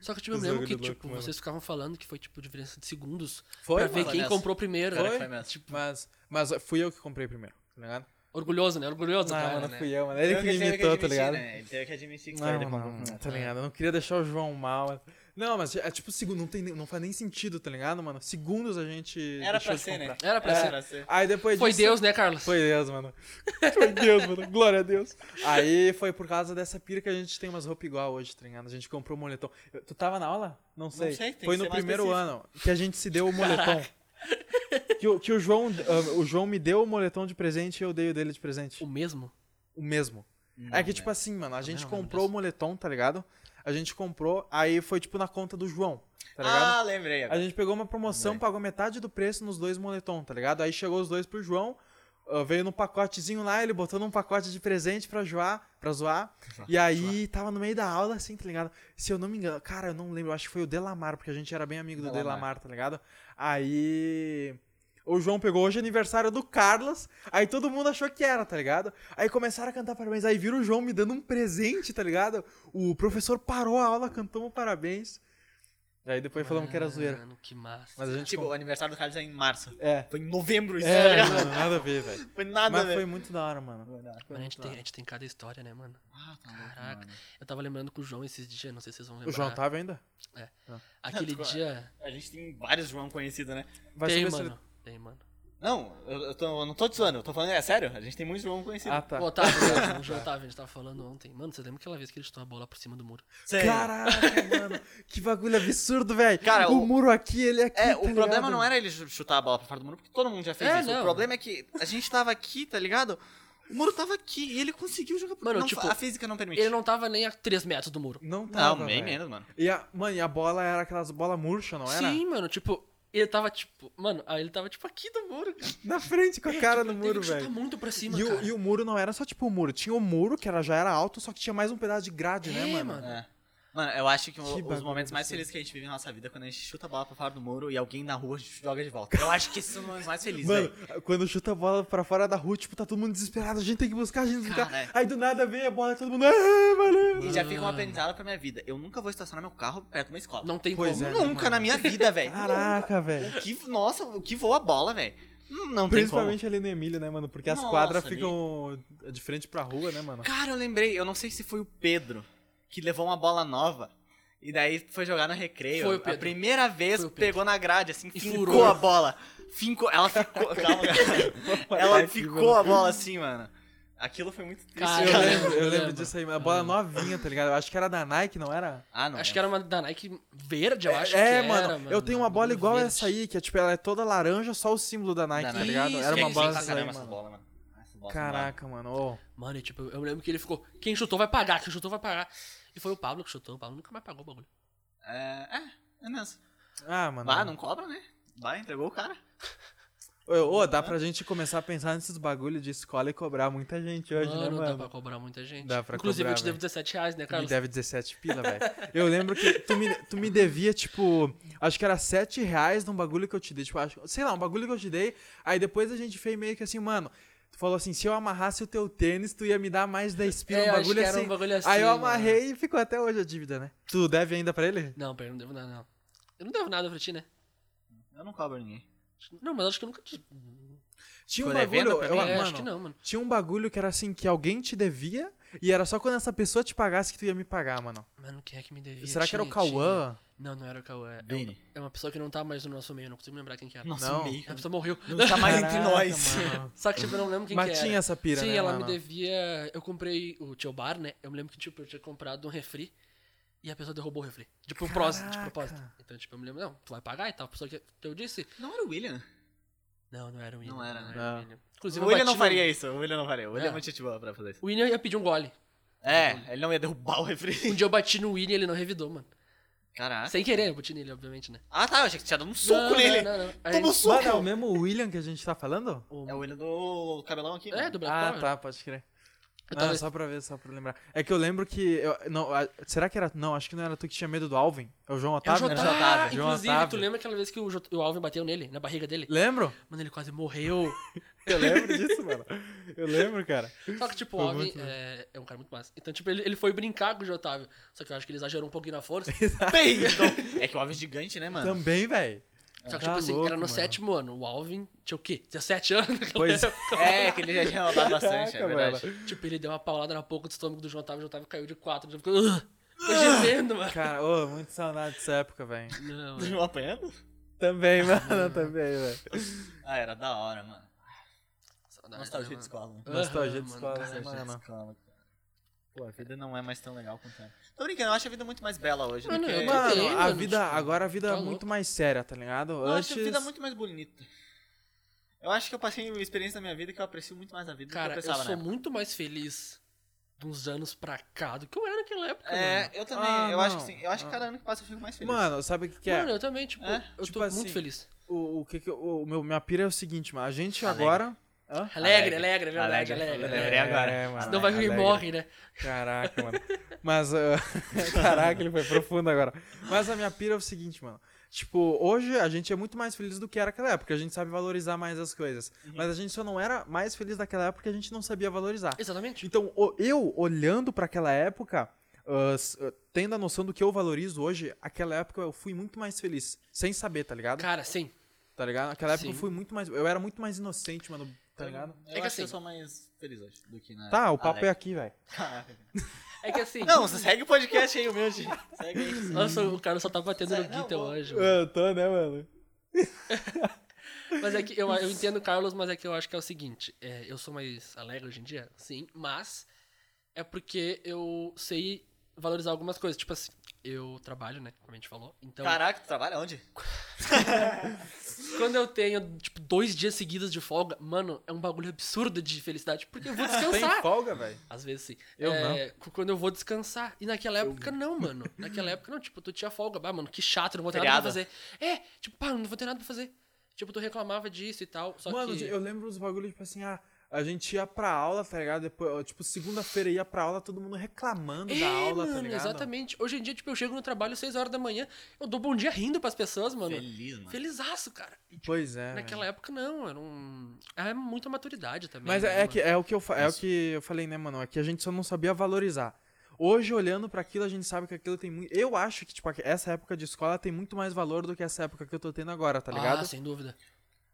S3: Só que, tipo, eu
S1: Os
S3: me lembro
S1: bagulho é
S3: que,
S1: louco,
S3: tipo,
S1: mano.
S3: vocês ficavam falando que foi, tipo, diferença de segundos.
S1: Foi,
S3: pra ver
S2: mano,
S3: quem
S2: nessa.
S3: comprou primeiro. né?
S2: Cara,
S1: Foi?
S2: foi mesmo.
S1: Mas, mas fui eu que comprei primeiro, tá ligado?
S3: Orgulhoso, né? Orgulhoso,
S1: Ah,
S3: cara,
S1: mano,
S3: né?
S1: fui eu, mano. Ele
S2: Eu
S1: que me
S2: teve
S1: imitou, tá
S2: admitir,
S1: ligado?
S2: né? Ele teve que admitir que foi
S1: Não,
S2: ele
S1: não,
S2: comprou.
S1: não, tá ligado? Eu não queria deixar o João mal. Não, mas é tipo, segundo, não, tem, nem- não faz nem sentido, tá ligado, mano? Segundos a gente.
S2: Era
S1: deixou
S2: pra
S1: de
S2: ser, né?
S1: comprar.
S3: Era pra ser.
S2: Era pra ser.
S1: Aí depois
S3: Foi
S1: disso-
S3: Deus, né, Carlos?
S1: Foi Deus, mano. Foi Deus, mano. Glória a Deus. Aí foi por causa dessa pira que a gente tem umas roupas igual hoje, tá ligado? A gente comprou o moletom. Eu- Tu tava na aula? Não sei.
S2: sei, tem
S1: foi
S2: que
S1: no
S2: ser mais
S1: primeiro
S2: específico.
S1: ano que a gente se deu o moletom. Que, o- que o, João, ah, o João me deu o moletom de presente e eu dei o dele de presente.
S3: O mesmo?
S1: O mesmo. é que, tipo assim, mano, a gente
S2: não lembro
S1: comprou o
S2: disso.
S1: moletom, tá ligado? A gente comprou, aí foi, tipo, na conta do João, tá ligado?
S2: ah, lembrei.
S1: A
S2: Agora.
S1: gente pegou uma promoção,
S2: Lembrei.
S1: pagou metade do preço nos dois moletom, tá ligado? Aí chegou os dois pro João, ah, veio num pacotezinho lá, ele botou num pacote de presente pra zoar, pra zoar. e aí tava no meio da aula, assim, tá ligado? Se eu não me engano, cara, eu não lembro, eu acho que foi o Delamar, porque a gente era bem amigo do
S2: Delamar.
S1: Delamar, tá ligado? Aí. O João pegou hoje é aniversário do Carlos, aí todo mundo achou que era, tá ligado? Aí começaram a cantar parabéns, aí viram o João me dando um presente, tá ligado? O professor parou a aula, cantou um parabéns. Aí depois falamos que era zoeira.
S3: Mano, que massa.
S1: Mas a gente.
S2: Tipo, o aniversário do Carlos é em março.
S1: É.
S2: Foi em novembro isso, tá
S1: É,
S2: ligado?
S1: mano, nada a ver, velho.
S2: Foi nada,
S1: Mas
S2: velho.
S1: foi muito da hora, mano.
S3: Mano, a, gente tem, a gente tem cada história, né, mano?
S1: Uhum.
S2: Ah, tá louco,
S3: Caraca.
S2: mano.
S3: Eu tava lembrando com o João esses dias, não sei se vocês vão lembrar.
S1: O João tá- tava ainda?
S3: Aquele
S2: Claro.
S3: dia.
S2: A gente tem vários João conhecidos, né?
S1: Vai
S3: tem,
S1: saber se
S3: mano.
S1: ele-
S3: Tem, mano.
S2: Não, eu, eu tô- eu não tô te zoando, eu tô falando, é sério, a gente tem muitos João conhecidos.
S1: Ah, tá.
S3: O Otávio, né? o João Otávio, a gente tava falando ontem. Mano, você lembra aquela vez que ele chutou a bola por cima do muro?
S2: Sério.
S1: Caraca, mano. Que bagulho absurdo, velho.
S2: Cara,
S1: o,
S2: o-
S1: muro aqui, ele aqui.
S2: É,
S1: tá
S2: o problema
S1: ligado?
S2: não era ele chu- chutar a bola pra fora do muro, porque todo mundo já fez
S3: É,
S2: isso.
S3: não.
S2: O problema é que a gente tava aqui, tá ligado? O muro tava aqui e ele conseguiu jogar por
S3: Mano,
S2: não,
S3: tipo,
S2: A física não permite.
S3: Ele não tava nem a 3 metros do muro.
S1: Não
S2: Não,
S1: tava.
S2: bem
S1: velho.
S2: menos, mano.
S1: E a... Mano, e a bola era aquelas bola murcha, não era?
S3: Sim, mano, tipo, ele tava tipo. Mano, aí ele tava tipo aqui do muro, cara.
S1: Na frente, com a cara no muro,
S3: Ele chuta
S1: velho.
S3: muito pra cima,
S1: E
S3: cara.
S1: o, e o muro não era só tipo o muro. Tinha o muro, que era, já era alto, só que tinha mais um pedaço de grade, né,
S3: É,
S1: mano?
S3: mano.
S2: É. Mano, eu acho que, o- os
S1: bagulho
S2: momentos mais
S1: absurdo.
S2: felizes que a gente vive na nossa vida é quando a gente chuta a bola pra fora do muro e alguém na rua joga de volta. Eu acho que esses são os momentos mais felizes,
S1: Mano,
S2: velho.
S1: quando chuta a bola pra fora da rua, tipo, tá todo mundo desesperado, a gente tem que buscar, a gente tem que buscar.
S2: Cara, é.
S1: Aí do nada vem a bola e todo mundo. "Ah, valeu."
S2: E já fica um aprendizado pra minha vida. Eu nunca vou estacionar meu carro perto de uma escola.
S3: Não tem
S1: Pois
S3: como.
S1: é.
S2: Nunca na minha vida, velho.
S1: Caraca, velho.
S2: Que, nossa, o que voa a bola, velho. Não, não tem como.
S1: Principalmente ali no Emílio, né, mano? Porque as
S2: Nossa,
S1: quadras
S2: ali.
S1: ficam de frente pra rua, né, mano?
S2: Cara, eu lembrei, eu não sei se foi o Pedro que levou uma bola nova. E daí foi jogar no recreio.
S3: Foi o Pedro.
S2: A primeira vez
S3: Foi o Pedro.
S2: pegou na grade, assim,
S3: E
S2: fincou
S3: furou.
S2: a bola. Fincou. Ela ficou. Calma, cara. Ela
S1: Vai,
S2: ficou
S1: mano.
S2: a bola assim, mano. Aquilo foi muito triste.
S3: Cara,
S1: Eu
S2: cara.
S1: lembro, eu
S3: eu
S1: lembro
S3: lembro.
S1: disso aí, mano. a bola novinha, tá ligado? Eu acho que era da Nike, não era?
S2: Ah, não.
S3: Acho que era uma da Nike verde, eu acho. que
S1: é,
S3: era,
S1: mano, eu tenho uma bola
S3: Verde.
S1: igual essa aí, que é tipo, ela é toda laranja, só o símbolo da Nike,
S2: Da
S1: tá
S2: Nike.
S1: ligado? Era
S3: Isso,
S1: uma
S3: é
S1: bola
S3: que
S1: dessa aí,
S2: Caramba, essa
S1: mano.
S2: bola, mano. Essa bola,
S1: Caraca, mano. ô.
S3: Mano, e, tipo, eu eu lembro que ele ficou. Quem chutou vai pagar, quem chutou vai pagar. E foi o Pablo que chutou, o Pablo nunca mais pagou o bagulho.
S2: essa bola. É, é, é mesmo.
S1: Ah, mano.
S2: Vai, não cobra, né? Vai, entregou o cara.
S1: Ô, ô, dá pra gente começar a pensar nesses bagulho de escola e cobrar muita gente hoje, né,
S3: Mano, dá
S1: mano?
S3: pra cobrar muita gente.
S1: Dá pra
S3: Inclusive,
S1: cobrar,
S3: eu te devo
S1: velho.
S3: 17 reais, né,
S1: Tu me
S3: Carlos?
S1: deve 17 pila, velho. Eu lembro que tu me, tu me devia, tipo, acho que era 7 reais num bagulho que eu te dei. Tipo, acho, sei lá, um bagulho que eu te dei. Aí depois a gente fez meio que assim, mano. Tu falou assim: se eu amarrasse o teu tênis, tu ia me dar mais 10 pila.
S3: É,
S1: um,
S3: acho
S1: bagulho
S3: que era
S1: assim.
S3: um bagulho assim,
S1: Aí eu
S3: mano.
S1: amarrei e ficou até hoje a dívida, né? Tu deve ainda pra ele?
S3: Não, pera, eu não devo nada, não. Eu não devo nada pra ti, né?
S2: Eu não cobro ninguém.
S3: Não, mas acho que eu nunca te.
S1: Tinha um
S2: Ficou devendo
S1: bagulho.
S2: pra
S1: Eu,
S2: mim?
S3: É,
S1: mano,
S3: acho que não, mano.
S1: Tinha um bagulho que era assim: que alguém te devia. E era só quando essa pessoa te pagasse que tu ia me pagar, mano.
S3: Mano, quem é que me devia?
S1: Será que era o
S3: Tinha,
S1: Cauã?
S3: tinha. Não, não era o Cauã. é um-
S2: Vini.
S3: É uma pessoa que não tá mais no nosso meio, não consigo lembrar quem que era.
S2: Nossa,
S1: Não.
S2: meio.
S3: A pessoa morreu.
S2: Não tá mais entre
S1: Caraca,
S2: nós.
S1: mano.
S3: Só que, tipo, eu não lembro quem que
S1: Mas
S3: era.
S1: tinha essa pira,
S3: Sim,
S1: né,
S3: ela
S1: mano?
S3: me devia. Eu comprei o tio bar, né? Eu me lembro que tipo, eu tinha comprado um refri e a pessoa derrubou o refri. De propósito, de
S1: Caraca.
S3: propósito. Então, tipo, eu me lembro, não, tu vai pagar e tal. A pessoa que que eu disse.
S2: Não era o William?
S3: Não, não era o William.
S2: Não era,
S1: né?
S3: o
S1: Não.
S3: William.
S2: O
S3: Inclusive, eu
S2: William
S3: bati
S2: não
S3: no-
S2: faria isso, o William não faria. O William é
S3: É.
S2: muito gente boa pra fazer isso.
S3: O William ia pedir um gole.
S2: É, ele não ia derrubar o refri.
S3: Um dia eu bati no William e ele não revidou, mano.
S2: Caraca.
S3: Sem querer, eu bati nele, obviamente, né?
S2: Ah tá, eu achei que tinha dado um soco
S3: Não, não,
S2: nele.
S3: não, não.
S2: Toma um
S3: Aí-
S1: Mano, é o
S2: soco.
S1: mesmo William que a gente tá falando?
S2: É o William do cabelão aqui.
S3: É,
S2: mano.
S3: do Black
S1: Ah,
S3: Power.
S1: tá, pode crer.
S3: Eu
S1: Ah,
S3: tava-
S1: só pra ver, só pra lembrar. É que eu lembro que. eu- não, ah, será que era. Não, acho que não era tu que tinha medo do Alvin. É o João
S3: É o
S1: Otávio?
S3: Jotá,
S1: né?
S2: Otávio.
S1: João
S3: inclusive, tu
S1: Otávio.
S3: lembra aquela vez que o, Jot- o Alvin bateu nele, na barriga dele?
S1: Lembro?
S3: Mano, ele quase morreu.
S1: Eu lembro disso, mano. Eu lembro, cara.
S3: Só que, tipo, o
S1: Foi
S3: Alvin
S1: muito né?
S3: é, é um cara muito massa. Então, tipo, ele, ele foi brincar com o Jotávio. Só que eu acho que ele exagerou um pouquinho na força.
S2: Peido. É que o Alves é gigante, né, mano?
S1: Também, velho.
S3: Só que,
S1: Tá
S3: tipo assim,
S1: louco,
S3: era no
S1: mano.
S3: sétimo ano. O Alvin tinha o quê? 17 anos? naquela
S1: Pois é.
S3: época.
S2: É, que ele já tinha rodado bastante, é verdade.
S3: Tipo, ele deu uma paulada na boca do estômago do Jotávio. O Jotávio caiu de quatro. Ele ficou... "Ugh", Ficou gemendo, mano.
S1: Cara, ô, muito saudade dessa época, velho.
S3: Não,
S1: é
S2: Vocês vão apanhando?
S1: Também, mano, também, velho.
S2: Ah, era da hora, mano.
S3: saudade,
S2: Nostalgia de
S3: né, mano?
S2: escola. mano.
S1: Nostalgia
S3: Aham,
S1: de
S3: mano,
S1: escola,
S3: cara.
S1: né,
S2: Nostalgia de
S1: mano.
S2: escola, cara. Pô, a vida não é mais tão legal quanto era. Tô brincando, eu acho a vida muito mais bela hoje. do
S3: Mano,
S2: que-
S3: eu tô-
S1: Mano,
S3: Também,
S1: a
S3: mano,
S1: vida.
S3: tipo,
S1: Agora a vida
S3: tá
S1: é muito
S3: louco.
S1: mais séria, tá ligado?
S2: Eu acho a vida é
S1: Antes.
S2: muito mais bonita. Eu acho que eu passei uma experiência na minha vida que eu aprecio muito mais a vida do que
S3: Cara,
S2: eu
S3: eu
S2: pensava,
S3: sou
S2: né?
S3: muito mais feliz de uns anos pra cá do que eu era naquela época. mano.
S2: É, eu também.
S1: Ah,
S2: eu acho que
S1: não.
S2: sim. Eu acho que
S1: Ah.
S2: cada ano que passa eu fico mais feliz.
S1: Mano, sabe o que, que é?
S3: Mano, eu também, tipo,
S2: É?
S3: eu
S1: Tipo
S3: tô
S1: assim,
S3: muito feliz.
S1: O, o que que- o, o meu, minha pira é o seguinte, mano. A gente
S2: Alegre.
S1: agora. Hã?
S3: Alegre, alegre, é verdade,
S2: Alegre.
S3: alegre.
S2: Tá Eu lembrei agora.
S1: É, mano,
S3: Senão vai que
S1: alegre.
S3: morre, né?
S1: Caraca, mano. Mas. ah, Caraca, ele foi profundo agora. Mas a minha pira é o seguinte, mano. Tipo, hoje a gente é muito mais feliz do que era naquela época. A gente sabe valorizar mais as coisas. Mas a gente só não era mais feliz naquela época porque a gente não sabia valorizar.
S3: Exatamente.
S1: Então, o- eu, olhando pra aquela época, ah, s- ah, tendo a noção do que eu valorizo hoje, aquela época eu fui muito mais feliz. Sem saber, tá ligado?
S3: Cara, sim.
S1: Tá ligado? Naquela época eu
S3: Sim.
S1: fui muito mais. Eu era muito mais inocente, mano. Tá ligado?
S2: Eu
S3: É que
S2: acho que eu
S3: assim-
S2: sou mais feliz hoje do que na.
S3: Ah,
S1: Tá, o papo é
S2: Alegre.
S1: aqui, velho.
S3: É que assim,
S2: Não, você segue o podcast aí, o meu, gente. Segue aí.
S3: nossa, o cara só tá batendo no
S2: Sério, não,
S3: Guitel
S2: vou-
S3: hoje. mano.
S1: Eu tô, né, mano?
S3: Mas é que eu, eu entendo o Carlos, mas é que eu acho que é o seguinte: é, eu sou mais alegre hoje em dia, sim, mas é porque eu sei valorizar algumas coisas. Tipo assim, eu trabalho, né? Como a gente falou. Então,
S2: Caraca, tu trabalha onde?
S3: quando eu tenho, tipo, dois dias seguidos de folga, mano, é um bagulho absurdo de felicidade, porque eu vou
S1: Tem
S3: descansar.
S1: folga, velho.
S3: Às vezes sim.
S1: Eu
S3: É, cu- Quando eu vou descansar. E naquela época, não, mano. Naquela época, não. Tipo, tu tinha folga. Bah, mano, que chato, não vou ter nada pra
S2: Feriado.
S3: fazer. É, tipo, pá, não vou ter nada pra fazer. Tipo, tu reclamava disso e tal. Só
S1: Mano,
S3: que...
S1: eu lembro dos bagulhos, tipo assim, ah, a gente ia pra aula, tá ligado? Depois, ó, tipo, segunda-feira ia pra aula, todo mundo reclamando
S3: É,
S1: da aula,
S3: mano,
S1: tá ligado?
S3: exatamente. Hoje em dia, tipo, eu chego no trabalho 6 horas da manhã, eu dou bom dia rindo pras pessoas, mano.
S2: Feliz, mano.
S3: Felizaço, cara. E, tipo,
S1: Pois é.
S3: Naquela
S1: velho.
S3: época, não. Era um... É muita maturidade também.
S1: Mas
S3: né,
S1: é, é que,
S3: mano?
S1: é, o que eu, fa- é o
S2: Isso.
S1: que eu falei, né, mano? É que a gente só não sabia valorizar. Hoje, olhando pra aquilo, a gente sabe que aquilo tem muito. Eu acho que, tipo, essa época de escola tem muito mais valor do que essa época que eu tô tendo agora, tá ligado?
S3: Ah, sem dúvida.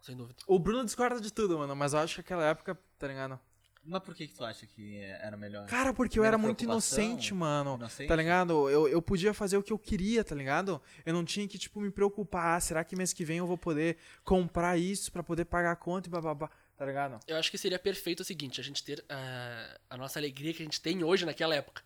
S3: Sem dúvida.
S1: O Bruno discorda de tudo, mano, mas eu acho que aquela época, tá ligado?
S2: Mas por que, que tu acha que era melhor? assim?
S1: Cara, porque eu
S2: Menos
S1: era muito
S2: É. preocupação,
S1: inocente, mano.
S2: inocente.
S1: Tá ligado? Eu, eu podia fazer o que eu queria, tá ligado? Eu não tinha que, tipo, me preocupar. Ah, será que mês que vem eu vou poder comprar isso pra poder pagar a conta e bababá? Tá ligado?
S3: Eu acho que seria perfeito o seguinte, a gente ter ah, a nossa alegria que a gente tem hoje naquela época.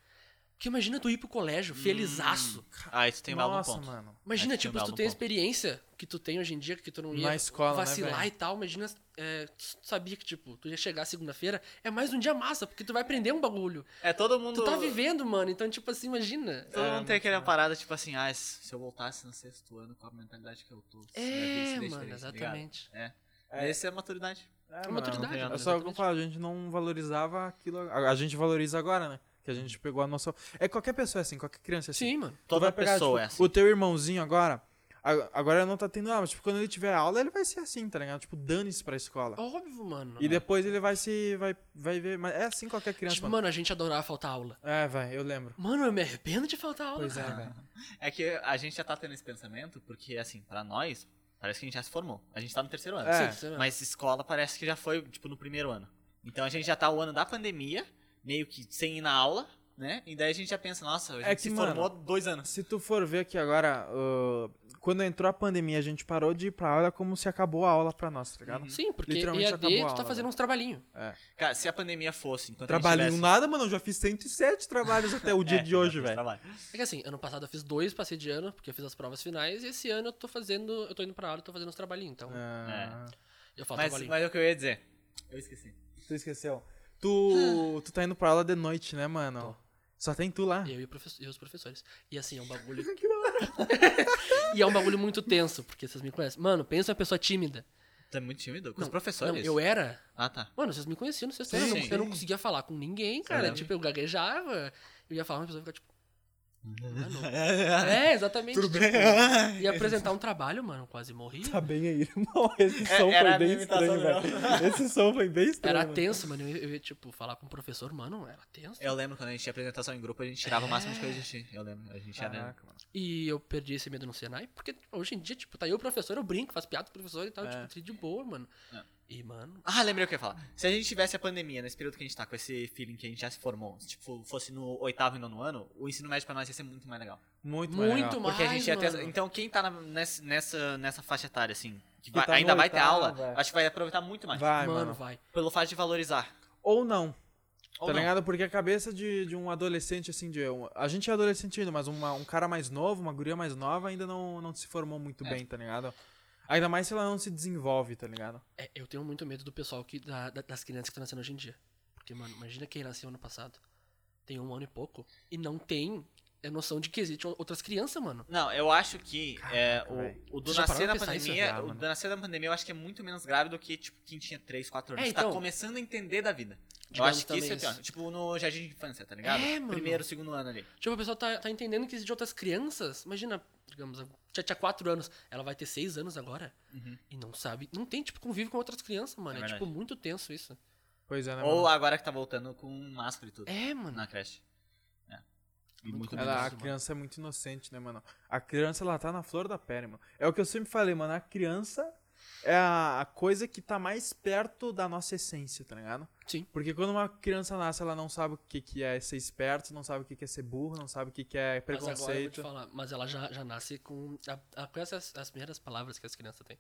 S3: Porque imagina tu ir pro colégio,
S1: Hum,
S3: felizaço.
S2: Ah, isso tem um
S1: Nossa,
S2: ponto.
S1: mano.
S3: Imagina,
S2: Acho que
S3: tipo,
S2: tem
S3: se
S2: um belo
S3: tu tem a
S2: ponto.
S3: experiência que tu tem hoje em dia, que tu não ia
S1: Na escola, né,
S3: vacilar
S1: velho?
S3: e tal, imagina, é, tu sabia que, tipo, tu ia chegar segunda-feira, é mais um dia massa, porque tu vai aprender um bagulho.
S2: É todo mundo. é,
S3: Tu tá vivendo, mano, então, tipo assim, imagina.
S1: é,
S2: Todo mundo tem aquela parada, tipo assim, ah, se se eu voltasse no sexto ano com a mentalidade que eu tô. se minha vida seria
S3: É, mano,
S2: diferente, tá ligado?
S3: exatamente.
S2: É.
S1: É.
S2: Essa é a maturidade.
S1: É,
S3: maturidade,
S1: mano. É
S3: mano,
S1: só o que eu
S3: exatamente.
S1: falo, a gente não valorizava aquilo. A, a gente valoriza agora, né? Que a gente pegou a nossa. É qualquer pessoa assim, qualquer criança assim.
S3: Sim, mano.
S1: Tu vai
S2: Toda
S1: pegar,
S2: pessoa
S1: tipo,
S2: é assim.
S1: O teu irmãozinho agora. a- Agora não tá tendo aula, mas tipo, quando ele tiver aula, ele vai ser assim, tá ligado? Tipo, dane-se pra escola.
S3: Óbvio, mano.
S2: é.
S1: E depois ele vai se. Vai, vai ver. Mas é assim qualquer criança,
S3: Tipo,
S1: mano.
S3: mano, a gente adorava faltar aula.
S1: É, vai, eu lembro.
S3: Mano, eu me arrependo de faltar aula.
S1: Pois é,
S3: cara.
S1: velho.
S2: É que a gente já tá tendo esse pensamento, porque, assim, pra nós, parece que a gente já se formou. A gente tá no terceiro ano.
S1: É.
S3: Sim, sei lá.
S2: Mas escola parece que já foi, tipo, no primeiro ano. Então a gente já tá o ano da pandemia, meio que sem ir na aula, né? E daí a gente já pensa, nossa, a gente
S1: É que,
S2: se
S1: mano,
S2: formou dois anos.
S1: Se tu for ver aqui agora, ah, quando entrou a pandemia, a gente parou de ir pra aula como se acabou a aula pra nós, tá ligado?
S3: Sim, porque
S1: Literalmente
S3: EAD,
S1: acabou a
S3: tu
S1: aula, né?
S3: tá fazendo
S1: velho.
S3: uns trabalhinhos.
S2: Cara, se a pandemia fosse, enquanto a
S1: Trabalhinho
S2: gente tivesse...
S1: nada, mano. Eu já fiz 107 trabalhos até o dia
S2: É,
S1: de hoje,
S2: já fiz
S1: velho.
S2: trabalho.
S3: É que assim, ano passado eu fiz dois, passei de ano, porque eu fiz as provas finais, e esse ano eu tô fazendo, eu tô indo pra aula e tô fazendo uns trabalhinhos, então
S2: É.
S1: Ah,
S3: eu faço
S2: Mas,
S3: trabalhinho.
S2: mas é o que eu ia dizer. Eu esqueci.
S1: Tu esqueceu. Tu, tu tá indo pra aula de noite, né, mano? Só tem tu lá.
S3: Eu e, o professor- e os professores. E assim, é um bagulho. e é um bagulho muito tenso, porque vocês me conhecem. Mano, pensa uma pessoa tímida.
S2: Tu é muito tímido? Com os
S3: Não,
S2: professores?
S3: Não, eu era.
S2: Ah, tá.
S3: Mano, vocês me conheciam no sexto
S1: Então é Sim, né?
S3: ano. Eu não-
S2: sim.
S3: Eu não conseguia falar com ninguém, cara. Tipo, eu gaguejava. Eu ia falar, uma pessoa ficava tipo. "Ah, não." É, exatamente. tipo, Ia apresentar um trabalho, mano. Quase morri.
S1: Tá bem aí, irmão. Esse
S2: É,
S1: som
S2: era
S1: foi
S2: a
S1: bem
S2: minha imitação
S1: estranho, velho. Esse som foi bem estranho.
S3: Era
S1: mano.
S3: tenso, mano. Eu, ia- eu ia, tipo, falar com o professor, mano, era tenso.
S2: Eu lembro quando a gente tinha apresentação em grupo, a gente tirava o máximo de coisa de ti. Eu lembro. A gente
S3: né?
S2: era.
S1: Caraca, mano.
S3: E eu perdi esse medo no Senai, porque tipo, hoje em dia, tipo, tá eu, o professor, eu brinco, faço piada com o professor e tal,
S1: É.
S3: tipo, tri de boa, mano.
S2: É.
S3: E, mano,
S2: Ah, lembrei o que eu ia falar. Se a gente tivesse a pandemia nesse período que a gente tá, com esse feeling que a gente já se formou, se tipo, fosse no oitavo e nono ano, o ensino médio pra nós ia ser muito mais legal.
S1: Muito,
S3: Muito
S1: muito
S3: mais,
S2: Porque a gente ia ter.
S3: mano.
S2: Então, quem tá na- nessa, nessa, nessa faixa etária, assim, que
S1: Que
S2: vai-
S1: tá no
S2: ainda vai ter
S1: oitavo,
S2: aula,
S1: velho.
S2: acho que vai aproveitar muito mais.
S1: Vai, Tá
S3: mano,
S1: mano.
S3: vai.
S2: Pelo fato de valorizar.
S1: Ou não.
S2: Ou
S1: tá
S2: não.
S1: ligado? Porque a cabeça de, de um adolescente, assim, de. um- a gente é adolescente ainda, mas uma- um cara mais novo, uma guria mais nova, ainda não, não se formou muito
S2: É.
S1: bem, tá ligado? Ainda mais se ela não se desenvolve, tá ligado?
S3: É, eu tá tenho muito medo do pessoal que, da- da- das crianças que estão nascendo hoje em dia. Porque, mano, imagina quem nasceu ano passado. tem um ano e pouco, e não tem a noção de que existem outras crianças, mano.
S2: Não, eu acho que é,
S1: Caraca,
S2: o-
S1: velho.
S2: o, do
S3: Vocês já
S2: nascer da
S3: pararam pra pensar isso?
S2: pandemia,
S1: Já,
S2: o
S1: mano.
S2: do nascer da pandemia eu acho que é muito menos grave do que tipo quem tinha 3, 4 anos,
S3: É,
S2: tá
S3: então.
S2: começando a entender da vida. Eu
S3: Digamos
S2: acho que isso é
S3: também
S2: pior.
S3: isso.
S2: Tipo no jardim de infância, tá ligado?
S3: É, mano.
S2: Primeiro, segundo ano ali.
S3: Tipo, a pessoa tá, tá entendendo que existem outras crianças. Imagina, digamos, a tia tinha 4 anos, ela vai ter 6 anos agora.
S1: Uhum.
S3: E não sabe. Não tem, tipo, convívio com outras crianças,
S2: É
S3: mano. É,
S2: verdade.
S3: tipo, muito tenso isso.
S1: Pois é, né,
S2: Ou
S1: mano?
S2: agora que tá voltando com máscara e tudo
S3: É, mano.
S2: na creche. É. E
S3: Muito
S2: muito
S3: complicado.
S2: menos.
S1: Ela, a
S3: mano.
S1: criança é muito inocente, né, mano? A criança, ela tá na flor da pele, mano. É o que eu sempre falei, mano. A criança é a a coisa que tá mais perto da nossa essência, tá ligado?
S3: Sim.
S1: Porque quando uma criança nasce, ela não sabe o que, que é ser esperto, não sabe o que, que é ser burro, não sabe o que, que é
S3: Mas agora eu vou te
S1: preconceito.
S3: falar, mas ela já, já nasce com. A, a, quais as, as primeiras palavras que as crianças têm?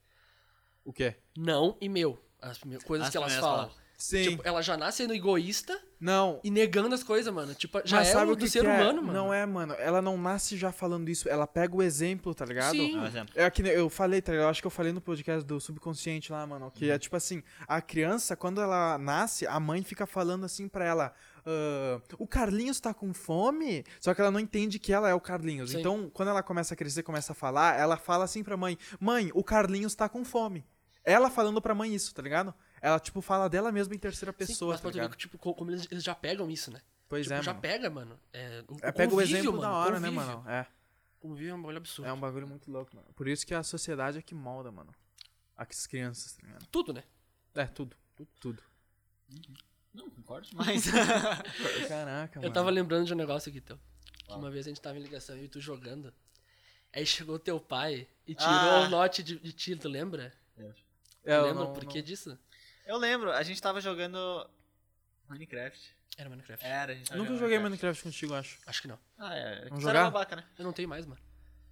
S1: O quê?
S3: Não e meu. As primeiras coisas
S2: As
S3: que elas
S2: primeiras
S3: falam.
S1: Sim.
S3: Tipo, ela já nasce sendo egoísta
S1: não.
S3: e negando as coisas, mano. Tipo, já
S1: mas
S3: é
S1: sabe
S3: o
S1: o
S3: do
S1: que
S3: ser
S1: que é?
S3: humano, mano.
S1: Não é, mano. Ela não nasce já falando isso. Ela pega o exemplo, tá ligado?
S3: Sim.
S2: É um exemplo.
S1: É que nem- eu falei, tá ligado? Eu acho que eu falei no podcast do subconsciente lá, mano. Que
S3: Uhum.
S1: é tipo assim, a criança, quando ela nasce, a mãe fica falando assim pra ela. "Ah, o Carlinhos tá com fome, só que ela não entende que ela é o Carlinhos.
S3: Sim.
S1: Então, quando ela começa a crescer, começa a falar, ela fala assim pra mãe: Mãe, o Carlinhos tá com fome. Ela falando pra mãe isso, tá ligado? Ela, tipo, fala dela mesma em terceira
S3: Sim,
S1: pessoa,
S3: mas
S1: tá
S3: pra tu ver,
S1: ligado?
S3: que, tipo, co- como eles, eles já pegam isso, né?
S1: Pois
S3: tipo,
S1: é,
S3: já
S1: mano.
S3: pega, mano. É, o,
S1: É, pega o
S3: convívio,
S1: exemplo da
S3: mano,
S1: hora, né,
S3: convívio.
S1: mano? É.
S3: Convívio é um bagulho absurdo.
S1: É um bagulho muito louco, mano. Por isso que a sociedade é que molda, mano. As crianças, tá ligado?
S3: Tudo, né?
S1: É, tudo. Tudo.
S2: Não, concordo demais.
S1: Caraca, mano.
S3: Eu tava lembrando de um negócio aqui, teu. Que
S2: Fala.
S3: uma vez a gente tava em ligação e tu jogando. Aí chegou teu pai e tirou
S2: Ah.
S3: o lote de, de tiro, tu lembra?
S1: É, Eu
S3: lembra
S1: não-
S3: por que disso?
S2: eu lembro, a gente tava jogando Minecraft.
S3: Era Minecraft.
S2: Era, a gente
S1: não-
S2: tava
S3: um
S1: Nunca
S2: jogando
S1: joguei Minecraft contigo, acho.
S3: É. Acho que não.
S2: Ah, é. é que
S1: Vamos
S2: tu era
S1: jogar?
S2: babaca, né?
S3: Eu não tenho mais, mano.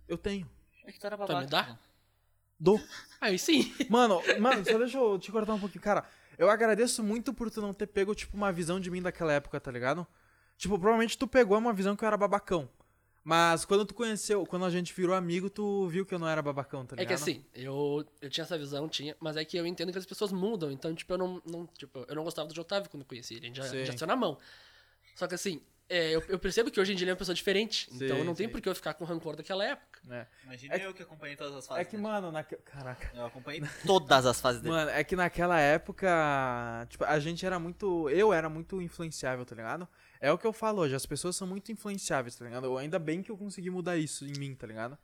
S1: Eu tenho.
S2: É que tu era
S3: Tá,
S2: babaca.
S3: me dá?
S1: Dou.
S3: Aí sim.
S1: Mano, mano, só deixa eu te cortar um pouquinho. Cara, eu agradeço muito por tu não ter pego, tipo, uma visão de mim daquela época, tá ligado? Tipo, provavelmente tu pegou uma visão que eu era babacão. Mas quando tu conheceu, quando a gente virou amigo, tu viu que eu não era babacão, tá
S3: É
S1: ligado?
S3: que assim, eu, eu tinha essa visão, tinha, mas é que eu entendo que as pessoas mudam, então, tipo, eu não, não, tipo, eu não gostava do Otávio quando eu conheci ele, a gente já,
S1: Sim.
S3: já saiu na mão. Só que assim, é, eu, eu percebo que hoje em dia ele é uma pessoa diferente, então
S1: Sim,
S3: não tem
S1: sim.
S3: por que eu ficar com rancor daquela época.
S1: É,
S2: Imagina
S1: É que-
S2: eu que acompanhei todas as fases.
S1: é que,
S2: dele.
S1: mano, naque... Caraca.
S2: Eu acompanhei todas as fases dele.
S1: Mano, é que naquela época, tipo, a gente era muito. Eu era muito influenciável, tá ligado? É o que eu falo hoje, as pessoas são muito influenciáveis, tá ligado? Ainda bem que eu consegui mudar isso em mim, tá ligado?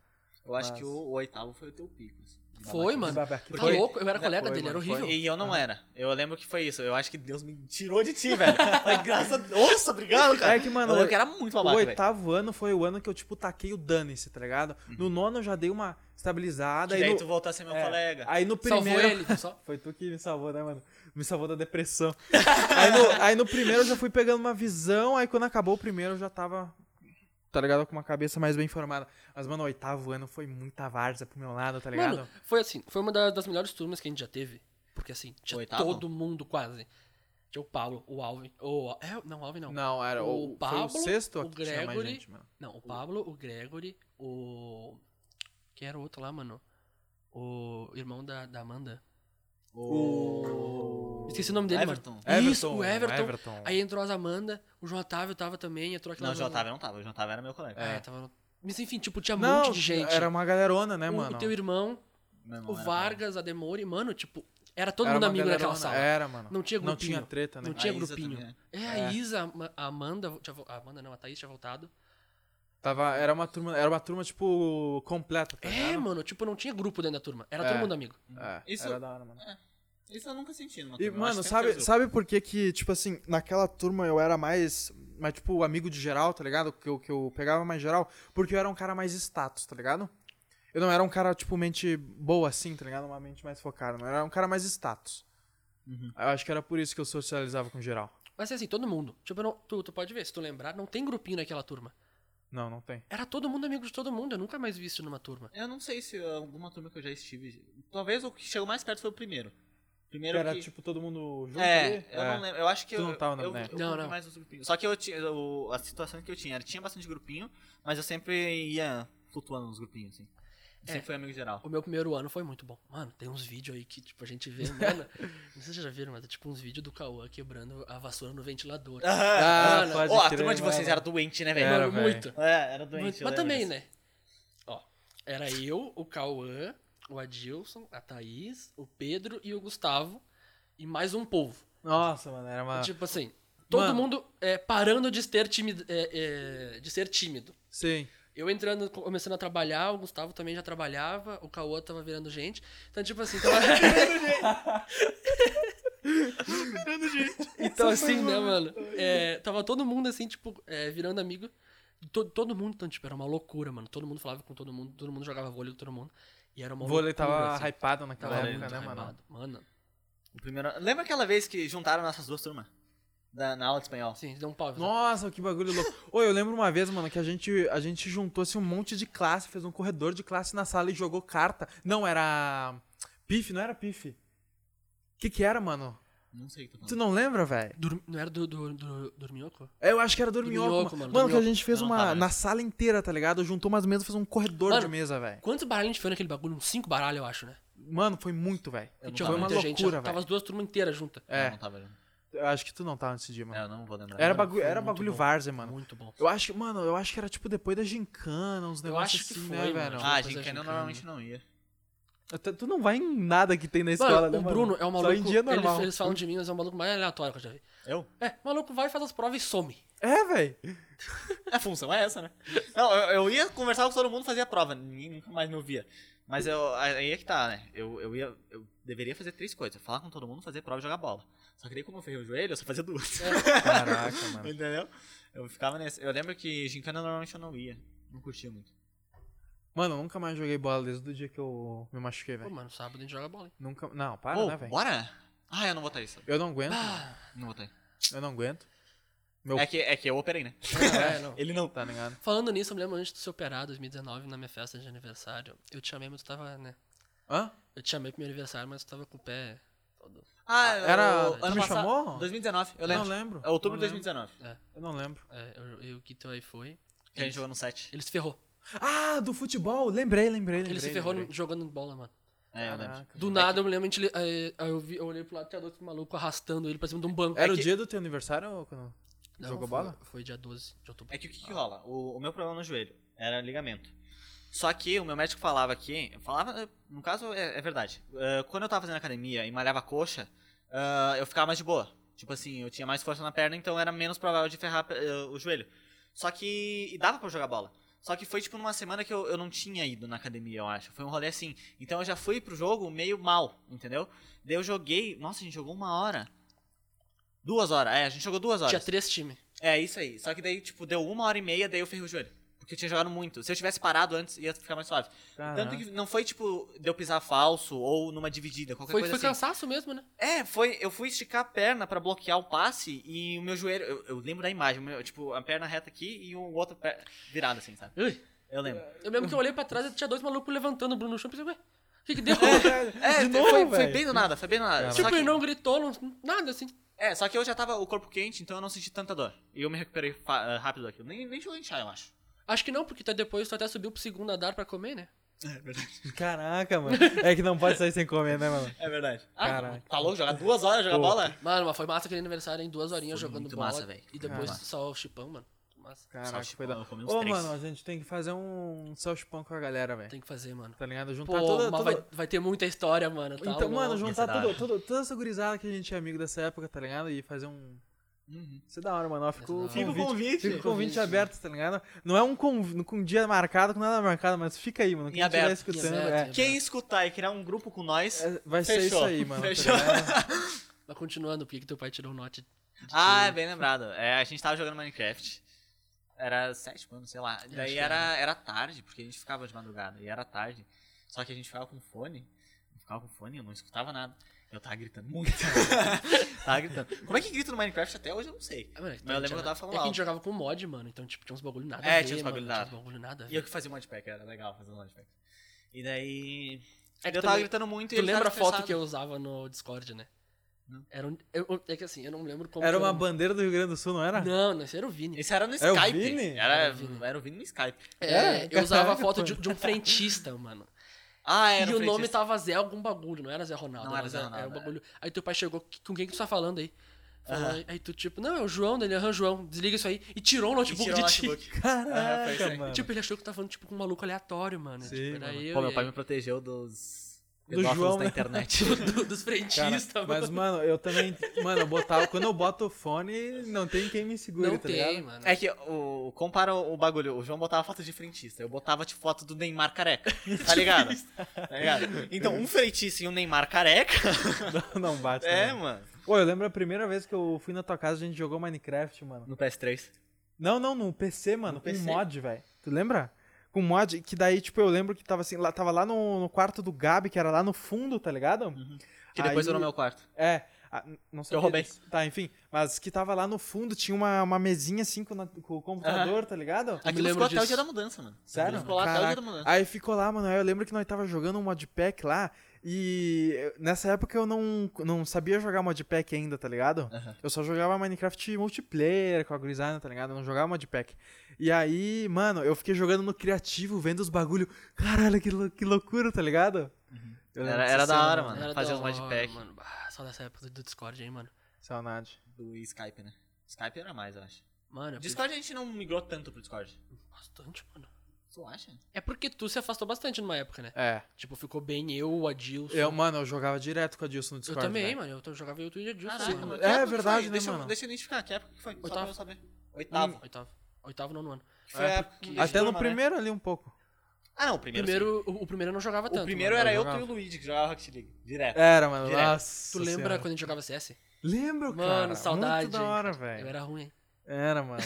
S2: Eu acho
S1: Mas-
S2: que o, o oitavo foi o teu pico. assim, de
S3: Foi,
S2: babaquice.
S3: mano.
S1: babaca.
S3: Tá
S2: Porque-
S3: louco? Eu era
S2: Não,
S3: colega
S1: foi,
S3: dele, era
S1: mano, foi.
S3: horrível.
S2: E eu
S1: Ah.
S2: não era. Eu lembro que foi isso. Eu acho que Deus me tirou de ti, velho. Foi graças a Nossa, obrigado, cara.
S1: É que, mano,
S2: eu lembro que era muito
S1: O
S2: babaca, velho.
S1: oitavo ano foi o ano que eu, tipo, taquei o dane-se, tá ligado? No nono eu já dei uma estabilizada.
S2: Uhum. Que
S1: aí
S2: daí
S1: no...
S2: tu voltou a ser meu
S1: é,
S2: colega.
S1: Aí no
S3: Salvou
S1: primeiro. Tá
S3: ele, só.
S1: Foi tu que me salvou, né, mano? Me salvou da depressão. aí, no, aí no primeiro eu já fui pegando uma visão, aí quando acabou o primeiro eu já tava, tá ligado? Com uma cabeça mais bem formada. Mas, mano, o oitavo ano foi muita várzea pro meu lado, tá ligado?
S3: Mano, foi assim, foi uma da- das melhores turmas que a gente já teve, porque assim, tinha
S2: Oitavo?
S3: todo mundo quase. Tinha o Paulo, o Alvin, o... É, não, o Alvin não.
S1: não, era o,
S3: o
S1: foi o
S3: Pablo,
S1: sexto
S3: o
S1: aqui que tinha mais
S3: Gregory.
S1: gente, mano.
S3: Não, o Pablo, o Gregory, o. Quem era o outro lá, mano? O irmão da, da Amanda.
S1: O...
S3: Esqueci o nome dele,
S2: Everton.
S3: mano.
S1: Everton,
S3: Isso, o Everton.
S1: Everton.
S3: Aí entrou as Amanda, o João Otávio tava também, entrou aquela.
S2: Não, o Jotávio não tava. O Jotávio era meu colega.
S3: É, tava. no- Mas enfim, tipo, tinha um
S1: Não,
S3: monte de gente.
S1: era uma galerona, né,
S3: o,
S1: mano?
S3: o teu irmão,
S2: Meu irmão
S3: o
S2: era um
S3: Vargas, a Demore, mano, tipo, era todo
S1: Era
S3: mundo
S1: uma
S3: amigo naquela
S1: galerona.
S3: sala.
S1: Era, mano. é,
S3: Não tinha
S1: Não
S3: grupinho.
S1: tinha treta, né?
S3: Não
S2: colega.
S3: tinha
S2: A Isa
S3: grupinho.
S2: também, né?
S3: É, a
S1: É.
S3: Isa, a Ma- a Amanda, tinha vo- a Amanda não, a Thaís tinha voltado.
S1: Tava, era uma turma, era uma turma tipo completa, tá
S3: É,
S1: ligado?
S3: mano, tipo, não tinha grupo dentro da turma. Era
S1: É.
S3: todo mundo amigo.
S1: É,
S2: Isso-
S1: era da hora, mano.
S2: Isso eu nunca senti, mano.
S1: E, mano, sabe, sabe por que que, tipo assim, naquela turma eu era mais, mais tipo, amigo de geral, tá ligado? Que eu, que eu pegava mais geral, porque eu era um cara mais status, tá ligado? Eu não era um cara, tipo, mente boa assim, tá ligado? Uma mente mais focada, mas eu era um cara mais status. Eu acho que era por isso que eu socializava com geral.
S3: Mas assim, todo mundo. Tipo, eu não- tu, tu pode ver, se tu lembrar, não tem grupinho naquela turma.
S1: Não, não tem.
S3: Era todo mundo amigo de todo mundo, eu nunca mais vi isso numa turma.
S2: Eu não sei se ah, alguma turma que eu já estive. Talvez o que chegou mais perto foi o primeiro. Primeiro
S1: Era,
S2: que...
S1: tipo, todo mundo junto
S2: É,
S1: ali?
S2: eu não lembro. Eu acho que
S1: Tu
S2: eu.
S1: não tava na
S2: eu,
S1: boneca.
S2: eu
S3: Não,
S2: curti
S3: não.
S2: mais os grupinhos. Só que eu tinha. o- a situação que eu tinha era tinha bastante grupinho, mas eu sempre ia flutuando nos grupinhos, assim.
S1: É.
S2: Sempre foi amigo geral.
S3: O meu primeiro ano foi muito bom. Mano, tem uns vídeos aí que, tipo, a gente vê, mano. Não sei se vocês já viram, mas é tipo uns vídeos do Cauã quebrando a vassoura no ventilador.
S1: Ah,
S3: não.
S1: pode
S2: Ó, a
S1: crer,
S2: turma de vocês
S1: mano.
S2: era doente, né,
S1: Era,
S2: velho?
S3: Mano,
S1: velho.
S3: muito.
S2: É, era doente.
S3: Mas,
S2: eu
S3: mas
S2: lembro
S3: também,
S2: disso.
S3: né? Ó, era eu, o Cauã, o Adilson, a Thaís, o Pedro e o Gustavo. E mais um povo.
S1: Nossa, mano, era uma.
S3: Tipo assim, todo
S1: Mano.
S3: mundo é, parando de ser, tímido, é, é, de ser tímido.
S1: Sim.
S3: Eu entrando, co- começando a trabalhar, o Gustavo também já trabalhava, o Cauã tava virando gente. Então, tipo assim, tava... Então, assim, né, mano? É, tava todo mundo, assim, tipo, é, virando amigo. To- todo mundo, então, tipo, era uma loucura, mano. Todo mundo falava com todo mundo, todo mundo jogava vôlei com todo mundo. E era uma
S1: O vôlei
S3: loucura,
S1: tava
S3: assim.
S1: hypado naquela
S3: Tava
S1: época,
S3: muito
S1: né, mano?
S3: hypado. Mano,
S1: né?
S2: O primeiro- Lembra aquela vez que juntaram nossas duas turmas? Da- na aula de espanhol?
S3: sim, deu um pau. sabe?
S1: Nossa, que bagulho louco. Ô, eu lembro uma vez, mano, que a gente, a gente juntou assim, um monte de classe, fez um corredor de classe na sala e jogou carta. Não, era. Pif, não era pif. O que que era, mano?
S2: Não sei o que eu tô
S1: Tu
S2: falando.
S1: não lembra, velho?
S3: Dur- não era do, do, do, Dorminhoco?
S1: Eu acho que era dorminhoco,
S3: Dorminhoco,
S1: mano.
S3: mano,
S1: Mano, que a
S3: dorminhoco.
S1: gente fez
S2: Não,
S1: uma.
S2: tá, né?
S1: Na sala inteira, tá ligado? Juntou umas mesas, fez um corredor
S3: Mano.
S1: de mesa, velho.
S3: Quantos baralhos a gente foi naquele bagulho? Uns cinco baralhos, eu acho, né?
S1: Mano, foi muito, velho.
S3: E
S1: Foi uma
S3: muita gente,
S1: loucura,
S3: Tava
S1: velho.
S3: as duas turmas inteiras juntas.
S2: Eu
S1: É,
S2: não tava junto.
S1: eu acho que tu não tava nesse dia,
S2: É,
S1: mano.
S2: eu não vou lembrar.
S1: Era
S3: Mano,
S1: bagulho,
S3: foi
S1: era
S3: muito
S1: bagulho
S3: bom.
S1: Várzea, mano.
S3: Muito bom.
S1: Eu acho que, mano, eu acho que era tipo depois da gincana, uns
S3: Eu
S1: negócios
S3: acho que
S1: assim,
S3: foi,
S1: né,
S3: mano.
S1: velho?
S2: Ah, a
S3: Fazer
S2: gente
S3: gincana.
S2: eu normalmente
S1: né?
S2: não ia.
S1: Tu- Tu não vai em nada que tem na escola,
S3: mano,
S1: né,
S3: o
S1: mano?
S3: Bruno é um maluco.
S1: Só em dia
S3: ele-
S1: normal.
S3: Eles, falam de mim, mas é o maluco mais aleatório que eu já vi.
S2: Eu?
S3: É, o maluco vai, faz as provas e some.
S1: É, velho.
S2: A função é essa, né? Não, eu, eu ia conversar com todo mundo, fazia a prova. Ninguém nunca mais me ouvia. Mas eu, aí é que tá, né? Eu, eu ia. Eu deveria fazer três coisas: falar com todo mundo, fazer prova e jogar bola. Só que daí, como eu ferrei o joelho, eu só fazia duas.
S1: Caraca, É, mano.
S2: Entendeu? Eu ficava nessa. Eu lembro que gincana normalmente eu não ia. Não curtia muito.
S1: Mano, eu nunca mais joguei bola desde o dia que eu me machuquei,
S3: Pô,
S1: velho.
S3: mano, sábado a gente joga bola, hein?
S1: Nunca. Não, para,
S2: Ô,
S3: Oh,
S1: né, velho?
S2: bora? Ah, eu não vou estar isso.
S1: Eu não aguento,
S3: ah.
S1: mano.
S2: Não vou estar aí.
S1: Eu não aguento. Meu
S2: É que, é que eu operei, né?
S3: É, não.
S2: Ele não.
S1: tá ligado?
S3: Falando nisso, eu me lembro antes de se operar, 2019, na minha festa de aniversário. Eu te chamei, mas tu tava, né?
S1: Hã?
S3: Eu te chamei pro meu aniversário, mas tu tava com o pé todo.
S2: Ah,
S1: Era-
S2: o-
S1: tu
S2: ano
S1: me
S2: passado-
S1: chamou?
S2: 2019, eu lembro.
S1: Não lembro.
S2: É outubro de
S1: Não lembro.
S2: 2019.
S1: Eu não lembro.
S3: É, eu, eu que teu aí foi.
S2: Que a gente jogou no 7.
S3: Ele se ferrou.
S1: Ah, do futebol. Lembrei, lembrei, lembrei.
S3: Ele se ferrou
S1: lembrei.
S3: jogando bola, mano.
S2: É, eu lembro.
S1: Caraca.
S3: Do nada, eu me lembro, a gente, é, aí eu, vi, eu olhei pro lado, tinha outro maluco arrastando ele pra cima de um banco.
S1: Era
S3: É
S1: o
S3: que-
S1: dia do teu aniversário ou quando
S3: Não,
S1: jogou
S3: foi-
S1: bola?
S3: Foi dia 12 de outubro.
S2: É que o que, que rola? O, o meu problema no joelho era ligamento. Só que o meu médico falava que. Falava, eh, no caso, é, é verdade. Eh, quando eu tava fazendo academia e malhava a coxa, ah, eu ficava mais de boa. Tipo assim, eu tinha mais força na perna, então era menos provável de ferrar eh, o joelho. Só que. E dava pra eu jogar bola. Só que foi tipo numa semana que eu, eu não tinha ido na academia, eu acho. Foi um rolê assim. Então eu já fui pro jogo meio mal, entendeu? Daí eu joguei. Nossa, a gente jogou uma hora. Duas horas. É, a gente jogou duas horas.
S3: Tinha três times.
S2: É, isso aí. Só que daí, tipo, deu uma hora e meia, daí eu ferrei o joelho. Porque eu tinha jogado muito. Se eu tivesse parado antes, ia ficar mais suave. Tanto que não foi, tipo, de eu pisar falso ou numa dividida, qualquer
S3: Foi,
S2: coisa
S3: foi
S2: assim.
S3: cansaço mesmo, né?
S2: É, foi. Eu fui esticar a perna pra bloquear o passe e o meu joelho. Eu, eu lembro da imagem, o meu- tipo, a perna reta aqui e o outro pé virado, assim, sabe? Eu lembro.
S3: Eu lembro que eu olhei pra trás e tinha dois malucos levantando o Bruno no chão e pensei, ué, o que, que deu?
S2: É,
S1: É, de novo,
S2: foi, foi
S1: velho.
S2: bem do nada, foi bem do nada. Só
S3: tipo,
S2: que,
S3: ele não gritou, não- nada assim.
S2: É, só que eu já tava o corpo quente, então eu não senti tanta dor. E eu me recuperei fa- eh, rápido daquilo. Nem, nem chegou a inchar, eu acho.
S3: Acho que não, porque tu- depois tu até subiu pro segundo andar pra comer, né?
S2: É verdade.
S1: Caraca, mano. É que não pode sair sem comer, né, mano?
S2: É verdade. Ah,
S1: Caraca.
S2: falou jogar duas horas, jogar
S1: Pô.
S2: bola?
S3: Mano, mas foi massa aquele aniversário em duas horinhas
S2: Foi
S3: jogando
S2: muito
S3: bola.
S2: massa, velho.
S3: e depois
S1: Muito
S3: só o chipão, mano. Massa.
S1: Caraca,
S2: Salchipão,
S1: foi da...
S3: tipo,
S2: eu comi uns
S1: Ô,
S2: três.
S1: mano, a gente tem que fazer um salchipão com a galera, velho.
S3: Tem que fazer, mano.
S1: Tá ligado? Juntar
S3: Pô,
S1: toda...
S3: mas
S1: toda...
S3: Vai, vai ter muita história, mano. Tá
S1: Então,
S3: louco.
S1: mano, juntar
S2: da
S1: todo,
S2: hora.
S1: todo, toda essa gurizada que a gente é amigo dessa época, tá ligado? E fazer um... Isso é da hora, mano. Ó, Fica o
S3: Isso é da
S1: convite,
S3: hora.
S2: Uhum. Fica o convite.
S1: Fica o convite
S3: Convite,
S1: aberto, tá ligado? Não é um conv... com um dia marcado, com nada marcado, mas fica aí, mano. Quem
S2: Em
S1: estiver
S2: aberto.
S1: escutando,
S3: Em aberto,
S1: é.
S3: em
S2: Quem escutar e criar um grupo com nós.
S1: É, Vai ser
S2: Fechou.
S1: isso aí, mano. tá
S2: Fechou.
S1: ligado?
S3: Mas continuando, por que que teu pai tirou o note?
S2: Ah,
S3: tipo
S2: é bem lembrado. É, a gente tava jogando Minecraft. Era sete anos, sei lá.
S3: acho
S2: Daí
S3: que
S2: era, era tarde, porque a gente ficava de madrugada. E era tarde. Só que a gente ficava com fone. Eu ficava com fone, eu não escutava nada. Eu tava gritando muito. tava gritando. Como é que grita no Minecraft até hoje eu não sei.
S3: Ah, mano,
S2: Mas eu lembro que eu tava falando
S3: É que a
S2: alto.
S3: gente jogava com mod, mano. Então, tipo, tinha uns bagulho nada
S2: É,
S3: a ver,
S2: tinha uns
S3: mano,
S2: bagulho nada.
S3: Tinha uns bagulho nada a
S2: E eu
S3: ver.
S2: que fazia um modpack, era legal fazer um modpack. E daí.
S3: É que
S2: eu
S3: tu
S2: tava
S3: lem-
S2: gritando muito e
S3: É Tu
S2: ele tava
S3: lembra a foto
S2: estressado.
S3: que eu usava no Discord, né? Era um, eu- eu- é que assim, eu não lembro como.
S1: Era
S3: que
S1: uma
S3: era o-
S1: bandeira do Rio Grande do Sul, não era?
S3: Não, não, esse era o Vini.
S2: Esse era no
S1: É o
S2: Skype.
S1: Vini?
S2: Era,
S3: Era o Vini.
S2: era o Vini no Skype.
S3: É,
S1: Era?
S3: eu usava a foto de,
S1: Caralho,
S3: de um frentista, mano.
S2: Ah,
S3: E
S2: era
S3: o
S2: frentista.
S3: nome tava Zé algum bagulho, não era Zé Ronaldo.
S2: Não era
S3: mas
S2: Zé Ronaldo,
S3: um
S2: é.
S3: bagulho. Aí teu pai chegou, "Que- com quem que tu tá falando aí? Falou,
S2: Aham.
S3: aí- Aí tu tipo, não, é o João dele, aham, João, desliga isso aí. E tirou o
S2: E
S3: notebook
S2: tirou
S3: de
S2: o
S3: ti.
S2: notebook. Ah, foi isso
S1: Caraca,
S2: aí.
S1: mano.
S3: Tipo, ele achou que tu tava falando tipo com um maluco aleatório, mano.
S1: Sim,
S3: tipo, era
S1: mano.
S3: eu
S2: Pô,
S3: e
S2: meu pai me
S3: aí-
S2: protegeu dos
S1: Do
S2: pedófilos
S1: João,
S2: da
S1: né?
S2: internet.
S3: do- dos
S1: Cara,
S3: frentistas, mano.
S1: mas, mano, eu também. Mano, eu botava. Quando eu boto o fone, não tem quem me segure,
S3: Não
S1: tá
S3: tem,
S1: ligado?
S3: mano.
S2: É que o, compara o, o bagulho, o João botava foto de frentista, eu botava tipo, foto do Neymar careca, tá ligado? Tá ligado? Então, um frentista e um Neymar careca,
S1: Não bate.
S2: é,
S1: né?
S2: mano,
S1: Pô, eu lembro a primeira vez que eu fui na tua casa, a gente jogou Minecraft, mano.
S2: no PS3.
S1: Não, não, no PC, mano,
S2: No
S1: com
S2: PC?
S1: mod, velho. Tu lembra? Com mod, que daí, tipo, eu lembro que tava assim, lá, tava lá no, no quarto do Gabi, que era lá no fundo, tá ligado?
S2: Que depois
S1: Aí-
S2: virou meu quarto.
S1: É. a- não sei
S2: Uhum. Eu roubei.
S1: Tá, enfim. Mas que tava lá no fundo, tinha uma, uma mesinha assim com, na- com o computador, tá ligado?
S2: Aquilo
S3: lembro
S2: ficou até
S3: disso.
S2: o dia da mudança, mano.
S1: Sério?
S2: Aquilo Ficou lá até o dia
S1: Caraca.
S2: da mudança.
S1: Aí ficou lá, mano. Aí eu lembro que nós tava jogando um modpack lá. E nessa época eu não, não sabia jogar modpack ainda, tá ligado?
S2: Aham.
S1: Eu só jogava Minecraft multiplayer com a gurizada, tá ligado? Eu não jogava modpack. E aí, mano, eu fiquei jogando no criativo, vendo os bagulho. Caralho, que, lou- que loucura, tá ligado? Eu lembro
S2: Era-
S1: dessa
S2: era da
S1: cena,
S2: hora, mano.
S3: Era
S2: Fazia
S3: da
S2: os
S3: hora,
S2: modpack.
S3: Mano, Bah, só dessa época do Discord, hein, mano.
S1: Saudade.
S2: Do Skype, né? Skype era mais, eu acho.
S3: Mano, eu
S2: Discord a gente não migrou tanto pro Discord.
S3: fiz bastante, mano.
S2: Tu acha?
S3: É porque tu se afastou bastante numa época, né?
S1: É.
S3: Tipo, ficou bem eu, o Adilson.
S1: Eu, mano, eu jogava direto com a Dilson no
S3: Eu
S1: Discord. né?
S3: também,
S2: né?
S1: velho.
S3: mano. Eu to- jogava YouTube e Adilson.
S2: Caraca,
S3: mano.
S2: mano.
S1: É
S2: que época que
S1: verdade,
S2: foi?
S1: né,
S2: deixa, eu-
S1: mano?
S2: Deixa eu identificar, que época que foi? Só pra
S3: Oitavo.
S2: eu saber.
S3: Oitavo.
S2: Oitavo.
S3: Oitavo. Oitavo, nono ano.
S2: Que foi a
S1: É,
S2: época que a gente
S1: Até no
S2: turma, né?
S1: primeiro ali um pouco.
S2: Ah, não, o primeiro. sim.
S3: Primeiro, o, o primeiro eu não jogava tanto.
S2: o primeiro
S3: mano. é
S2: era eu,
S1: jogava.
S2: tu e o Luigi que jogava Rocket League. Direto.
S1: Era, mano.
S2: Direto.
S1: Nossa
S3: Tu lembra
S1: senhora.
S3: quando a gente jogava CS?
S1: Lembro,
S3: Mano,
S1: cara.
S3: saudade.
S1: Muito da hora,
S3: hein, cara.
S2: É.
S3: Eu
S1: velho.
S3: era ruim, hein?
S1: Era, mano.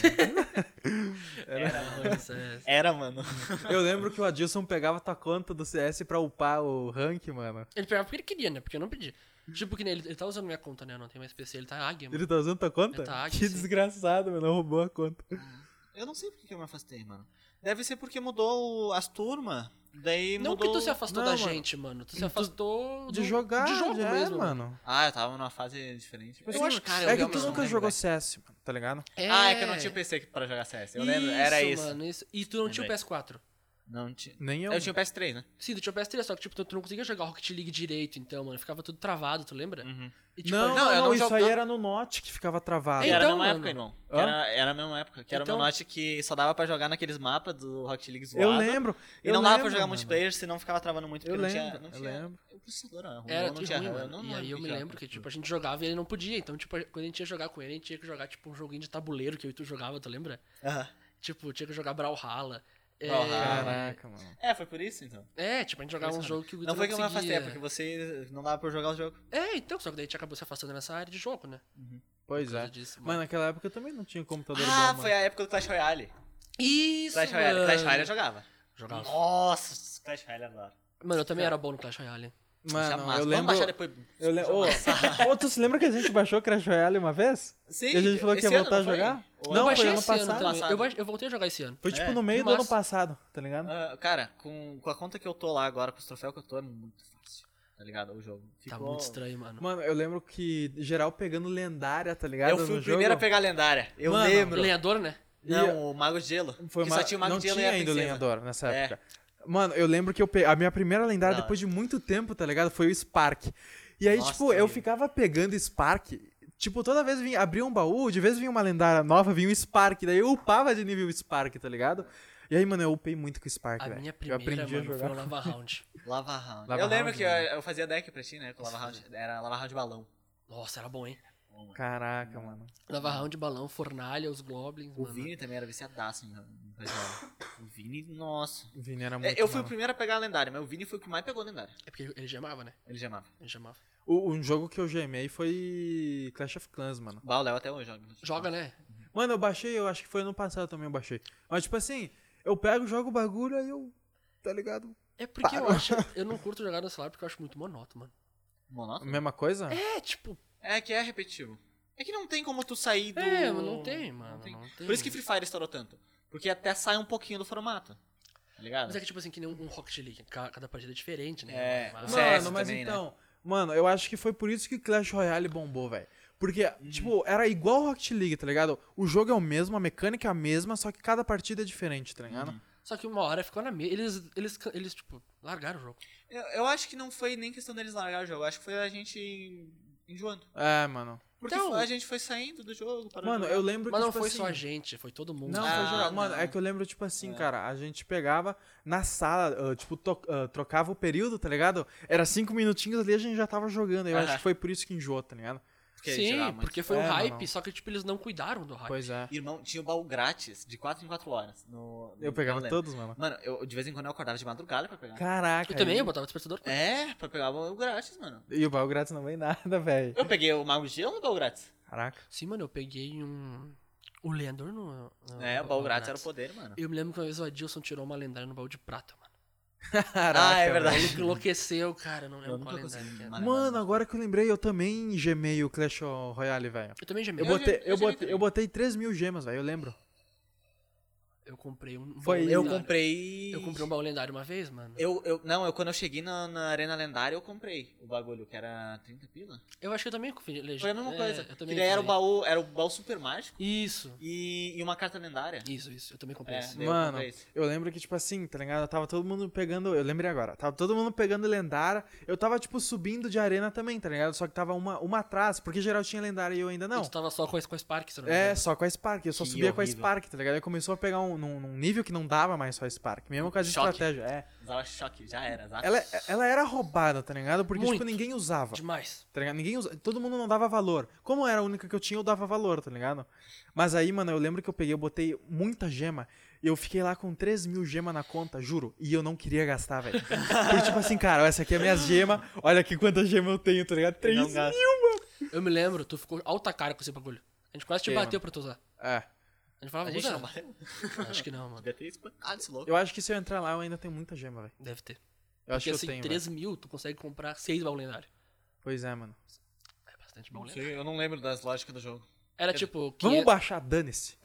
S2: Era, mano.
S3: Mano, CS.
S2: Era, mano.
S1: Eu lembro que o Adilson pegava tua conta do CS pra upar o rank, mano.
S3: Ele pegava porque ele queria, né? Porque eu não pedi. Tipo, que nem ele, ele tá usando minha conta, né? Eu não tenho mais PC, ele tá águia, mano.
S1: Ele tá usando tua conta?
S3: Ele tá hack,
S1: que
S3: sim.
S1: desgraçado, mano. Roubou a conta.
S2: Eu não sei por que é eu me afastei, mano. Deve ser porque mudou o- as turmas. Daí
S3: Não
S2: mudou...
S3: que tu se afastou
S1: Não,
S3: da
S1: mano.
S3: gente, mano. Tu se afastou
S1: De
S3: do-
S1: jogar,
S3: de jogo
S1: já é,
S3: mesmo,
S1: mano.
S2: Ah, eu tava numa fase diferente.
S1: Tipo
S3: Eu
S1: assim,
S3: acho-
S1: mano,
S3: cara, eu
S1: é que tu
S3: realmente não
S1: nunca
S2: lembro,
S1: jogou
S2: velho.
S1: CS, mano, tá ligado?
S2: Ah, é que eu não tinha PC pra jogar CS. Eu lembro, era isso.
S3: Mano, isso. E tu não tinha o
S2: Lembrei.
S3: PS4.
S2: Não tinha...
S1: Nem eu.
S2: Eu tinha o PS3, né?
S3: Sim, tu tinha o PS3, só que tipo, tu, tu não conseguia jogar Rocket League direito, então, mano. Ficava tudo travado, tu lembra?
S2: Uhum.
S3: E, tipo,
S1: Não,
S2: não,
S1: não,
S2: eu
S1: não,
S2: não
S1: isso
S2: jogo-
S1: aí
S2: não.
S1: era no Note que ficava travado.
S3: É,
S2: era a
S3: então,
S2: mesma
S3: mano.
S2: época, irmão.
S1: Hã?
S2: Era, era a mesma época. Que era
S3: Então-
S2: uma note que só dava pra jogar naqueles mapas do Rocket League zoado.
S1: eu lembro.
S2: E
S1: eu
S2: não
S1: lembro,
S2: dava pra jogar
S1: mano.
S2: multiplayer, senão ficava travando muito.
S1: Eu
S2: Porque não tinha-
S1: lembro,
S2: não
S1: eu
S2: tinha...
S1: lembro.
S2: O processador era ruim,
S3: Era
S2: não
S3: tudo
S2: tinha
S3: ruim,
S2: RAM,
S3: mano.
S2: eu não
S3: e aí eu
S2: o
S3: me
S2: era.
S3: lembro que, tipo, a gente jogava e ele não podia. Então, tipo, quando a gente ia jogar com ele, a gente tinha que jogar, tipo, um joguinho de tabuleiro que eu e tu jogava, tu lembra?
S2: Aham.
S3: Tipo, tinha que jogar Brawlhalla. É,
S2: Brawlhalla.
S1: Caraca, mano.
S2: É, foi por isso então.
S3: é, tipo, a gente jogava um jogo que o Guto
S2: Não foi que eu me
S3: conseguia.
S2: afastei, é porque você não dava pra eu jogar o jogo.
S3: É, então, só que daí a gente acabou se afastando nessa área de jogo, né?
S1: Pois
S3: Por causa
S1: é.
S3: disso, mano.
S1: Mas naquela época eu também não tinha computador
S2: Ah,
S1: bom,
S2: foi a época do Clash Royale.
S3: Isso,
S2: Clash Royale,
S3: mano.
S2: Clash Royale eu jogava.
S3: Jogava.
S2: Nossa, Clash Royale agora.
S3: Mano,
S2: É.
S3: eu também era bom no Clash Royale.
S1: mano. Mano,
S2: Jamais.
S1: eu
S2: Vamos baixar
S1: lembro...
S2: depois.
S1: Eu le... Ô, ô, tu se lembra que a gente baixou Crash Royale uma vez?
S2: Sim,
S1: E a gente falou que
S2: esse
S1: ia
S2: ano,
S1: voltar a
S2: não foi?
S1: jogar?
S2: Ou
S1: Não,
S3: eu
S1: foi
S2: ano
S3: baixei
S1: ano
S3: esse ano
S1: passado.
S3: também.
S2: Passado.
S3: Eu, baixei- eu voltei a jogar esse ano.
S1: Foi tipo
S2: É,
S1: no meio
S3: que
S1: do ano
S3: massa.
S1: passado, tá ligado?
S2: Ah, cara, com, com a conta que eu tô lá agora, com os troféus que eu tô, é muito fácil. Tá ligado? O jogo.
S3: Tá
S2: Ficou-
S3: muito estranho, mano.
S1: Mano, eu lembro que geral pegando lendária, tá ligado?
S2: Eu fui
S1: no
S2: o primeiro a
S1: jogo.
S2: pegar a lendária. Eu
S1: Mano,
S2: lembro.
S3: Lenhador, né?
S2: Não, o Mago de Gelo.
S1: Foi
S2: que
S1: uma...
S2: só tinha o Mago
S1: Não
S2: de Gelo
S1: tinha
S2: e a
S1: ainda o
S2: princesa.
S1: lenhador nessa
S2: É.
S1: época. Mano, eu lembro que eu pe... a minha primeira lendária
S2: Não.
S1: depois de muito tempo, tá ligado? Foi o Spark. E aí,
S2: Nossa,
S1: tipo, eu
S2: horrível.
S1: ficava pegando Spark. Tipo, toda vez vinha, abria um baú, de vez vinha uma lendária nova, vinha um Spark. Daí eu upava de nível Spark, tá ligado? E aí, mano, eu upei muito com o Spark,
S3: A
S1: velho.
S3: minha
S1: Tá Eu
S3: primeira,
S1: aprendi a
S3: mano, foi
S1: jogar.
S3: o Lava Round.
S2: Lava Round.
S1: Lava
S2: eu lembro
S1: Round,
S2: que eu,
S1: né?
S2: eu fazia deck pra ti, né? Com Lava Round. Era Lava Round balão.
S3: Nossa, era bom, hein?
S2: um-
S1: Caraca, mano.
S3: Lava Round, balão, fornalha, os goblins,
S2: O
S3: mano.
S2: Vini também era viciadaço em em Clash Royale. O Vini, nossa.
S1: O Vini era
S2: É,
S1: muito
S2: eu fui o
S1: mano.
S2: primeiro a pegar a lendária, mas o Vini foi o que mais pegou a lendária.
S3: É porque ele gemava, né?
S2: Ele chamava.
S3: Ele gemava.
S1: O- Um jogo que eu gemei foi Clash of Clans, mano.
S2: Bah, o Léo até hoje joga.
S3: Joga, né?
S1: Mano, eu baixei, eu acho que foi ano passado também eu baixei. Mas, tipo assim, eu pego, jogo o bagulho, aí eu. Tá ligado?
S3: É porque eu acho. Eu não curto jogar no celular porque eu acho muito monótono, mano.
S2: Monótono?
S1: Mesma coisa?
S3: É, tipo.
S2: É que é repetitivo. É que não tem como tu sair do.
S3: É, mas não tem, mano.
S2: Não tem.
S3: Não tem.
S2: Por isso que Free Fire estourou tanto. Porque até sai um pouquinho do formato. Tá ligado?
S3: Mas é que, tipo assim, que nem um um Rocket League. ca- Cada partida é diferente, né?
S2: É,
S3: Mas-
S2: o CS
S1: Mano, mas
S2: também, né?
S1: então. Mano, eu acho que foi por isso que Clash Royale bombou, velho. Porque, tipo, era igual o Rocket League, tá ligado? O jogo é o mesmo, a mecânica é a mesma, só que cada partida é diferente, tá ligado?
S3: Só que uma hora ficou na mesa. Eles, eles, eles, tipo, largaram o jogo.
S2: Eu, eu acho que não foi nem questão deles largar o jogo, acho que foi a gente enjoando.
S1: É, mano.
S2: Porque
S3: Então-
S2: foi- a gente foi saindo do jogo. parou de
S1: Mano,
S2: jogar.
S1: eu lembro
S3: Mas
S1: que.
S3: não
S1: tipo
S3: foi
S1: assim,
S3: só a gente, foi todo mundo.
S1: Não,
S2: Ah,
S1: foi geral. Mano,
S2: não.
S1: é que eu lembro, tipo assim, cara, a gente pegava na sala, ah, tipo, to- ah, trocava o período, tá ligado? Era cinco minutinhos ali a gente já tava jogando. Eu acho
S2: Aham.
S1: que foi por isso que enjoou, tá ligado?
S2: Porque
S3: Sim,
S2: jogava muito.
S3: porque foi
S1: É,
S3: um
S1: não,
S3: hype,
S1: não.
S3: só que tipo, eles não cuidaram do hype.
S1: Pois é.
S2: Irmão, tinha o baú grátis de 4 em 4 horas. No,
S1: Eu
S2: no-
S1: pegava
S2: na
S1: todos, mano.
S2: Mano, eu, de vez em quando eu acordava de madrugada pra pegar.
S1: Caraca.
S3: Eu também,
S1: e-
S3: eu botava despertador.
S2: É, pra pegar o baú grátis, mano.
S1: E o baú grátis não vem nada, velho.
S2: Eu peguei o Mago de Gelo no baú grátis.
S1: Caraca.
S3: Sim, mano, eu peguei um. O lendário no. no-
S2: é, o
S3: no
S2: baú grátis era o poder, mano.
S3: Eu me lembro que uma vez o Adilson tirou uma lendária no baú de prata, mano.
S1: Caraca,
S2: ah, é
S1: velho.
S3: O
S2: verdade.
S3: maluco enlouqueceu, cara, eu não lembro
S2: nunca
S3: qual lendária
S2: consegui,
S3: que era.
S2: mano.
S1: Mano, agora que eu lembrei, eu também gemei o Clash Royale, velho.
S3: Eu também já me
S1: Eu
S2: Eu
S1: botei,
S2: ge- eu
S1: eu,
S2: gemei
S1: botei,
S2: também.
S1: eu botei 3 mil gemas, velho, eu lembro.
S3: Eu comprei um.
S1: Foi-
S3: baú
S2: Eu
S3: lendário.
S2: comprei.
S3: Eu comprei um baú lendário uma vez, mano.
S2: Eu, eu, não, eu quando eu cheguei na, na Arena Lendária, eu comprei o bagulho, que era 30 pila.
S3: Eu acho que eu também comprei legenda.
S2: Foi a mesma
S3: É,
S2: coisa.
S3: Eu
S2: que
S3: também
S2: daí era o
S3: comprei.
S2: baú, era o baú super mágico
S3: Isso.
S2: e, e uma carta lendária.
S3: Isso, isso. Eu também comprei
S2: É,
S3: esse.
S2: daí eu
S1: Mano,
S2: comprei esse.
S1: eu lembro que, tipo assim, tá ligado? Tava todo mundo pegando. Eu lembrei agora. Tava todo mundo pegando lendária. Eu tava, tipo, subindo de arena também, tá ligado? Só que tava uma, uma atrás, porque geral tinha lendária e eu ainda não.
S3: Tu tava só com a, com a Spark, se eu não me
S1: É,
S3: engano.
S1: só com a Spark. Eu só
S2: né? Que
S1: subia com a
S2: horrível.
S1: Spark, tá ligado? Aí começou a pegar um, num, num nível que não dava mais só a Spark. Mesmo com a
S2: Choque.
S1: estratégia. É.
S2: Usava choque, já era. Zap.
S1: Ela, ela era roubada, tá ligado? Porque, tipo,
S3: Muito.
S1: ninguém usava.
S3: Demais.
S1: Tá ligado? Ninguém usa... Todo mundo não dava valor. Como era a única que eu tinha, eu dava valor, tá ligado? Mas aí, mano, eu lembro que eu peguei, eu botei muita gema. E eu fiquei lá com 3 mil gemas na conta, juro. E eu não queria gastar, velho. Porque, tipo assim, cara, essa aqui é minhas gemas. Olha aqui quantas gemas eu tenho, tá ligado? 3
S2: Não
S1: mil.
S2: gasta.
S3: Eu me lembro, tu ficou alta cara com esse bagulho. A gente quase te
S1: Fiquei,
S3: bateu pra tu usar.
S1: É.
S3: A gente falava,
S2: A gente
S3: usa.
S2: não bateu.
S3: Acho que não, mano.
S2: Devia ter espancado esse é louco.
S1: Eu acho que se eu entrar lá, eu ainda tenho muita gema, velho.
S3: Deve ter.
S1: Eu acho
S3: Porque
S1: que
S3: assim,
S1: eu tenho.
S3: 3 mil, tu consegue comprar 6 baú lendário.
S1: velho. Pois é, mano.
S3: É bastante baú
S2: Não
S3: lendário.
S2: sei, eu não lembro das lógicas do jogo.
S3: Era tipo.
S1: Vamos
S2: é-
S3: 500
S1: baixar, dane-se.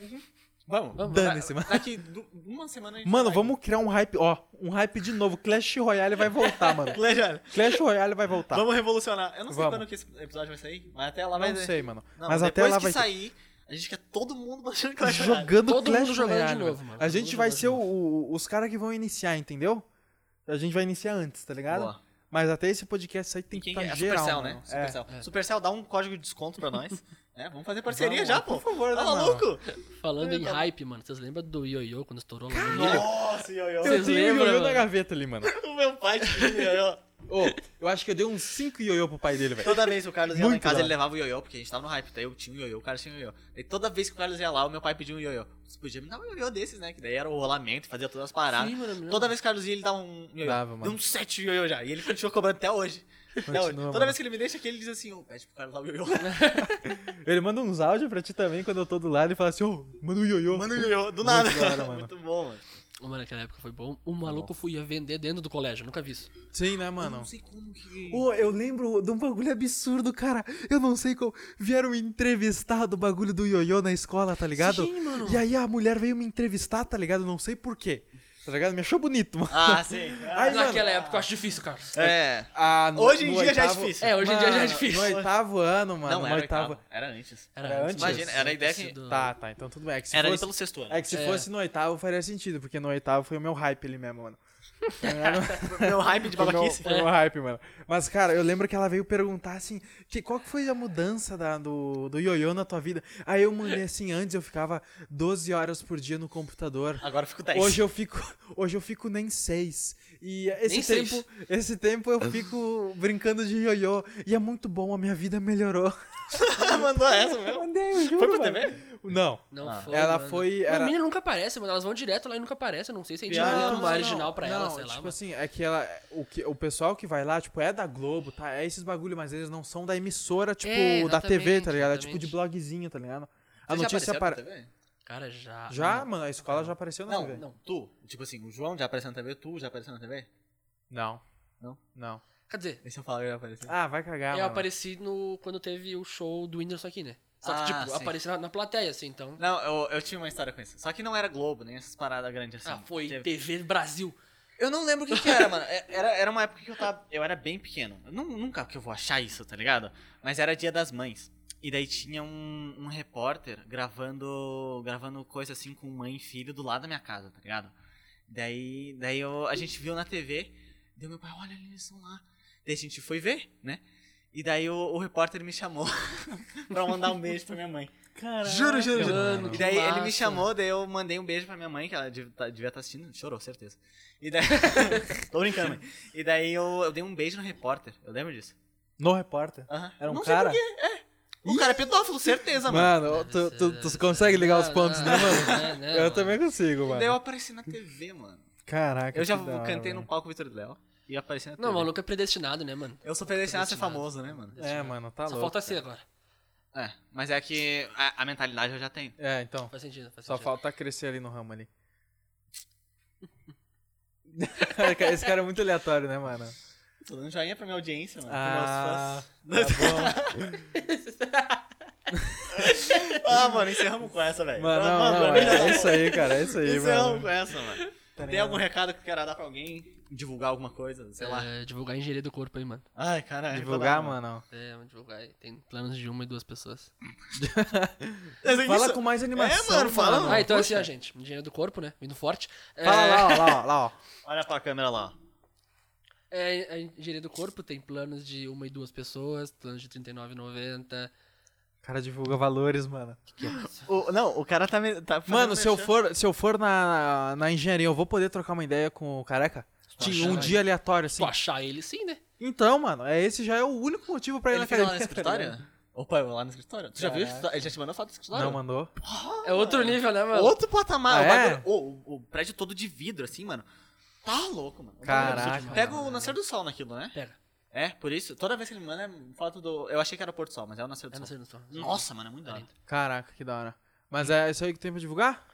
S2: Vamos.
S3: Vamos,
S1: Dane-se, mano.
S2: Daqui du- uma semana a gente
S1: Mano,
S2: vai.
S1: vamos criar um hype, ó. Um hype de novo. Clash Royale vai voltar, mano.
S2: Legal.
S1: Clash Royale vai voltar.
S2: Vamos revolucionar. Eu não sei
S1: Tá. Vamos.
S2: quando que esse episódio vai sair, mas até lá vai.
S1: Não sei, mano.
S2: Não,
S1: Mas até
S2: depois
S1: lá
S2: que
S1: vai ter-
S2: sair, a gente quer todo mundo baixando Clash Royale.
S1: jogando
S3: Todo
S1: Clash
S3: mundo jogando de
S1: Royale,
S3: novo,
S1: velho.
S3: mano.
S1: A
S3: Todo
S1: gente
S3: mundo
S1: vai
S3: jogando
S1: ser
S3: de
S1: o- o- os caras que vão iniciar, entendeu? A gente vai iniciar antes, tá ligado?
S2: Boa.
S1: Mas até esse podcast aí tem que
S2: Quem
S1: estar
S2: que é? A
S1: geral,
S2: Supercell,
S1: mano.
S2: né? Supercell.
S3: É.
S2: Supercell, dá um código de desconto pra nós. é, vamos fazer parceria
S1: Vamos,
S2: já, pô.
S1: por favor,
S2: tá
S1: né, mano?
S2: maluco?
S3: Falando em hype, mano, vocês lembram do Yoyo quando estourou lá no milho?
S2: Nossa, ioiô.
S1: Eu
S3: Vocês
S1: tenho
S3: lembram,
S1: ioiô na
S3: mano?
S1: gaveta ali, mano.
S2: O meu pai tinha um ioiô.
S1: Ô, eu acho que eu dei uns 5 ioiô pro pai dele, velho.
S2: Toda vez que o Carlos ia lá em
S1: Muito
S2: casa,
S1: da
S2: ele levava o ioiô, porque a gente tava no hype. Daí eu tinha um ioiô, o Carlos tinha um ioiô. Daí toda vez que o Carlos ia lá, o meu pai pedia um ioiô. Você podia me dar um ioiô desses, né? Que daí era o rolamento, fazia todas as paradas.
S3: Sim, mano, eu me lembro.
S2: Toda vez que o Carlos ia, ele dava um ioiô.
S1: Dava, mano.
S2: Deu uns sete ioiô já. E ele continua cobrando até hoje. Até
S1: Continua,
S2: hoje. Toda
S1: mano.
S2: vez que ele me deixa aqui, ele diz assim, ô, pede pro Carlos dar o ioiô.
S1: Ele manda uns áudios pra ti também quando eu tô do lado e fala assim, ô, manda um ioiô.
S2: Mano, ioiô, do nada.
S1: da hora, mano.
S2: Muito bom, mano.
S3: Mano, naquela época foi bom. O maluco foi ia vender dentro do colégio, nunca vi isso.
S1: Sim, né, mano?
S2: Não sei como que...
S1: Ô, eu lembro de um bagulho absurdo, cara. Eu não sei como. Vieram entrevistar do bagulho do ioiô na escola, tá ligado?
S3: Sim, mano.
S1: E aí a mulher veio me entrevistar, tá ligado? Não sei porquê. Tá ligado? Me achou bonito, mano.
S2: Ah, sim.
S1: Ai, mano.
S3: naquela época eu acho difícil, cara.
S2: É.
S1: Ah, no-
S2: Hoje em
S1: no
S2: dia já é
S1: oitavo-
S2: difícil.
S3: É, hoje em dia já é
S1: Mano,
S3: difícil.
S1: No oitavo ano, mano.
S2: não,
S1: no
S2: era
S1: oitavo-
S2: oitavo. Era antes.
S1: era antes?
S2: Imagina, era a ideia que-
S3: Do...
S1: Tá, tá. Então tudo bem. É que se,
S2: Era ali
S1: fosse...
S2: pelo sexto ano.
S1: É que se
S3: É.
S1: fosse no oitavo faria sentido, porque no oitavo foi o meu hype ali mesmo, mano.
S2: Meu hype de
S1: Foi o meu,
S2: babaquice.
S1: foi o meu hype, mano. Mas, cara, eu lembro que ela veio perguntar assim: que, qual que foi a mudança da- do, do ioiô na tua vida? Aí eu mandei assim: antes eu ficava 12 horas por dia no computador.
S2: Agora fico 10.
S1: Hoje eu fico, hoje eu fico nem seis. E esse
S3: Nem seis.
S1: tempo, esse tempo eu fico brincando de ioiô e é muito bom, a minha vida melhorou.
S2: mandou essa, meu.
S1: Mandei, eu juro,
S2: Foi pro
S1: mano.
S2: TV?
S1: Não.
S3: Não
S2: Ah.
S3: foi.
S1: Ela
S3: mano.
S1: foi-
S3: Não,
S1: era-
S3: A menina nunca aparece, mano. Elas vão direto lá e nunca aparece. Eu não sei se a gente
S2: Não,
S3: deu
S2: não,
S3: uma tipo, é original pra ela,
S1: não,
S3: sei lá.
S1: Tipo
S3: mano.
S1: assim, é que ela. O, que, o pessoal que vai lá, tipo, é da Globo, tá? É esses bagulho, mas eles não são da emissora, tipo,
S3: É,
S1: da TV, tá
S3: exatamente,
S1: ligado? É tipo de
S3: exatamente.
S1: blogzinho, tá ligado? A
S2: Vocês já
S1: notícia
S2: apareceram
S1: para.
S2: na TV?
S3: Cara, já.
S1: Já,
S3: Ah, Não.
S1: mano, a escola já apareceu na
S2: Não,
S1: TV.
S2: não. Tu, tipo assim, o João já apareceu na TV, tu já apareceu na TV?
S1: Não.
S2: Não?
S1: Não.
S3: Quer dizer,
S2: Deixa eu falar que já apareceu.
S1: Ah, vai cagar.
S3: eu
S1: mano.
S3: apareci no, quando teve o show do Whindersson aqui, né? Só que,
S2: Ah,
S3: tipo,
S2: sim.
S3: apareci na, na plateia, assim, então.
S2: Não, eu, eu tinha uma história com isso. Só que não era Globo, nem essas paradas grandes assim.
S3: Ah, foi
S2: Teve-
S3: TV Brasil.
S2: Eu não lembro o que, que era, mano. É- Era, era uma época que eu tava. Eu era bem pequeno. Eu nu- nunca que eu vou achar isso, tá ligado? Mas era dia das mães. E daí tinha um, um repórter gravando. gravando coisa assim com mãe e filho do lado da minha casa, tá ligado? Daí, daí eu- a gente viu na TV, deu meu pai, olha, eles estão lá. Daí a gente foi ver, né? E daí o, o repórter me chamou pra mandar um beijo pra minha mãe.
S1: Juro, juro, juro.
S3: Mano,
S2: E daí
S3: que
S2: ele me
S3: massa.
S2: chamou, daí eu mandei um beijo pra minha mãe, que ela dev- tá- devia estar assistindo. Chorou, certeza. E daí. Tô brincando, mãe. E daí eu, eu dei um beijo no repórter. Eu lembro disso.
S1: No repórter.
S2: Aham.
S1: Era um
S2: Não sei
S1: cara.
S2: por quê. O cara é pedófilo, certeza, mano.
S1: Mano, tu, tu, tu consegue ligar os pontos, né, mano?
S3: É,
S1: Eu também consigo,
S2: Daí eu
S1: mano.
S2: apareci na TV, mano.
S1: Caraca.
S2: Eu já
S1: que da hora,
S2: cantei no
S1: mano.
S2: palco Vitor e Léo e apareci na TV.
S3: Não, o maluco é predestinado, né, mano?
S2: Eu sou predestinado a ser
S3: Predestinado.
S2: famoso, né, mano?
S1: É, mano, tá
S3: Só
S1: louco.
S3: falta
S1: cara.
S3: ser agora.
S2: É, mas é que a, a mentalidade eu já tenho.
S1: É, então.
S3: Faz sentido, faz
S1: Só
S3: sentido.
S1: falta crescer ali no ramo ali. Esse cara é muito aleatório, né, mano?
S2: Tô dando joinha pra minha audiência, mano.
S1: Ah,
S2: Ah,
S1: tá
S2: ah mano, encerramos com essa,
S1: bom.
S2: velho.
S1: Mano,
S2: Mano,
S1: não, não,
S2: pra mim já tá
S1: é isso
S2: bom.
S1: aí, cara, é isso aí,
S2: Encerramos
S1: mano.
S2: com essa, mano.
S1: Tá
S2: Tem
S1: ligado?
S2: algum recado que eu quero dar pra alguém? Divulgar alguma coisa, sei lá.
S3: É, divulgar a engenharia do corpo aí, mano.
S2: Ai, caralho.
S1: Divulgar, mano.
S3: É, vamos divulgar aí. Tem planos de uma e duas pessoas.
S1: Fala com mais animação.
S2: É, mano, fala, mano.
S3: ah, então
S2: puxa.
S3: assim, ó, gente. Engenharia do corpo, né? Vindo forte. É,
S1: Fala lá, ó, lá, ó, lá, ó.
S2: Olha pra câmera lá.
S3: É, a engenharia do corpo tem planos de uma e duas pessoas, planos de R$39,90.
S1: Cara, divulga valores, mano.
S2: O, não, o cara tá... me- tá fazendo
S1: Mano, se eu
S2: merchan.
S1: for, se eu for na, na engenharia, eu vou poder trocar uma ideia com o careca? Tinha um
S3: achando
S1: dia aleatório, assim.
S3: Tu achar ele sim, né?
S1: Então, mano, é esse já é o único motivo pra ir
S2: Ele
S1: na
S2: fica lá
S1: academia,
S2: no
S1: tá ligado?
S2: escritório? Opa, eu vou lá no escritório. Tu já viu? o escritório? Ele já te mandou foto do escritório?
S1: Não mandou.
S3: É outro nível, né, mano?
S2: Outro patamar.
S1: Ah,
S2: o,
S1: é?
S2: bagulho- o- o- o prédio todo de vidro, assim, mano. Tá louco, mano.
S3: é
S1: Caraca.
S3: né?
S2: Pega um, o Nascer do Sol naquilo, né?
S3: Pega.
S2: É, por isso. Toda vez que ele manda é foto do... Eu achei que era o Porto do Sol, mas é o Nascer do
S3: É, não sei,
S2: Sol.
S3: não sei.
S2: Nossa, mano, é muito da hora.
S3: Lindo.
S1: Caraca, que da hora. Mas
S2: Hum.
S1: é isso aí que tem pra divulgar?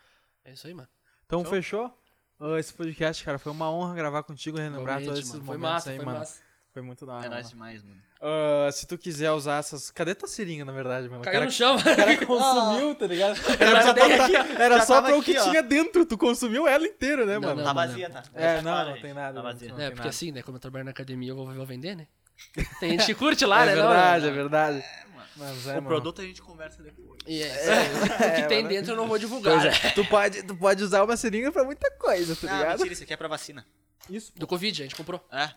S3: É isso aí, mano.
S1: Então fechou? Ah, Esse podcast, cara, foi uma honra gravar contigo,
S2: um
S1: relembrar
S3: Realmente,
S1: todos esses
S3: mano. Foi
S1: momentos
S3: massa,
S1: aí,
S3: foi
S1: mano.
S3: massa.
S1: Foi muito da
S2: É
S1: hora.
S2: nóis
S1: mano.
S2: demais, mano.
S1: Ah, se tu quiser usar essas. Cadê tua seringa, na verdade, mano? O
S3: Caiu
S1: cara,
S3: no chão,
S1: o cara
S3: mano. É
S1: consumiu, tá ligado?
S2: Ah. já
S1: Era, só
S2: tava
S1: pra-
S2: aqui, ó.
S1: era
S2: Já
S1: só
S2: tava
S1: pra o que
S2: aqui, ó.
S1: tinha dentro. Tu consumiu ela inteira, né,
S3: Não,
S1: mano?
S3: não.
S2: Tá vazia, tá?
S1: É,
S2: Já
S1: não,
S2: fala,
S1: não
S2: gente.
S1: tem nada,
S2: Tá
S1: não
S2: vazia.
S1: tem
S3: É,
S1: nada.
S3: porque assim, né? Como eu trabalho na academia, eu vou, vou vender, né? Tem gente que curte lá,
S1: É
S3: né?
S1: verdade,
S3: não,
S1: é verdade.
S2: mano.
S1: Mas é,
S2: O
S1: mano.
S2: produto a gente conversa depois.
S3: E é, isso aí. o que tem dentro eu não vou divulgar.
S1: Pois é, tu, pode, tu pode usar uma seringa pra muita coisa, tá
S2: Ah,
S1: ligado?
S2: mentira, isso aqui é pra vacina.
S1: Isso.
S3: Do Covid, a gente comprou.
S2: É.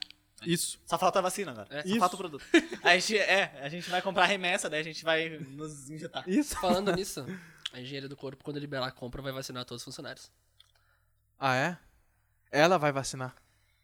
S1: Isso.
S2: Só falta a vacina agora.
S3: É.
S2: Só
S1: Isso.
S2: falta o produto. A gente, é, a gente vai comprar remessa, daí a gente vai nos injetar.
S1: Isso.
S3: Falando nisso, a engenharia do corpo, quando liberar a compra, vai vacinar todos os funcionários.
S1: Ah, é? Ela vai vacinar.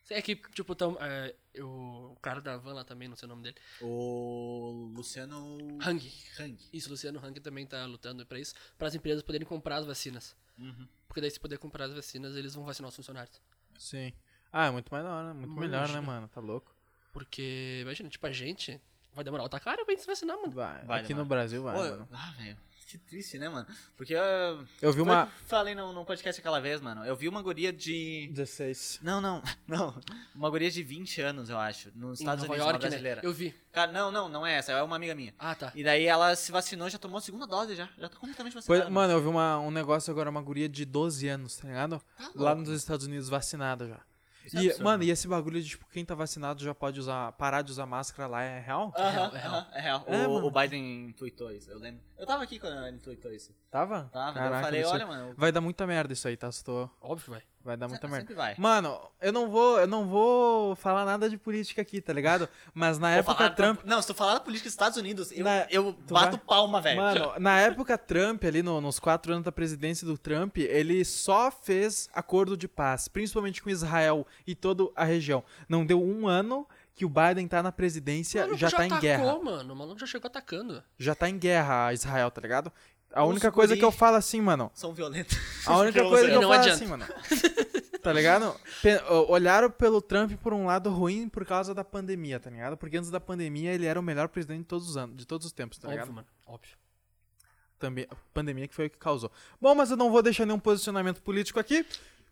S3: É que, tipo, tão, é, eu- o cara da van lá também, não sei o nome dele.
S2: O Luciano...
S3: Hang.
S2: Hang.
S3: Isso, o Luciano Hang também tá lutando pra isso, para as empresas poderem comprar as vacinas.
S2: Uhum.
S3: Porque daí, se poder comprar as vacinas, eles vão vacinar os funcionários.
S1: Sim. Ah, é muito mais da hora, muito
S3: Mano,
S1: melhor, né,
S3: imagina.
S1: mano? Tá louco?
S3: Porque, imagina, tipo, a gente vai demorar. Tá caro pra gente se vacinar, mano.
S1: Vai.
S2: Vai,
S1: Aqui
S2: né,
S1: no Brasil vai,
S2: Pô,
S1: mano.
S2: ah, velho. Que triste, né, mano? Porque eu...
S1: Eu vi uma.
S2: Falei no, no podcast aquela vez, mano. Eu vi uma guria de...
S1: 16.
S2: Não, não, não. Uma guria de 20 anos, eu acho. Nos Estados
S3: Nova
S2: Unidos, uma
S3: York,
S2: brasileira.
S3: né? Eu vi.
S2: Cara, não, não, não é essa. É uma amiga minha.
S3: Ah, tá.
S2: E daí ela se vacinou, já tomou a segunda dose já. Já tá completamente
S1: Pois-
S2: vacinada.
S1: mano, eu vi uma, um negócio agora, uma guria de 12 anos, tá ligado? Lá nos Estados Unidos, vacinada já.
S2: Isso é
S1: E,
S2: absurdo.
S1: mano, e esse bagulho de, tipo, quem tá vacinado já pode usar, parar de usar máscara lá é real?
S2: Aham,
S3: É real,
S2: aham, é real.
S1: É,
S2: o,
S1: mano.
S2: o Biden tweetou isso, eu lembro. Eu tava aqui quando ele tweetou isso.
S1: Tava?
S2: Tá, mas
S1: Caraca,
S2: eu falei,
S1: isso-
S2: olha, mano.
S1: Vai dar muita merda isso aí, tá? Se tô-
S3: Óbvio, vai.
S1: Vai dar
S2: se-
S1: muita merda.
S2: Sempre vai.
S1: Mano, eu não vou, eu não vou falar nada de política aqui, tá ligado? Mas na
S2: Vou
S1: época
S2: falar da-
S1: Trump,
S2: Não, se tu falar da política dos Estados Unidos, eu,
S1: Na-
S2: eu
S1: tu
S2: bato
S1: vai-
S2: palma, velho.
S1: Mano, na época Trump, ali no- nos quatro anos da presidência do Trump, ele só fez acordo de paz, principalmente com Israel e toda a região. Não deu um ano que o Biden tá na
S3: O
S1: presidência,
S3: maluco
S1: já tá em
S3: atacou,
S1: guerra.
S3: mano. O maluco já chegou atacando.
S1: Já tá em guerra a Israel, tá ligado? A
S2: Os
S1: única coisa
S2: guri-
S1: que eu falo assim, mano.
S2: São violentos.
S1: A única
S2: um Eu
S1: coisa que
S2: usei.
S1: eu
S3: Não
S1: falo
S3: adianta.
S1: assim, mano. Tá ligado? Pe- ó, Olharam pelo Trump por um lado ruim por causa da pandemia, tá ligado? Porque antes da pandemia ele era o melhor presidente de todos os anos, de todos os tempos, tá ligado?
S3: Óbvio, mano. Óbvio.
S1: também a pandemia que foi o que causou. Bom, mas eu não vou deixar nenhum posicionamento político aqui.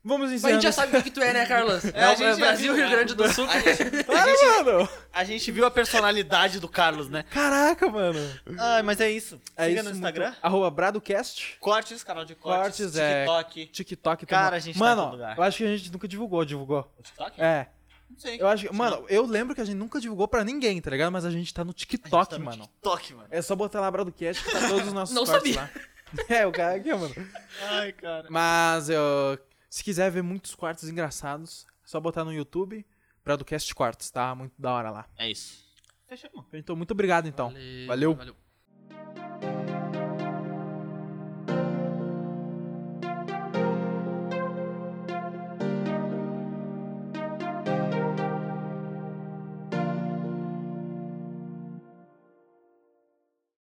S1: Vamos
S3: Mas a
S1: encerrando.
S3: gente já sabe o que tu é, né, Carlos? É,
S2: a
S3: o-
S2: gente
S3: é
S2: já
S3: Brasil,
S2: viu,
S3: Rio
S2: né?
S3: Grande do Sul.
S2: A gente,
S1: Para, mano!
S2: a gente viu a personalidade do Carlos, né?
S1: Caraca, mano.
S2: Ai, mas é isso.
S1: É
S2: Siga
S1: isso,
S2: no Instagram.
S1: muito- Arroba BradoCast.
S2: Cortes, canal de cortes,
S1: Cortes, é.
S2: TikTok.
S1: TikTok
S2: Cara,
S1: tamo-
S2: a gente tá em
S1: Mano,
S2: todo lugar.
S1: eu acho que a gente nunca divulgou, divulgou.
S2: O TikTok?
S1: É.
S2: Não sei.
S1: Eu acho que, mano, eu lembro que a gente nunca divulgou pra ninguém, tá ligado? Mas a gente tá no TikTok,
S2: Tá no
S1: mano.
S2: TikTok, mano.
S1: É só botar lá BradoCast que tá todos os nossos
S3: Não
S1: cortes
S3: sabia.
S1: lá. É, o cara aqui, mano.
S2: Ai, cara.
S1: Mas eu, se quiser ver muitos quartos engraçados, é só botar no YouTube BradoCast Quartos, tá? Muito da hora lá.
S2: É isso. Fechamos.
S1: Então, muito obrigado, então. Valeu.
S3: valeu.